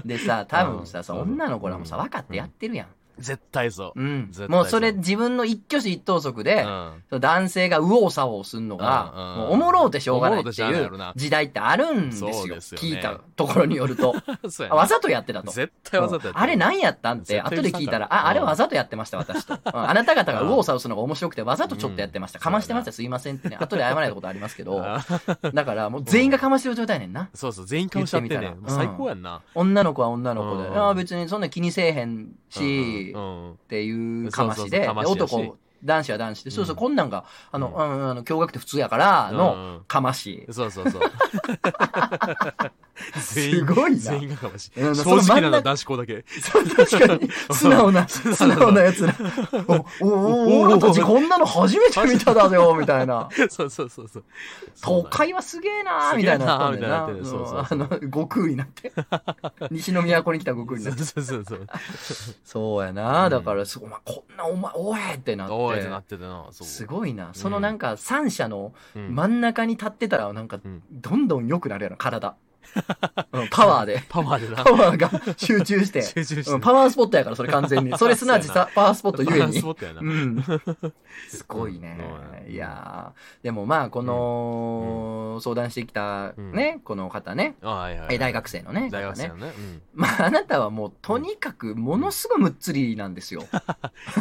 Speaker 2: て。
Speaker 1: でさ、多分さ、そ
Speaker 2: うん
Speaker 1: う女の子らもさ、分かってやってるやん。
Speaker 2: 絶対そう。
Speaker 1: うん
Speaker 2: 絶対。
Speaker 1: もうそれ自分の一挙手一投足で、
Speaker 2: うん
Speaker 1: その男性が右往左往すんの
Speaker 2: うんうん
Speaker 1: が、もうおもろうてしょうがないって
Speaker 2: おもろうてしゃあない
Speaker 1: い
Speaker 2: や
Speaker 1: う
Speaker 2: ろな
Speaker 1: 時代ってあるんですよ。
Speaker 2: そうですよね
Speaker 1: 聞いたところによると。
Speaker 2: そうや
Speaker 1: あ
Speaker 2: な
Speaker 1: わざとやってたと。
Speaker 2: 絶対わざとやって
Speaker 1: あれ何やったんって、
Speaker 2: 絶対
Speaker 1: 後で聞いた
Speaker 2: う
Speaker 1: ら、
Speaker 2: ざと
Speaker 1: あ、あれわざとやってました、私と。うんあなた 方が右往左往するのが面白くて、わざとちょっとやってました。
Speaker 2: うん
Speaker 1: かましてました、すいませんってね。後で謝られたことありますけど。
Speaker 2: あ
Speaker 1: だから、もう全員がかましてる状態やねんな。
Speaker 2: そうそう、全員顔しちゃってね
Speaker 1: 言って。みたら
Speaker 2: 最高やんな。
Speaker 1: 女の子は女の子で、
Speaker 2: うん
Speaker 1: ああ、別にそんな気にせえへんし
Speaker 2: う、んうん
Speaker 1: っていうかまし
Speaker 2: そうそうそう
Speaker 1: で、
Speaker 2: かま
Speaker 1: で
Speaker 2: しやし
Speaker 1: 男、男子は男子で、そうそう、
Speaker 2: うん
Speaker 1: こんなんが、あの、うん、
Speaker 2: うん
Speaker 1: あの、驚愕って普通やから、
Speaker 2: うんうん
Speaker 1: の、かまし。
Speaker 2: そうそ うそう。全
Speaker 1: す
Speaker 2: 員
Speaker 1: ごいな
Speaker 2: 全。員がかもし
Speaker 1: う
Speaker 2: れ
Speaker 1: ん
Speaker 2: 正
Speaker 1: その真
Speaker 2: 直
Speaker 1: ん
Speaker 2: な
Speaker 1: 中
Speaker 2: の男子校だけ。
Speaker 1: そう確かに、素直 な、
Speaker 2: 素直な
Speaker 1: 素直なやつら。お、お、お、俺たちこんなの初めて見ただよ、みたいな。
Speaker 2: そうそうそうそう。
Speaker 1: 都会はすげえなーみたいになったんだよな。
Speaker 2: すげえなーみたいになっ
Speaker 1: う
Speaker 2: て
Speaker 1: んあの、
Speaker 2: る
Speaker 1: 悟空にな って。西の都に来た悟空に
Speaker 2: そ
Speaker 1: な
Speaker 2: う
Speaker 1: って。
Speaker 2: そうそうそう。
Speaker 1: そうやな
Speaker 2: う
Speaker 1: ー
Speaker 2: ん
Speaker 1: だから、そう、お前こんな、お前、おえってなって。
Speaker 2: おいってなってたな。そう
Speaker 1: すごいな。そのなんか、三者の
Speaker 2: うん
Speaker 1: 真ん中に立ってたら、なんか
Speaker 2: うん、
Speaker 1: どんどん良くなるやろ、 体。うんパワーで。
Speaker 2: パワーでな
Speaker 1: パ。ワーが集中して。
Speaker 2: 集中して
Speaker 1: うんパワースポットやから、それ完全に。それすなわちさ、パワースポットゆえに
Speaker 2: ス。ポットやな
Speaker 1: う。 ん。すごいね
Speaker 2: う。ん
Speaker 1: いやーでもまあ、この、相談してきたね、この方ね。
Speaker 2: あはいはいは
Speaker 1: え
Speaker 2: い。
Speaker 1: 大学生のね。
Speaker 2: 大
Speaker 1: 方
Speaker 2: 学生
Speaker 1: ね
Speaker 2: や。ね。うん。
Speaker 1: まあ、あなたはもう、とにかく、ものすごいむっつりなんですよ。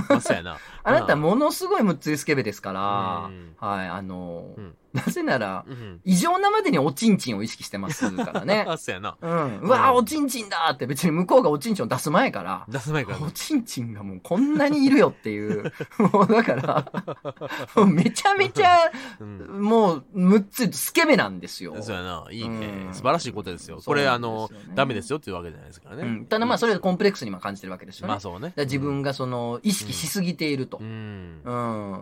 Speaker 2: まあそうやな。
Speaker 1: あなた、ものすごいむっつりスケベですから
Speaker 2: う、ん
Speaker 1: はい、 あの
Speaker 2: うん、
Speaker 1: なぜなら、
Speaker 2: うん。
Speaker 1: 異常なまでにおちんちんを意識してますからね。
Speaker 2: あ そうやな。
Speaker 1: うん。うわーおちんちんだーって、別に向こうがおちんちんを出す前から、
Speaker 2: 出す前からな
Speaker 1: お。ちんちんがもう こんなにいるよっていう。もうだから、もうめちゃめちゃ
Speaker 2: うん
Speaker 1: もう、むっつりスケベなんですよ。
Speaker 2: そうやな。いいね
Speaker 1: う。ん
Speaker 2: 素晴らしいことですよ。
Speaker 1: そ
Speaker 2: こ
Speaker 1: う
Speaker 2: れ、
Speaker 1: な
Speaker 2: あ
Speaker 1: んですよね
Speaker 2: の、ダメですよっていうわけじゃないですからね。
Speaker 1: うん、ただまあ、それがコンプレックスにも感じてるわけですよね。
Speaker 2: まあそうね
Speaker 1: だ。から自分がその、意識しすぎていると。
Speaker 2: う
Speaker 1: うん
Speaker 2: ん。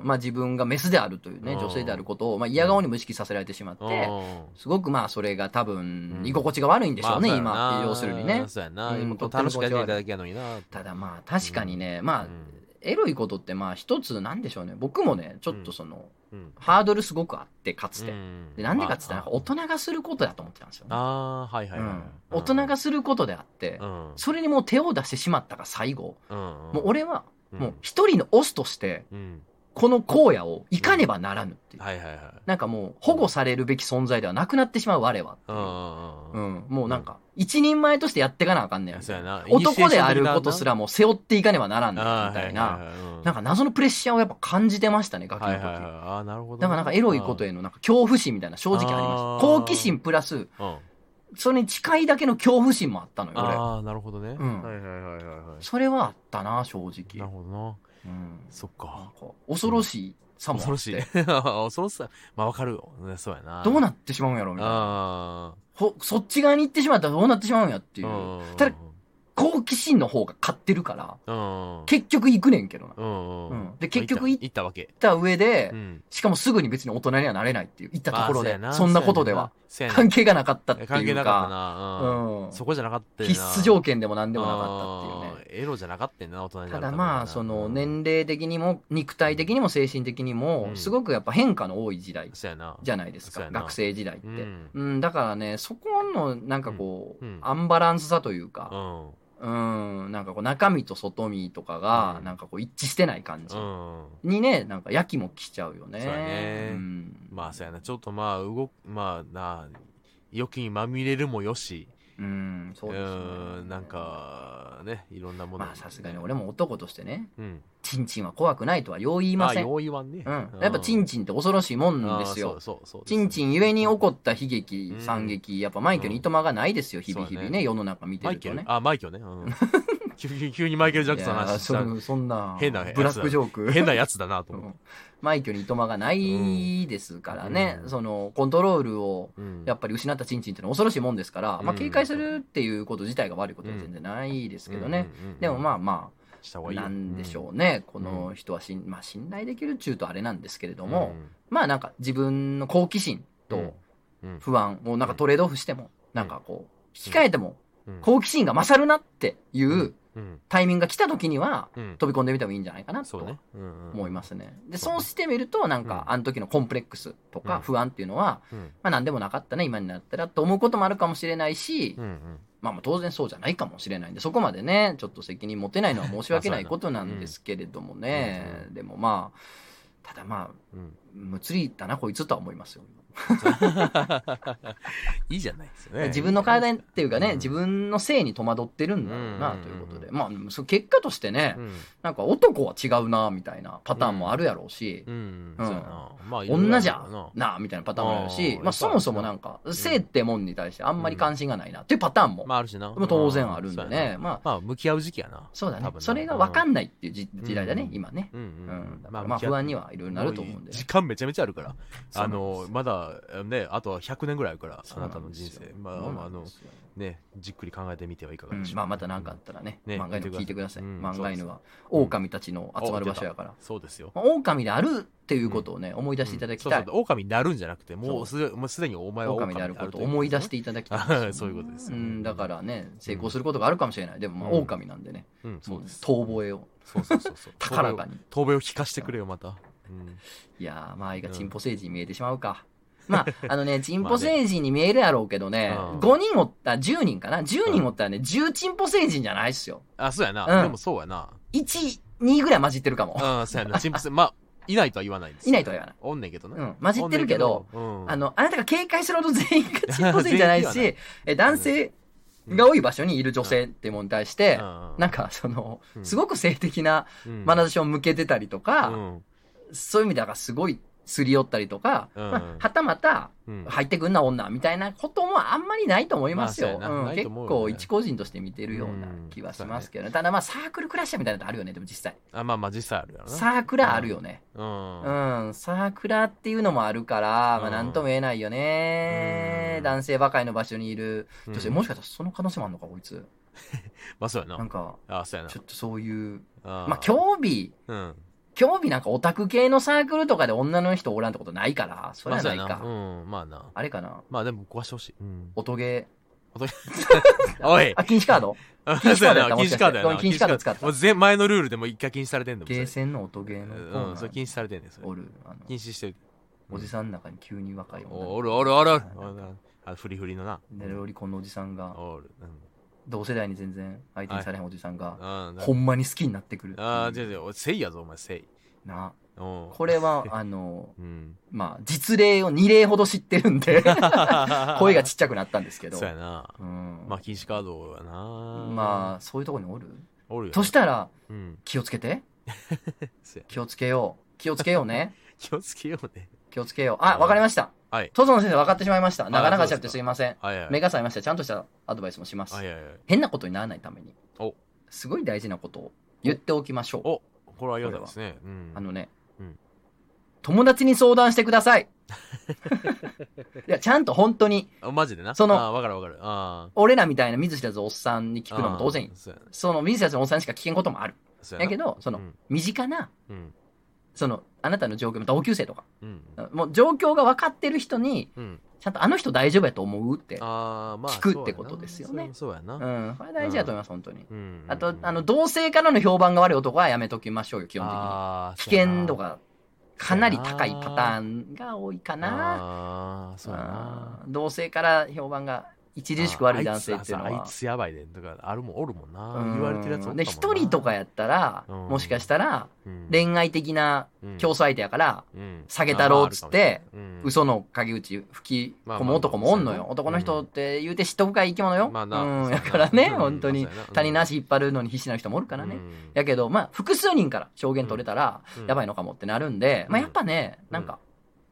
Speaker 1: まあ自分がメスであるというね、
Speaker 2: うん
Speaker 1: 女性であることを、まあ嫌顔にも意識させられてしまって、
Speaker 2: うん
Speaker 1: すごくまあそれが多分
Speaker 2: う、ん
Speaker 1: 居心地が悪いんでしょうね、
Speaker 2: ま
Speaker 1: 今
Speaker 2: あ
Speaker 1: って、要す
Speaker 2: そう
Speaker 1: る
Speaker 2: やな
Speaker 1: にね。
Speaker 2: そうやな。
Speaker 1: うん
Speaker 2: もっと楽しくやっていただきやのにな。
Speaker 1: ただまあ確かにね、
Speaker 2: う
Speaker 1: まあ、
Speaker 2: ん
Speaker 1: エロいことってまあ一つなんでしょうね。僕もね、ちょっとその、
Speaker 2: うん
Speaker 1: ハードルすごくあって、かつて。でなんでかっつったら、
Speaker 2: まあ
Speaker 1: 大人がすることだと思ってたんですよね、
Speaker 2: ああ、はいはいはい。
Speaker 1: うん大人がすることであって、
Speaker 2: うん、
Speaker 1: それにもう手を出してしまったが最後、
Speaker 2: うん、
Speaker 1: もう俺は、
Speaker 2: うん
Speaker 1: もう、一人のオスとして、
Speaker 2: うん、
Speaker 1: この荒野を行かねばならぬっていう。
Speaker 2: はいはいはい。
Speaker 1: なんかもう、保護されるべき存在ではなくなってしまう我はって
Speaker 2: う
Speaker 1: い
Speaker 2: ん
Speaker 1: う。
Speaker 2: う
Speaker 1: うん
Speaker 2: うん。
Speaker 1: ん、もうなんか、一人前としてやっていかなあかんねん。
Speaker 2: そうやな。
Speaker 1: 男であることす
Speaker 2: ら、
Speaker 1: らも背負っていかねばならんねん、
Speaker 2: あ
Speaker 1: み
Speaker 2: ーは
Speaker 1: たい
Speaker 2: い
Speaker 1: な。
Speaker 2: はいはい。
Speaker 1: なん
Speaker 2: か、
Speaker 1: か謎のプレッシャーをやっぱ感じてましたね、ガキの
Speaker 2: はいはい
Speaker 1: 時。
Speaker 2: はい。
Speaker 1: だ
Speaker 2: ああ、なるほど。
Speaker 1: からなんかエロいことへのなんか恐怖心みたいな正直ありま
Speaker 2: あ
Speaker 1: し
Speaker 2: ー
Speaker 1: た。好奇心プラス、
Speaker 2: うん。
Speaker 1: それに近いだけの恐怖心もあったのよ、俺。
Speaker 2: ああ、なるほどね。
Speaker 1: うん
Speaker 2: はいはいはいはいはい。
Speaker 1: それはあったな、正
Speaker 2: なる
Speaker 1: 直。
Speaker 2: ほどな。
Speaker 1: うん。
Speaker 2: そっ
Speaker 1: なん
Speaker 2: か
Speaker 1: か。恐ろしさもあって。
Speaker 2: 恐ろしい。 恐ろしさ。まあわかるよ。ねそうやな。
Speaker 1: どう
Speaker 2: な
Speaker 1: なってしまうんやろ、みたいな。
Speaker 2: あ
Speaker 1: ほそっち側に行ってしまったらどうなってしまうんやって
Speaker 2: あ。
Speaker 1: いうう。
Speaker 2: ん。
Speaker 1: ただ好奇心の方が勝ってるから、
Speaker 2: うん。
Speaker 1: 結局行くねんけどな。行っ
Speaker 2: うん。
Speaker 1: うんで結局い
Speaker 2: 行ったわけ。
Speaker 1: た上で
Speaker 2: う、ん。
Speaker 1: しかもすぐに別に大人にはなれないっていう、行ったところ
Speaker 2: まあ
Speaker 1: で
Speaker 2: うや、な
Speaker 1: そんなことでは。。
Speaker 2: そうやなそう
Speaker 1: 関
Speaker 2: やな
Speaker 1: 係がなかったって
Speaker 2: 関
Speaker 1: い
Speaker 2: 係
Speaker 1: う
Speaker 2: なかっ
Speaker 1: か、
Speaker 2: た
Speaker 1: う
Speaker 2: な。うん
Speaker 1: ん。
Speaker 2: そこじゃなかったよな
Speaker 1: 必須条件でも何でもなかったっていうね。
Speaker 2: ね。エロじゃなかったよな、大人にな
Speaker 1: た
Speaker 2: るた
Speaker 1: だ
Speaker 2: めにな
Speaker 1: まあ、その、年齢的にも、肉体的にも精神的にも
Speaker 2: う、ん
Speaker 1: すごくやっぱ変化の多い時代
Speaker 2: そうやな。
Speaker 1: じゃないです
Speaker 2: そう
Speaker 1: か、
Speaker 2: やな
Speaker 1: 学生時代っ
Speaker 2: う
Speaker 1: て。
Speaker 2: ん。
Speaker 1: うん、だからね、そこの、なんかこう
Speaker 2: うんうん、
Speaker 1: アンバランスさという
Speaker 2: う
Speaker 1: か、
Speaker 2: ん。
Speaker 1: うん、なんかこう、中身と外身とかが
Speaker 2: う、ん
Speaker 1: なんかこう、一致してない感じ
Speaker 2: うん。
Speaker 1: にね、なんか、やきもきちゃうよね。
Speaker 2: そうやね
Speaker 1: ん
Speaker 2: まあ、そうやな。ちょっとまあ、動く、まあな、預金まみれるもよし、
Speaker 1: うん、そううですね
Speaker 2: ん、なん、か、ね、いろんなもの。
Speaker 1: まあさすがに俺も男としてね、
Speaker 2: うん。
Speaker 1: チンチンは怖くないとはよう言い
Speaker 2: ま
Speaker 1: ま
Speaker 2: あ、
Speaker 1: せん。
Speaker 2: よう言わんね。
Speaker 1: うん、やっぱチンチンって恐ろしいも
Speaker 2: ン
Speaker 1: んですよ。
Speaker 2: そうそうそう。
Speaker 1: チンチンゆえに起こった悲劇、
Speaker 2: うん
Speaker 1: 惨劇、やっぱマイケルにいとまがないですよ、日々日々
Speaker 2: そう
Speaker 1: ね、
Speaker 2: ね
Speaker 1: 世の中見て
Speaker 2: マ
Speaker 1: る
Speaker 2: イケ
Speaker 1: と
Speaker 2: ル
Speaker 1: ね。
Speaker 2: あ、マイケルね。うん。 急に急にマイケル・ジャクソンの
Speaker 1: いや
Speaker 2: 話した。
Speaker 1: そうそんな、
Speaker 2: 変なやつだ
Speaker 1: ブラックジョーク。
Speaker 2: 変なやつだなと
Speaker 1: う
Speaker 2: 思っ
Speaker 1: ん マイケルにいとまがないですからね、
Speaker 2: うん
Speaker 1: その、コントロールを、
Speaker 2: て。うん
Speaker 1: やっぱり失ったチンチンってのは恐ろしいもんですから、まあ
Speaker 2: うん
Speaker 1: 警戒するっていうこと自体が悪いことは全然ないですけどね。。
Speaker 2: うんうんうん
Speaker 1: でもまあまあ、
Speaker 2: した方がいいよ
Speaker 1: なんでしょ
Speaker 2: う
Speaker 1: うね、この人はしん、まあ、信頼できるっちゅうとあれなんですけれど
Speaker 2: ん
Speaker 1: も、
Speaker 2: うん
Speaker 1: まあなんか自分の好奇心と
Speaker 2: うん
Speaker 1: 不安をなんかトレードオフしても、なんかこう、引き換えても
Speaker 2: うん
Speaker 1: 好奇心が勝るなっていううん
Speaker 2: うん
Speaker 1: タイミングが来た時には、
Speaker 2: うん
Speaker 1: 飛び込んでみてもいいんじゃないかな
Speaker 2: そう
Speaker 1: と
Speaker 2: ねうん
Speaker 1: 思いますね。で、
Speaker 2: そ
Speaker 1: そ
Speaker 2: うね
Speaker 1: うしてみると、なんか
Speaker 2: う
Speaker 1: あの時のコンプレックスと
Speaker 2: う
Speaker 1: か
Speaker 2: ん
Speaker 1: 不安っていうのは、
Speaker 2: うん
Speaker 1: まあ何でもなかったね、今になったらと思うこともあるかもしれないし
Speaker 2: う、んうん
Speaker 1: まあまあ当然そうじゃないかもしれないんで、そこまでね、ちょっと責任持てないのは申し訳ないことなんですけれどもね
Speaker 2: まあそうやなうん、
Speaker 1: でもまあ、ただまあ、
Speaker 2: うん
Speaker 1: むつりだな、こいつとは思いますよ。
Speaker 2: いいじゃないですよね
Speaker 1: 自分の体っていうかね、
Speaker 2: うん
Speaker 1: 自分の性に戸惑ってるんだろうな、
Speaker 2: うん
Speaker 1: ということで。まあ、そう結果としてね
Speaker 2: う、ん
Speaker 1: なんか男は違うな、みたいなパターンもあるやろうし、
Speaker 2: うん
Speaker 1: うん
Speaker 2: そうやなまあいろいろ
Speaker 1: 女じ
Speaker 2: やろうな
Speaker 1: ゃな、みたいなパターンもある
Speaker 2: あー
Speaker 1: し、
Speaker 2: や
Speaker 1: ま
Speaker 2: っ
Speaker 1: あ
Speaker 2: ぱ
Speaker 1: そもそもなんか、性ってもんに対してあんまり関心がないな、っていうパターンも、
Speaker 2: まああるしな
Speaker 1: でも当然あるんで
Speaker 2: うんそうや
Speaker 1: ね
Speaker 2: な、
Speaker 1: まあ、
Speaker 2: まあ向き合う時期やな
Speaker 1: そうだね
Speaker 2: 多。分な
Speaker 1: それが分かんないっていう時
Speaker 2: ん
Speaker 1: 時代だね
Speaker 2: う、ん
Speaker 1: 今ね。
Speaker 2: うん
Speaker 1: う
Speaker 2: うんん。
Speaker 1: だからまあ不安にはいろいろなると思うんで。
Speaker 2: 時間めちゃめちゃあるから
Speaker 1: そうな
Speaker 2: あ
Speaker 1: んです
Speaker 2: のまだねあとは100年ぐらいあるから
Speaker 1: そ
Speaker 2: あ
Speaker 1: うな
Speaker 2: なん
Speaker 1: ですよ
Speaker 2: たの人生ま
Speaker 1: そう
Speaker 2: あ
Speaker 1: な
Speaker 2: あ
Speaker 1: ん
Speaker 2: の
Speaker 1: ですよ
Speaker 2: ねじっくり考えてみてはいか
Speaker 1: う
Speaker 2: がで
Speaker 1: ん
Speaker 2: しょう
Speaker 1: まあまた何かあったらね、
Speaker 2: ね
Speaker 1: 漫画犬聞いてください。
Speaker 2: うん
Speaker 1: 漫画犬は、狼たちの集まる場所やから。
Speaker 2: そうですよ
Speaker 1: まあ狼であるっていうことをね、思い出していただきた
Speaker 2: うん
Speaker 1: い
Speaker 2: そう。そう狼になるんじゃなくてもうすでもうすでにお前は
Speaker 1: 狼であることを思い出していただきたいです
Speaker 2: あ
Speaker 1: ね。
Speaker 2: そういうことです
Speaker 1: う
Speaker 2: よ
Speaker 1: ん、だからね、成功することがあるかもしれない。でも、まあ、
Speaker 2: うん
Speaker 1: 狼なんでね、
Speaker 2: うん
Speaker 1: も
Speaker 2: そううです
Speaker 1: 遠吠えを
Speaker 2: そうそうそうそう
Speaker 1: 高らかに。
Speaker 2: 遠吠えを聞かせてくれよまたうん
Speaker 1: いやー、周りがチンポ政治に見えてしまうか。まあ、あの ね、チンポ政治に見えるやろうけどね、
Speaker 2: うん
Speaker 1: 5人おった、10人かな ?10 人おったらね、10チンポ政治じゃないっすよ。
Speaker 2: あそうや
Speaker 1: うん
Speaker 2: なでもそうやな
Speaker 1: 1、2ぐらい混じってるかも。
Speaker 2: うんそうやなチンプスまあいないとは言わないです
Speaker 1: いないとは言わない。
Speaker 2: おんねんけど
Speaker 1: う、
Speaker 2: なん
Speaker 1: 混じってるけど、
Speaker 2: うん
Speaker 1: あの、あなたが警戒するほど全員がチンポ性じゃない
Speaker 2: 全員
Speaker 1: し、
Speaker 2: ではな
Speaker 1: え男性が多い場所にいる女性っていうものに対して、
Speaker 2: うん
Speaker 1: なんか、その、
Speaker 2: うん
Speaker 1: すごく性的な
Speaker 2: うん
Speaker 1: 眼差しを向けてたりとか、
Speaker 2: うん
Speaker 1: そういう意味ではすごいすり寄ったりとか、
Speaker 2: うん
Speaker 1: まあはたまた、
Speaker 2: うん
Speaker 1: 入ってくんな女みたいなこともあんまりないと思いますよ。
Speaker 2: まあそうやな
Speaker 1: うん
Speaker 2: ない
Speaker 1: 結
Speaker 2: と思うよね
Speaker 1: 構一個人として見てるような気はしますけどね。ただまあサークルクラッシャーみたいなのってあるよね、でも実際。
Speaker 2: あまあまあ実際あるやろな
Speaker 1: サークラーあるよね。
Speaker 2: うん
Speaker 1: うん、サークラーっていうのもあるから、ま
Speaker 2: う
Speaker 1: あ
Speaker 2: ん
Speaker 1: なんとも言えないよね
Speaker 2: う。ん
Speaker 1: 男性ばかりの場所にいる。
Speaker 2: うん
Speaker 1: そしてもしかしたらその可能性もあるのか、こいつ。
Speaker 2: まあそうや
Speaker 1: な
Speaker 2: なん
Speaker 1: か、
Speaker 2: あそうやな
Speaker 1: ちょっとそういう、
Speaker 2: あー
Speaker 1: まあ興味、
Speaker 2: うん
Speaker 1: 興味なんかオタク系のサークルとかで女の人おらんってことないから、それ
Speaker 2: ま
Speaker 1: は
Speaker 2: あそ
Speaker 1: な
Speaker 2: う
Speaker 1: い
Speaker 2: やな
Speaker 1: か。
Speaker 2: うんまあな
Speaker 1: あれかな。
Speaker 2: まあでも壊してほしいうん
Speaker 1: 音ゲ
Speaker 2: おい
Speaker 1: ー。あ、禁止カード禁止カー ドやった
Speaker 2: 禁止カードや
Speaker 1: も
Speaker 2: な。
Speaker 1: しかして禁止カード使った
Speaker 2: もう前前のルールでも一回禁止されてんの。
Speaker 1: ゲーセンの音ゲーのコ
Speaker 2: う
Speaker 1: ーナ
Speaker 2: ん、それ
Speaker 1: ー
Speaker 2: 禁止されてんねんそれ
Speaker 1: おる、あの
Speaker 2: 禁止してる。うん
Speaker 1: おじさんの中に急に若い女の
Speaker 2: お
Speaker 1: 子
Speaker 2: おるおるおるおる。あフリフリのな。
Speaker 1: でロリコンのおじさんが、
Speaker 2: おる。うん
Speaker 1: 同世代に全然相手にされへんおじさんが、
Speaker 2: あー
Speaker 1: ほんまに好きになってくるっていう
Speaker 2: あー、じゃじゃ、おせいやぞ、お前、せい。
Speaker 1: な。
Speaker 2: おう
Speaker 1: これは、あの、
Speaker 2: うん。
Speaker 1: まあ、実例を2例ほど知ってるん で、 声がちっちゃくなったんですけど。
Speaker 2: そうやな。
Speaker 1: うん
Speaker 2: まあ、禁止カードやな。
Speaker 1: ま
Speaker 2: あ、
Speaker 1: あ、そういうとこにおる
Speaker 2: おるよ。
Speaker 1: そしたら、
Speaker 2: うん。
Speaker 1: 気をつけて。
Speaker 2: せや
Speaker 1: 気をつけよう。気をつけよう ね。
Speaker 2: 気をつけようね。
Speaker 1: 気をつけよう。あ、わかりました。
Speaker 2: はい。
Speaker 1: トゾの先生分かってしまいました。なかなかしちゃってすいません。
Speaker 2: はいはい。
Speaker 1: 目が覚めました。ちゃんとしたアドバイスもします。
Speaker 2: はいはいはい。
Speaker 1: 変なことにならないために
Speaker 2: お。
Speaker 1: すごい大事なことを言っておきましょう。
Speaker 2: おこれは嫌だですね。うん
Speaker 1: あ。のね、
Speaker 2: うん
Speaker 1: 友達に相談してくだ さい。いや、ちゃんと本当に、
Speaker 2: あマジでな。
Speaker 1: その
Speaker 2: あーわかるわかる。あ
Speaker 1: 俺らみたいな見ず知らずおっさんに
Speaker 2: ー
Speaker 1: 聞くのも当然
Speaker 2: あー、そうやな
Speaker 1: その見ず知らずのおっさんにしか聞けんこともある。
Speaker 2: そうや
Speaker 1: や
Speaker 2: な
Speaker 1: けど、その、
Speaker 2: うん
Speaker 1: 身近な、
Speaker 2: うん。
Speaker 1: その、あなたの状況、同級生とか、
Speaker 2: うん。
Speaker 1: もう状況が分かってる人に、
Speaker 2: うん。
Speaker 1: ちゃんとあの人大丈夫やと思うって、
Speaker 2: あーまあ
Speaker 1: 聞くってことですよね
Speaker 2: そうやな
Speaker 1: う
Speaker 2: そうやな。
Speaker 1: ん、これ大事だと思います、本当に。
Speaker 2: うん
Speaker 1: あと、あの、同性からの評判が悪い男はやめときましょうよ、基本的に。
Speaker 2: あー
Speaker 1: 危
Speaker 2: そうやな
Speaker 1: 険度がかなり高いパターンが多いかな。
Speaker 2: ああ、そうやな
Speaker 1: あ。ー同性から評判が著しく悪い男性っていうの
Speaker 2: あいつあ
Speaker 1: は
Speaker 2: い。つやばいでとか、あるもんおるもんな。
Speaker 1: うん
Speaker 2: 言われてるやつおったもんな
Speaker 1: で、一人とか、やったら、
Speaker 2: うん
Speaker 1: もしかしたら、
Speaker 2: うん
Speaker 1: 恋愛的な競争相手やから、
Speaker 2: うん
Speaker 1: 下げたろうっつって、
Speaker 2: あーあるかもしれない、
Speaker 1: 嘘の陰口吹き込む男もおんのよ。男の人って言うて嫉妬深い生き物よ。
Speaker 2: まあな
Speaker 1: うん。
Speaker 2: そうや
Speaker 1: や
Speaker 2: な
Speaker 1: からね、
Speaker 2: うん
Speaker 1: 本当に
Speaker 2: まあそうやな。
Speaker 1: 他人の足引っ張るのに必死な人もおるからね。やけど、まあ、複数人から証言取れたら、やばい
Speaker 2: い。
Speaker 1: のかもってなるんで、まあ、
Speaker 2: うん
Speaker 1: やっぱね、
Speaker 2: うん
Speaker 1: なんか、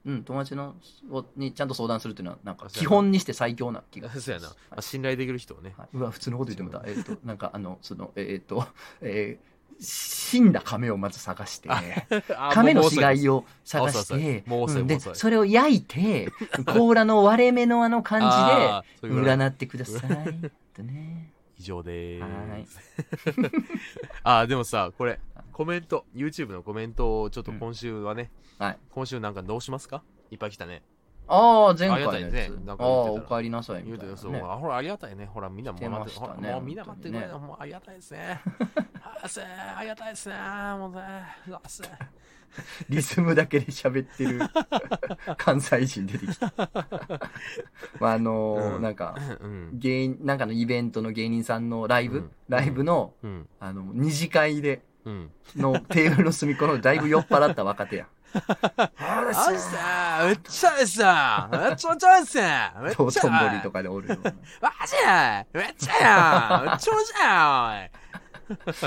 Speaker 1: うん、友達のをにちゃんと相談するっていうのは、なんか
Speaker 2: あそうや
Speaker 1: 基
Speaker 2: な
Speaker 1: 本にして最強な気がします
Speaker 2: そうやな。まあ信頼できる人をね。
Speaker 1: はい、うわ、普通のこと言ってもうた。えっ、と、なんか、あの、その、えっ、と、えー死んだ亀をまず探して、 亀の死骸
Speaker 2: を
Speaker 1: を探し
Speaker 2: 遅いで
Speaker 1: て
Speaker 2: す、もう遅い
Speaker 1: ん
Speaker 2: もう遅い
Speaker 1: で、それを焼い て、甲羅の割れ目のあの感じで、
Speaker 2: い。
Speaker 1: 占ってください。とね。
Speaker 2: 以上で
Speaker 1: は
Speaker 2: ー
Speaker 1: い
Speaker 2: す。 あーでもさ、これ、コメント、YouTube のコメントをちょっと今週はね、
Speaker 1: うんはい
Speaker 2: 今週なんかどうしますかいっぱい来たね。
Speaker 1: ああ、前回の
Speaker 2: ありが
Speaker 1: やつ。
Speaker 2: たいね
Speaker 1: あ
Speaker 2: な
Speaker 1: あ
Speaker 2: んか言ってたら
Speaker 1: ー、お帰りなさい
Speaker 2: 言
Speaker 1: み
Speaker 2: う
Speaker 1: た
Speaker 2: て
Speaker 1: いな、
Speaker 2: そう、
Speaker 1: ね。
Speaker 2: あほらありがたいね。ほらみんなもらって、
Speaker 1: 来て
Speaker 2: ほ
Speaker 1: ま
Speaker 2: ら
Speaker 1: したね
Speaker 2: もうみんな待ってくれ、
Speaker 1: 本当
Speaker 2: もうありがたいです ね。あーせーありがたいですね。もうね、あ ーせー
Speaker 1: リズムだけで喋ってる関西人出てきた。 まあ、あのー
Speaker 2: うん
Speaker 1: なんか、
Speaker 2: うん
Speaker 1: 芸人、なんかのイベントの芸人さんのライブ、
Speaker 2: うん
Speaker 1: ライブの、
Speaker 2: うん
Speaker 1: あの、二次会で、
Speaker 2: うん。
Speaker 1: のテーブルの隅っこのだいぶ酔っ払った若手や。
Speaker 2: あー せーめっちゃですやめっちゃめちゃですやめっちゃ
Speaker 1: 道頓堀とかでおるような。
Speaker 2: マジやめっちゃやめっちゃ面白いや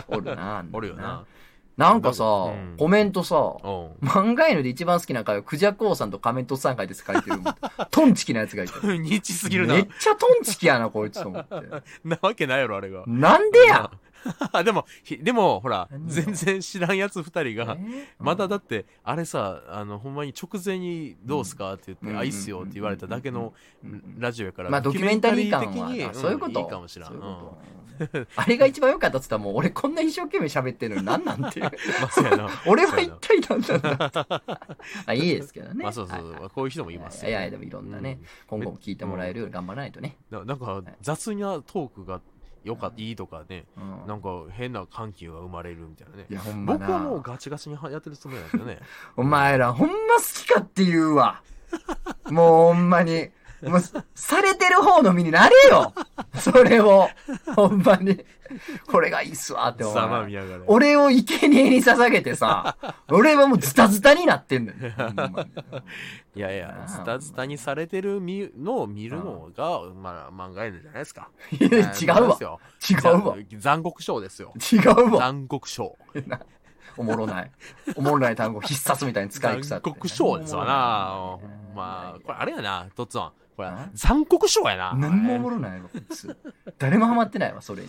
Speaker 1: おるな。あん
Speaker 2: おいおるよな。。
Speaker 1: なんかさ、
Speaker 2: うん
Speaker 1: コメントさ、
Speaker 2: おう
Speaker 1: 漫画犬で一番好きな回は、クジャコウさんとカメントさん会です書いてる。 トンチキなやつがいて。
Speaker 2: ニッチすぎるな
Speaker 1: めっ。ちゃトンチキやな、こいつと思って。
Speaker 2: なわけないやろ、あれが。
Speaker 1: なんでや
Speaker 2: でも、ひでも、ほら、
Speaker 1: 何よ
Speaker 2: 全然知らんやつ二人が、まだだって、あれさ、あの、ほんまに直前にどうすかって言って、
Speaker 1: うん
Speaker 2: あ、いいっすよって言われただけの
Speaker 1: うんうん
Speaker 2: ラジオやから、
Speaker 1: まあドキュメンタリー感
Speaker 2: ドキュメンタリー
Speaker 1: は、あ
Speaker 2: 的に
Speaker 1: そういうこ
Speaker 2: ん
Speaker 1: と。
Speaker 2: いいかもしらん。
Speaker 1: そういう
Speaker 2: うんま
Speaker 1: こと あれが一番良かったっつったらもう俺こんな一生懸命喋ってるのに何なん ていう。。
Speaker 2: あ、そうやな
Speaker 1: 俺は一体何なんだって。あいいですけどね。
Speaker 2: まあ、そうそう
Speaker 1: はい
Speaker 2: そう。こういう人もいますよ
Speaker 1: いやいやでもいろんなね。今後も聞いてもらえるように頑張らないとね。
Speaker 2: うんななんか、雑なトークが良かった、いいとかね、
Speaker 1: うん
Speaker 2: なんか変な緩急が生まれるみたいなね
Speaker 1: い。や、ほんま
Speaker 2: 僕はもう
Speaker 1: な。
Speaker 2: ガチガチにやってるつもりなんだけどね。
Speaker 1: お前らほんま好きかって言うわ。もうほんまに。もう、されてる方の身になれよそれを。ほんまに。これがいいっすわって思う。
Speaker 2: ざまあ見ながら。
Speaker 1: 俺を生贄に捧げてさ、俺はもうズタズタになってんの よ。ほんまに
Speaker 2: いや
Speaker 1: な
Speaker 2: いや
Speaker 1: あ、
Speaker 2: ズタズタにされてるみのを見るのが、まあ、漫画犬じゃない ですか。
Speaker 1: いや違うわ。違うわ。
Speaker 2: 違うわ。残酷賞ですよ。
Speaker 1: 違うわ。
Speaker 2: 残酷賞。
Speaker 1: おもろない。おもろない単語必殺みたいに使い腐って、
Speaker 2: 残酷賞ですわな。まあ、これあれやな、とっつぁん。これ
Speaker 1: ん、
Speaker 2: 残酷賞やな。
Speaker 1: 何もおもろないわ、こいつ。誰もハマってないわ、それに。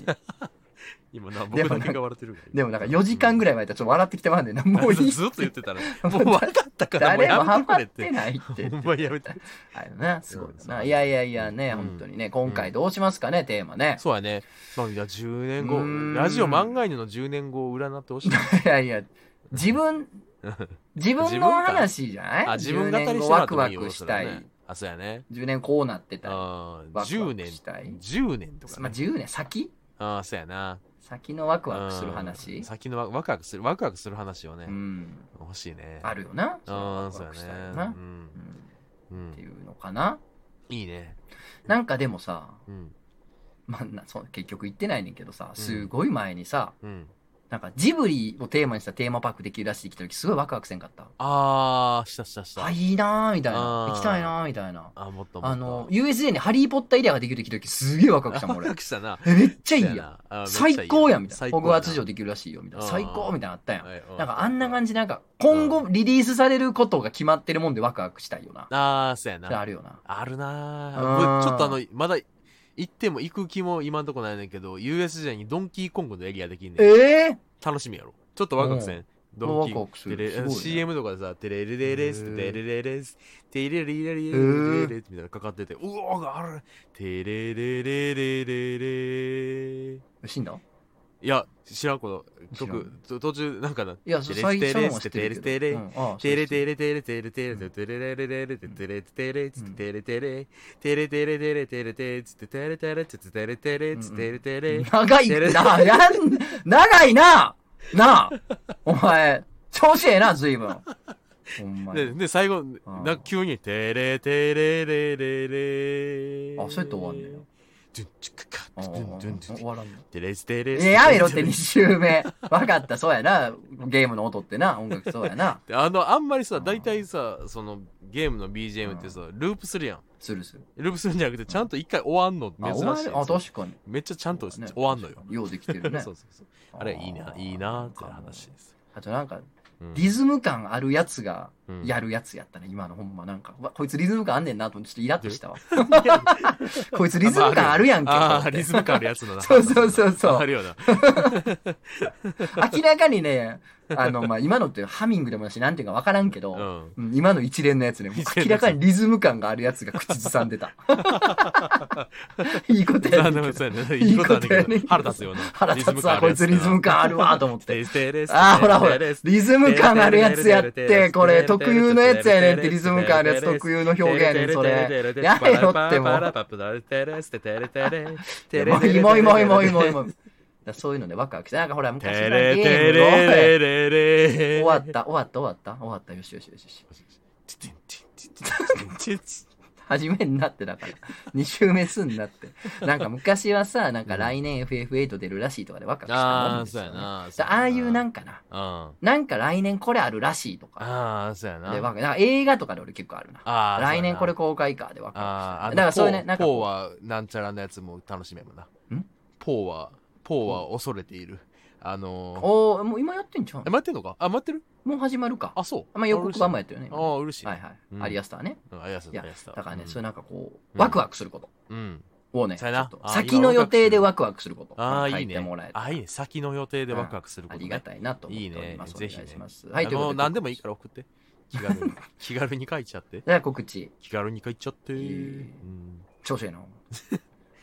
Speaker 2: 今な、僕だけが笑ってるから。
Speaker 1: でもなんか4時間ぐらい前だとちょっと笑ってきてまうんで、何もいい。
Speaker 2: ずっと言って たら、もう分かったから、もう
Speaker 1: 誰
Speaker 2: や
Speaker 1: もハ
Speaker 2: めて
Speaker 1: マっ
Speaker 2: くれ
Speaker 1: て
Speaker 2: って。
Speaker 1: ないって。
Speaker 2: ほんまやめて。
Speaker 1: あれな、すごい
Speaker 2: そう
Speaker 1: な。いやいやいやね、
Speaker 2: うん
Speaker 1: 本当にね、今回どうしますかね、テーマね。
Speaker 2: そうやね。まあ、いや、10年
Speaker 1: う
Speaker 2: 後
Speaker 1: ーん、
Speaker 2: ラジオ漫画犬の10年後を占ってほし い。
Speaker 1: いやいや、自 分、自分の話じゃない
Speaker 2: あ、自分語り
Speaker 1: 10
Speaker 2: して
Speaker 1: 年後
Speaker 2: もら
Speaker 1: ワ
Speaker 2: って
Speaker 1: ク
Speaker 2: も
Speaker 1: ワ
Speaker 2: いいよ
Speaker 1: クしたい。
Speaker 2: それはねあ、そうやね。
Speaker 1: 10年こうなってたい。
Speaker 2: あ
Speaker 1: ワクワク
Speaker 2: 10年
Speaker 1: したい。
Speaker 2: 10年とか
Speaker 1: まあ、
Speaker 2: ね。
Speaker 1: 10年先
Speaker 2: ああ、そうやな。
Speaker 1: 先のワク
Speaker 2: ワ
Speaker 1: ワクする話
Speaker 2: 先のワワクワクする、ワクワクする話をね
Speaker 1: う、ん。
Speaker 2: 欲しいね。
Speaker 1: あるよな。
Speaker 2: ああ、
Speaker 1: ワク
Speaker 2: そ
Speaker 1: ワ
Speaker 2: うや
Speaker 1: ク
Speaker 2: ね
Speaker 1: したいよ。
Speaker 2: う
Speaker 1: な。
Speaker 2: ん
Speaker 1: うん
Speaker 2: う
Speaker 1: って
Speaker 2: ん。
Speaker 1: いうのかな。
Speaker 2: いいね。
Speaker 1: なんかでもさ、
Speaker 2: うん。
Speaker 1: まあ、なそう結局言ってないねんけどさ、すごい前にさ、
Speaker 2: うん。
Speaker 1: なんかジブリをテーマにしたテーマパークできるらしい来た時すごいワクワクせんかった。
Speaker 2: ああ、したしたした。
Speaker 1: あ、いいなーみたいな。
Speaker 2: あー
Speaker 1: 行きたいなーみたいな。
Speaker 2: あ、もっともっと。
Speaker 1: あの、USJ にハリーポッターエリアができる時々すげえワクワクしたもん
Speaker 2: ワク
Speaker 1: 俺
Speaker 2: ワ。クしたな。
Speaker 1: えめっちゃいいやん。
Speaker 2: や
Speaker 1: 最高やんみたいな。ホグワーツ城
Speaker 2: で。
Speaker 1: できるらしいよみたいな。
Speaker 2: あー
Speaker 1: 最高みたいなのあったやん。な
Speaker 2: なん
Speaker 1: かあんな感じなんか、今後リリースされることが決まってるもんでワクワクしたいよな。
Speaker 2: ああ、そうや
Speaker 1: それあ
Speaker 2: な。
Speaker 1: るよな。
Speaker 2: あるな
Speaker 1: うん
Speaker 2: ー。もうちょっとあの、まだ行っても行く気も今んとこないねんだけど、USJ にドンキーコングのエリアできんねん。
Speaker 1: え
Speaker 2: 楽しみやろ。ちょっとワクワクせん。ドン
Speaker 1: ワ
Speaker 2: キー
Speaker 1: クワクする
Speaker 2: テレ
Speaker 1: すごいね
Speaker 2: CM とかでさ、テレレレレス、
Speaker 1: へー
Speaker 2: テレレレス、テレレレレレレレレレみたいなのかかってて、うおーあるテレレレレレレ
Speaker 1: ー、死んだ
Speaker 2: いや、知らんこの
Speaker 1: 知ら
Speaker 2: 曲、と途中なんかな、
Speaker 1: いや、
Speaker 2: テ
Speaker 1: そ
Speaker 2: レ
Speaker 1: 最
Speaker 2: テ
Speaker 1: 初の
Speaker 2: レ
Speaker 1: は知
Speaker 2: ス
Speaker 1: っ
Speaker 2: テ
Speaker 1: て
Speaker 2: テ
Speaker 1: るけ
Speaker 2: レ
Speaker 1: ど。
Speaker 2: テレ
Speaker 1: うんあー
Speaker 2: テレテレテレテレテレテレレレレテレテレテレテレテレテレテレテレテレテレテレテレテレテレテレ
Speaker 1: 長いな、 やん、長いななあ、お前、調子ええな、随分。ほんまに。
Speaker 2: でで最後なんか急にテレテレレレレ
Speaker 1: あ、そうやって終わんねよ。
Speaker 2: ドゥンチュクカ
Speaker 1: あああ
Speaker 2: ドゥンドゥンドゥン
Speaker 1: 終わらんの。
Speaker 2: テレステレ
Speaker 1: え、やめろって2周目。わかった、そうやな。ゲームの音ってな、音楽そうやな。
Speaker 2: あのあんまりさ大体さそのゲームの BGM ってさループするやん
Speaker 1: するする。
Speaker 2: ループするんじゃなくてちゃんと一回終わんの
Speaker 1: あ、終
Speaker 2: 珍しい
Speaker 1: わるあ、確かに。
Speaker 2: めっちゃちゃんと
Speaker 1: そうね
Speaker 2: 終わんのよ
Speaker 1: ようできてるね
Speaker 2: そ。うそうそうあれいいな、いいなって話です。
Speaker 1: あとなんか、
Speaker 2: うん
Speaker 1: リズム感あるやつが
Speaker 2: うん
Speaker 1: やるやつやったね、今のほんまなんか。うわこいつリズム感あんねんなと思ってちょっとイラッとしたわ。 こいつリズム感あるやんけ。
Speaker 2: あ
Speaker 1: と思
Speaker 2: あ、
Speaker 1: って
Speaker 2: リズム感あるやつだ な。
Speaker 1: そうそうそうそう
Speaker 2: あるよな。
Speaker 1: 明らかにね、あの、まあ、今のってハミングでもなし、なんていうかわからんけど、
Speaker 2: うん。
Speaker 1: うん今の一連のやつね、もう
Speaker 2: 一
Speaker 1: 明
Speaker 2: 連の
Speaker 1: ら
Speaker 2: やつ
Speaker 1: かにリズム感があるやつが口ずさんでた。いいことやね
Speaker 2: なんでも
Speaker 1: んけ
Speaker 2: そ
Speaker 1: ど。
Speaker 2: うやね。いいことはねんけ
Speaker 1: いいことやねんけど
Speaker 2: ど腹立つよな。
Speaker 1: 腹立つわ、こ
Speaker 2: リ
Speaker 1: い
Speaker 2: ズ
Speaker 1: つ
Speaker 2: ム
Speaker 1: リ
Speaker 2: 感
Speaker 1: ズム感あ
Speaker 2: あるやつだな
Speaker 1: るわ、と思って。
Speaker 2: テステレス。
Speaker 1: ああ、ほらほら、
Speaker 2: テレス
Speaker 1: リズム感あるやつやって、これ、特有のやつやねんって、リズム感あるやつ特有の表現やねん、それ。やめろってもう。もういいもういいもういいもういいもういいもういいだからそういうのでワクワクして、なんかほら、昔
Speaker 2: テ
Speaker 1: の
Speaker 2: レ
Speaker 1: ゲ
Speaker 2: テ
Speaker 1: ー
Speaker 2: レ
Speaker 1: ムの
Speaker 2: レレレ
Speaker 1: 終わった、終わった、終わった、終わった、よしよしよしよし。始めんなってだ から2周目すんなってなんか昔はさなんか来年 FF8 出るらしいとかでワクワクした
Speaker 2: あ
Speaker 1: もん
Speaker 2: あ、
Speaker 1: です
Speaker 2: そう
Speaker 1: よ、
Speaker 2: や
Speaker 1: ね、
Speaker 2: な。
Speaker 1: だからああいうなん
Speaker 2: か。
Speaker 1: かな
Speaker 2: うん。
Speaker 1: なんか来年これあるらしいとか
Speaker 2: ああ、そうやな。
Speaker 1: でワクなんか映画とかで俺結構あるな
Speaker 2: あー
Speaker 1: 来年これ
Speaker 2: そう
Speaker 1: 公開かでワク
Speaker 2: やなあー
Speaker 1: ワ
Speaker 2: あ
Speaker 1: クして
Speaker 2: の
Speaker 1: だからそういうね
Speaker 2: ポ
Speaker 1: な
Speaker 2: ー
Speaker 1: んか
Speaker 2: ポーはなんちゃらのやつも楽しめもんなんポーはポーは恐れているあの
Speaker 1: おおもう今やってんじゃん
Speaker 2: ー、え待ってんのかあ待ってる
Speaker 1: もう始まるか
Speaker 2: あそう
Speaker 1: まあ予告版も
Speaker 2: や
Speaker 1: やってるよね
Speaker 2: あ
Speaker 1: 今
Speaker 2: あ嬉しい
Speaker 1: はいはい、
Speaker 2: うん
Speaker 1: アリアスターね
Speaker 2: うんありがとう
Speaker 1: いや
Speaker 2: ありがとう
Speaker 1: だからね、
Speaker 2: うん
Speaker 1: そういうなんかこう
Speaker 2: うん
Speaker 1: ワクワクすること
Speaker 2: うん
Speaker 1: をね、
Speaker 2: そうやな
Speaker 1: ちょっと
Speaker 2: あー
Speaker 1: 先の予定でワクワクすること
Speaker 2: ああ
Speaker 1: 書
Speaker 2: いい
Speaker 1: いて
Speaker 2: ね
Speaker 1: もらえると
Speaker 2: あいいね先の予定でワクワクするこ
Speaker 1: あ
Speaker 2: と
Speaker 1: りが
Speaker 2: ね
Speaker 1: たいなと思っております。
Speaker 2: いいねぜひね
Speaker 1: お願いします。はい、
Speaker 2: あ
Speaker 1: というこ
Speaker 2: の
Speaker 1: とで。
Speaker 2: 何でもいいから 送って気軽に気軽に書いちゃって
Speaker 1: じゃあ告知、
Speaker 2: 気軽に書いちゃって
Speaker 1: ー
Speaker 2: うん
Speaker 1: 調子いい の。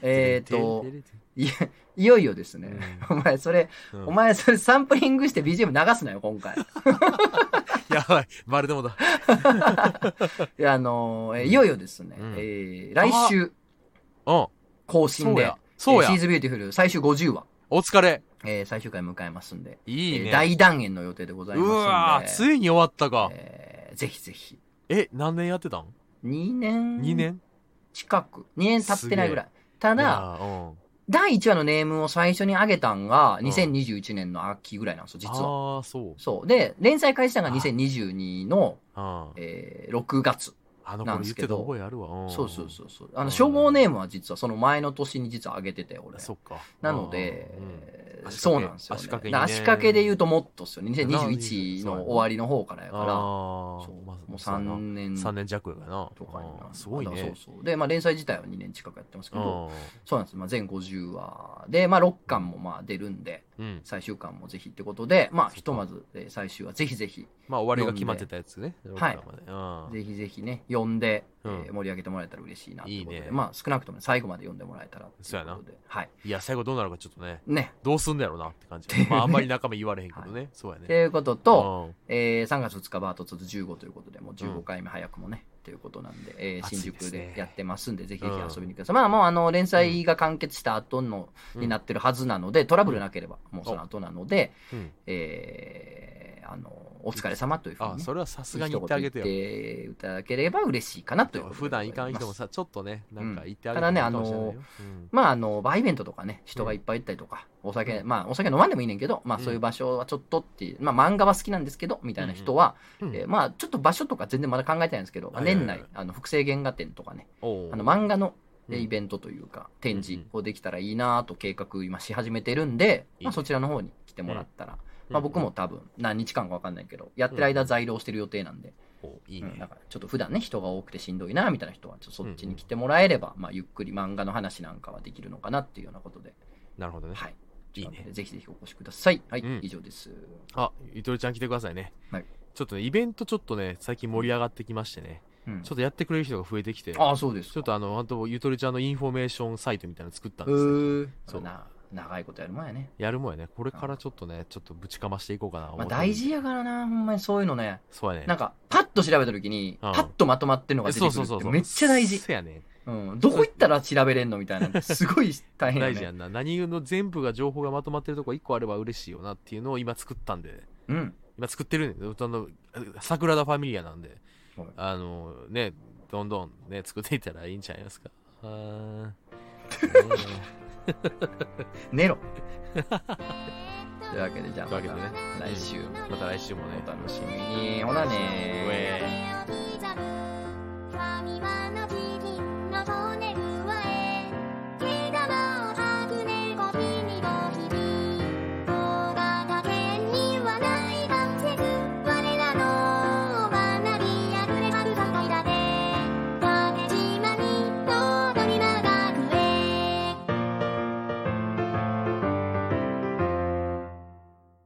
Speaker 1: えっと
Speaker 2: てれてれ
Speaker 1: い、いよいよですね。お前、それ、
Speaker 2: うん
Speaker 1: お前、それサンプリングして BGM 流すなよ、今回。
Speaker 2: やばいまるでもだ
Speaker 1: いやあのーえーいよいよですね、
Speaker 2: うん
Speaker 1: えー来週
Speaker 2: うん
Speaker 1: 更
Speaker 2: そ
Speaker 1: 新
Speaker 2: う
Speaker 1: で
Speaker 2: や、そう
Speaker 1: えーシ
Speaker 2: や
Speaker 1: ーズビューティフル最終50話、
Speaker 2: お疲れ
Speaker 1: えー最終回迎えますんで、
Speaker 2: いい
Speaker 1: えー
Speaker 2: ね
Speaker 1: 大断言の予定でございう
Speaker 2: わ
Speaker 1: ま
Speaker 2: ー
Speaker 1: すんで、
Speaker 2: ついに終わったか
Speaker 1: えーぜひぜひ、
Speaker 2: え何年やってたん
Speaker 1: 2年
Speaker 2: ?2 年
Speaker 1: 近く、2年経ってないぐらい。た
Speaker 2: い
Speaker 1: だ、
Speaker 2: やーうん
Speaker 1: 第1話のネームを最初に上げたんが
Speaker 2: ん
Speaker 1: 2021年の秋ぐらいなんですよ、実は。
Speaker 2: ああそう
Speaker 1: そう。で、連載開始したのが2022の、
Speaker 2: あー
Speaker 1: えー6月。
Speaker 2: あの
Speaker 1: なんで
Speaker 2: 頃言
Speaker 1: す
Speaker 2: っ
Speaker 1: け
Speaker 2: てた
Speaker 1: ど
Speaker 2: 覚えあるわん
Speaker 1: そうそうそうそう。あ
Speaker 2: う
Speaker 1: の、
Speaker 2: ん
Speaker 1: 称号ネームは実はその前の年に実は上げてて、俺。
Speaker 2: そっか
Speaker 1: なので
Speaker 2: うん、
Speaker 1: えー
Speaker 2: 足
Speaker 1: そうなん
Speaker 2: 掛け
Speaker 1: ですよ、ね。
Speaker 2: 足掛けに、
Speaker 1: だか
Speaker 2: ね、
Speaker 1: ら足掛けで言う
Speaker 2: と
Speaker 1: ともっとですよね。2021の終わりの方からや
Speaker 2: だ
Speaker 1: から、そうもう3年
Speaker 2: 3年弱やな
Speaker 1: とかにな
Speaker 2: あーすごい
Speaker 1: ま
Speaker 2: ね
Speaker 1: だそうそう。で、まあ、連載自体は2年近くやってますけど、
Speaker 2: あー
Speaker 1: そうなんです。まあ、全50話で、まあ、6巻もまあ出るんで、
Speaker 2: うん
Speaker 1: 最終巻もぜひってことで、まあ、
Speaker 2: か
Speaker 1: ひとまず、えー最終話ぜひぜひ、
Speaker 2: まあ終わりが決まってたやつね
Speaker 1: はい
Speaker 2: ロックダウンまで
Speaker 1: ぜひぜひね、読んで、
Speaker 2: うん
Speaker 1: えー盛り上げてもらえたら嬉しいなということで、
Speaker 2: いいね
Speaker 1: まあ、少なくとも最後まで読んでもらえたらってい
Speaker 2: そうやな
Speaker 1: ことで。はい。
Speaker 2: うんいや最後どうなるかちょっとね
Speaker 1: ね。
Speaker 2: どうすんだやろうなって感じまああんまり仲間言われへんけどね、そうや
Speaker 1: と、
Speaker 2: ね
Speaker 1: いうことと、えー3月2日バート2と15ということで、もう15回目早くもね、ということなんで、えー
Speaker 2: 暑い
Speaker 1: 新
Speaker 2: ですね
Speaker 1: 宿でやってますんで、ぜひぜ
Speaker 2: うん
Speaker 1: ひ遊びに来てください。まあもうあの、連載が完結した後の、
Speaker 2: うん
Speaker 1: になってるはずなので、トラブルなければ、もうその後なので、
Speaker 2: うんうん
Speaker 1: えーあの、お疲れ様というふうに、
Speaker 2: あ
Speaker 1: ね。
Speaker 2: それはさすがに言ってあげて
Speaker 1: 一
Speaker 2: よ
Speaker 1: 言言っていただければ嬉しいかなということで
Speaker 2: 普段行かん人
Speaker 1: ご
Speaker 2: も
Speaker 1: ざいます
Speaker 2: さちょっとねなんか言ってあ
Speaker 1: た
Speaker 2: げ
Speaker 1: だ
Speaker 2: て
Speaker 1: ね
Speaker 2: もいいかもしれない
Speaker 1: あ
Speaker 2: よ
Speaker 1: の
Speaker 2: うん
Speaker 1: まああの、バーイベントとかね、人がいっぱい行ったりとか、お酒、まあお酒飲まんでもいいねんけど、まあ
Speaker 2: うん
Speaker 1: そういう場所はちょっとっていう、まあ漫画は好きなんですけど、みたいな人は、
Speaker 2: うん
Speaker 1: えーまあちょっと場所とか全然まだ考えてないんですけど、
Speaker 2: はいはいはい
Speaker 1: 年内、あの、複製原画展とかね、
Speaker 2: おう
Speaker 1: あの、漫画のえ
Speaker 2: うん
Speaker 1: イベントというか、展示をできたらいいなと計画今し始めてるんで、
Speaker 2: いいね
Speaker 1: まあそちらの方に来てもらったら、まあ僕も多分何日間かわかんないけど、やってる間在労してる予定なんで、
Speaker 2: おういい
Speaker 1: うん
Speaker 2: ね
Speaker 1: だからちょっと普段ね人が多くてしんどいなみたいな人はちょっとそっちに来てもらえれば、まあ、ゆっくり漫画の話なんかはできるのかなっていうようなことで、
Speaker 2: なるほどね
Speaker 1: はい、
Speaker 2: いいね
Speaker 1: ぜひぜひお越しくださいはい、
Speaker 2: うん
Speaker 1: 以上です
Speaker 2: あゆとりちゃん来てくださいね
Speaker 1: はい
Speaker 2: ちょっとねイベントちょっとね最近盛り上がってきましてね
Speaker 1: うん
Speaker 2: ちょっとやってくれる人が増えてきて
Speaker 1: ああそうです
Speaker 2: ちょっとあの、あと、ゆとりちゃんのインフォメーションサイトみたいなの作ったん
Speaker 1: う
Speaker 2: ですよ
Speaker 1: ー
Speaker 2: そう
Speaker 1: な長いことやる前やね、
Speaker 2: やるもんやね。これからちょっとね、ちょっとぶちかましていこうかな。
Speaker 1: まあ、大事
Speaker 2: や。
Speaker 1: やからなほんまにそういうのね
Speaker 2: そうやね。
Speaker 1: なんかパッと調べた時に、
Speaker 2: うん
Speaker 1: パッとまとまってるのが出てく
Speaker 2: そう
Speaker 1: る
Speaker 2: そうそう
Speaker 1: っ
Speaker 2: そ
Speaker 1: て
Speaker 2: う。
Speaker 1: めっちゃ大事
Speaker 2: そうやね。
Speaker 1: うん、どこ行ったら調べれんのみたい なすごい大変よ
Speaker 2: 大
Speaker 1: ね
Speaker 2: 事やんな。何の全部が情報がまとまってるとこ一個あれば嬉しいよなっていうのを今作ったんで。
Speaker 1: うん
Speaker 2: 今作ってるねんあの、桜田ファミリアなんで
Speaker 1: はい。
Speaker 2: あの、ね、どんどんね、作っていったらいいんちゃいますか。あーね
Speaker 1: 寝ろというわけでじゃあ
Speaker 2: とい
Speaker 1: ま
Speaker 2: うわけ
Speaker 1: た
Speaker 2: でね
Speaker 1: 来週
Speaker 2: えまた来週もね。
Speaker 1: お楽しみにほらね
Speaker 2: ウェーイ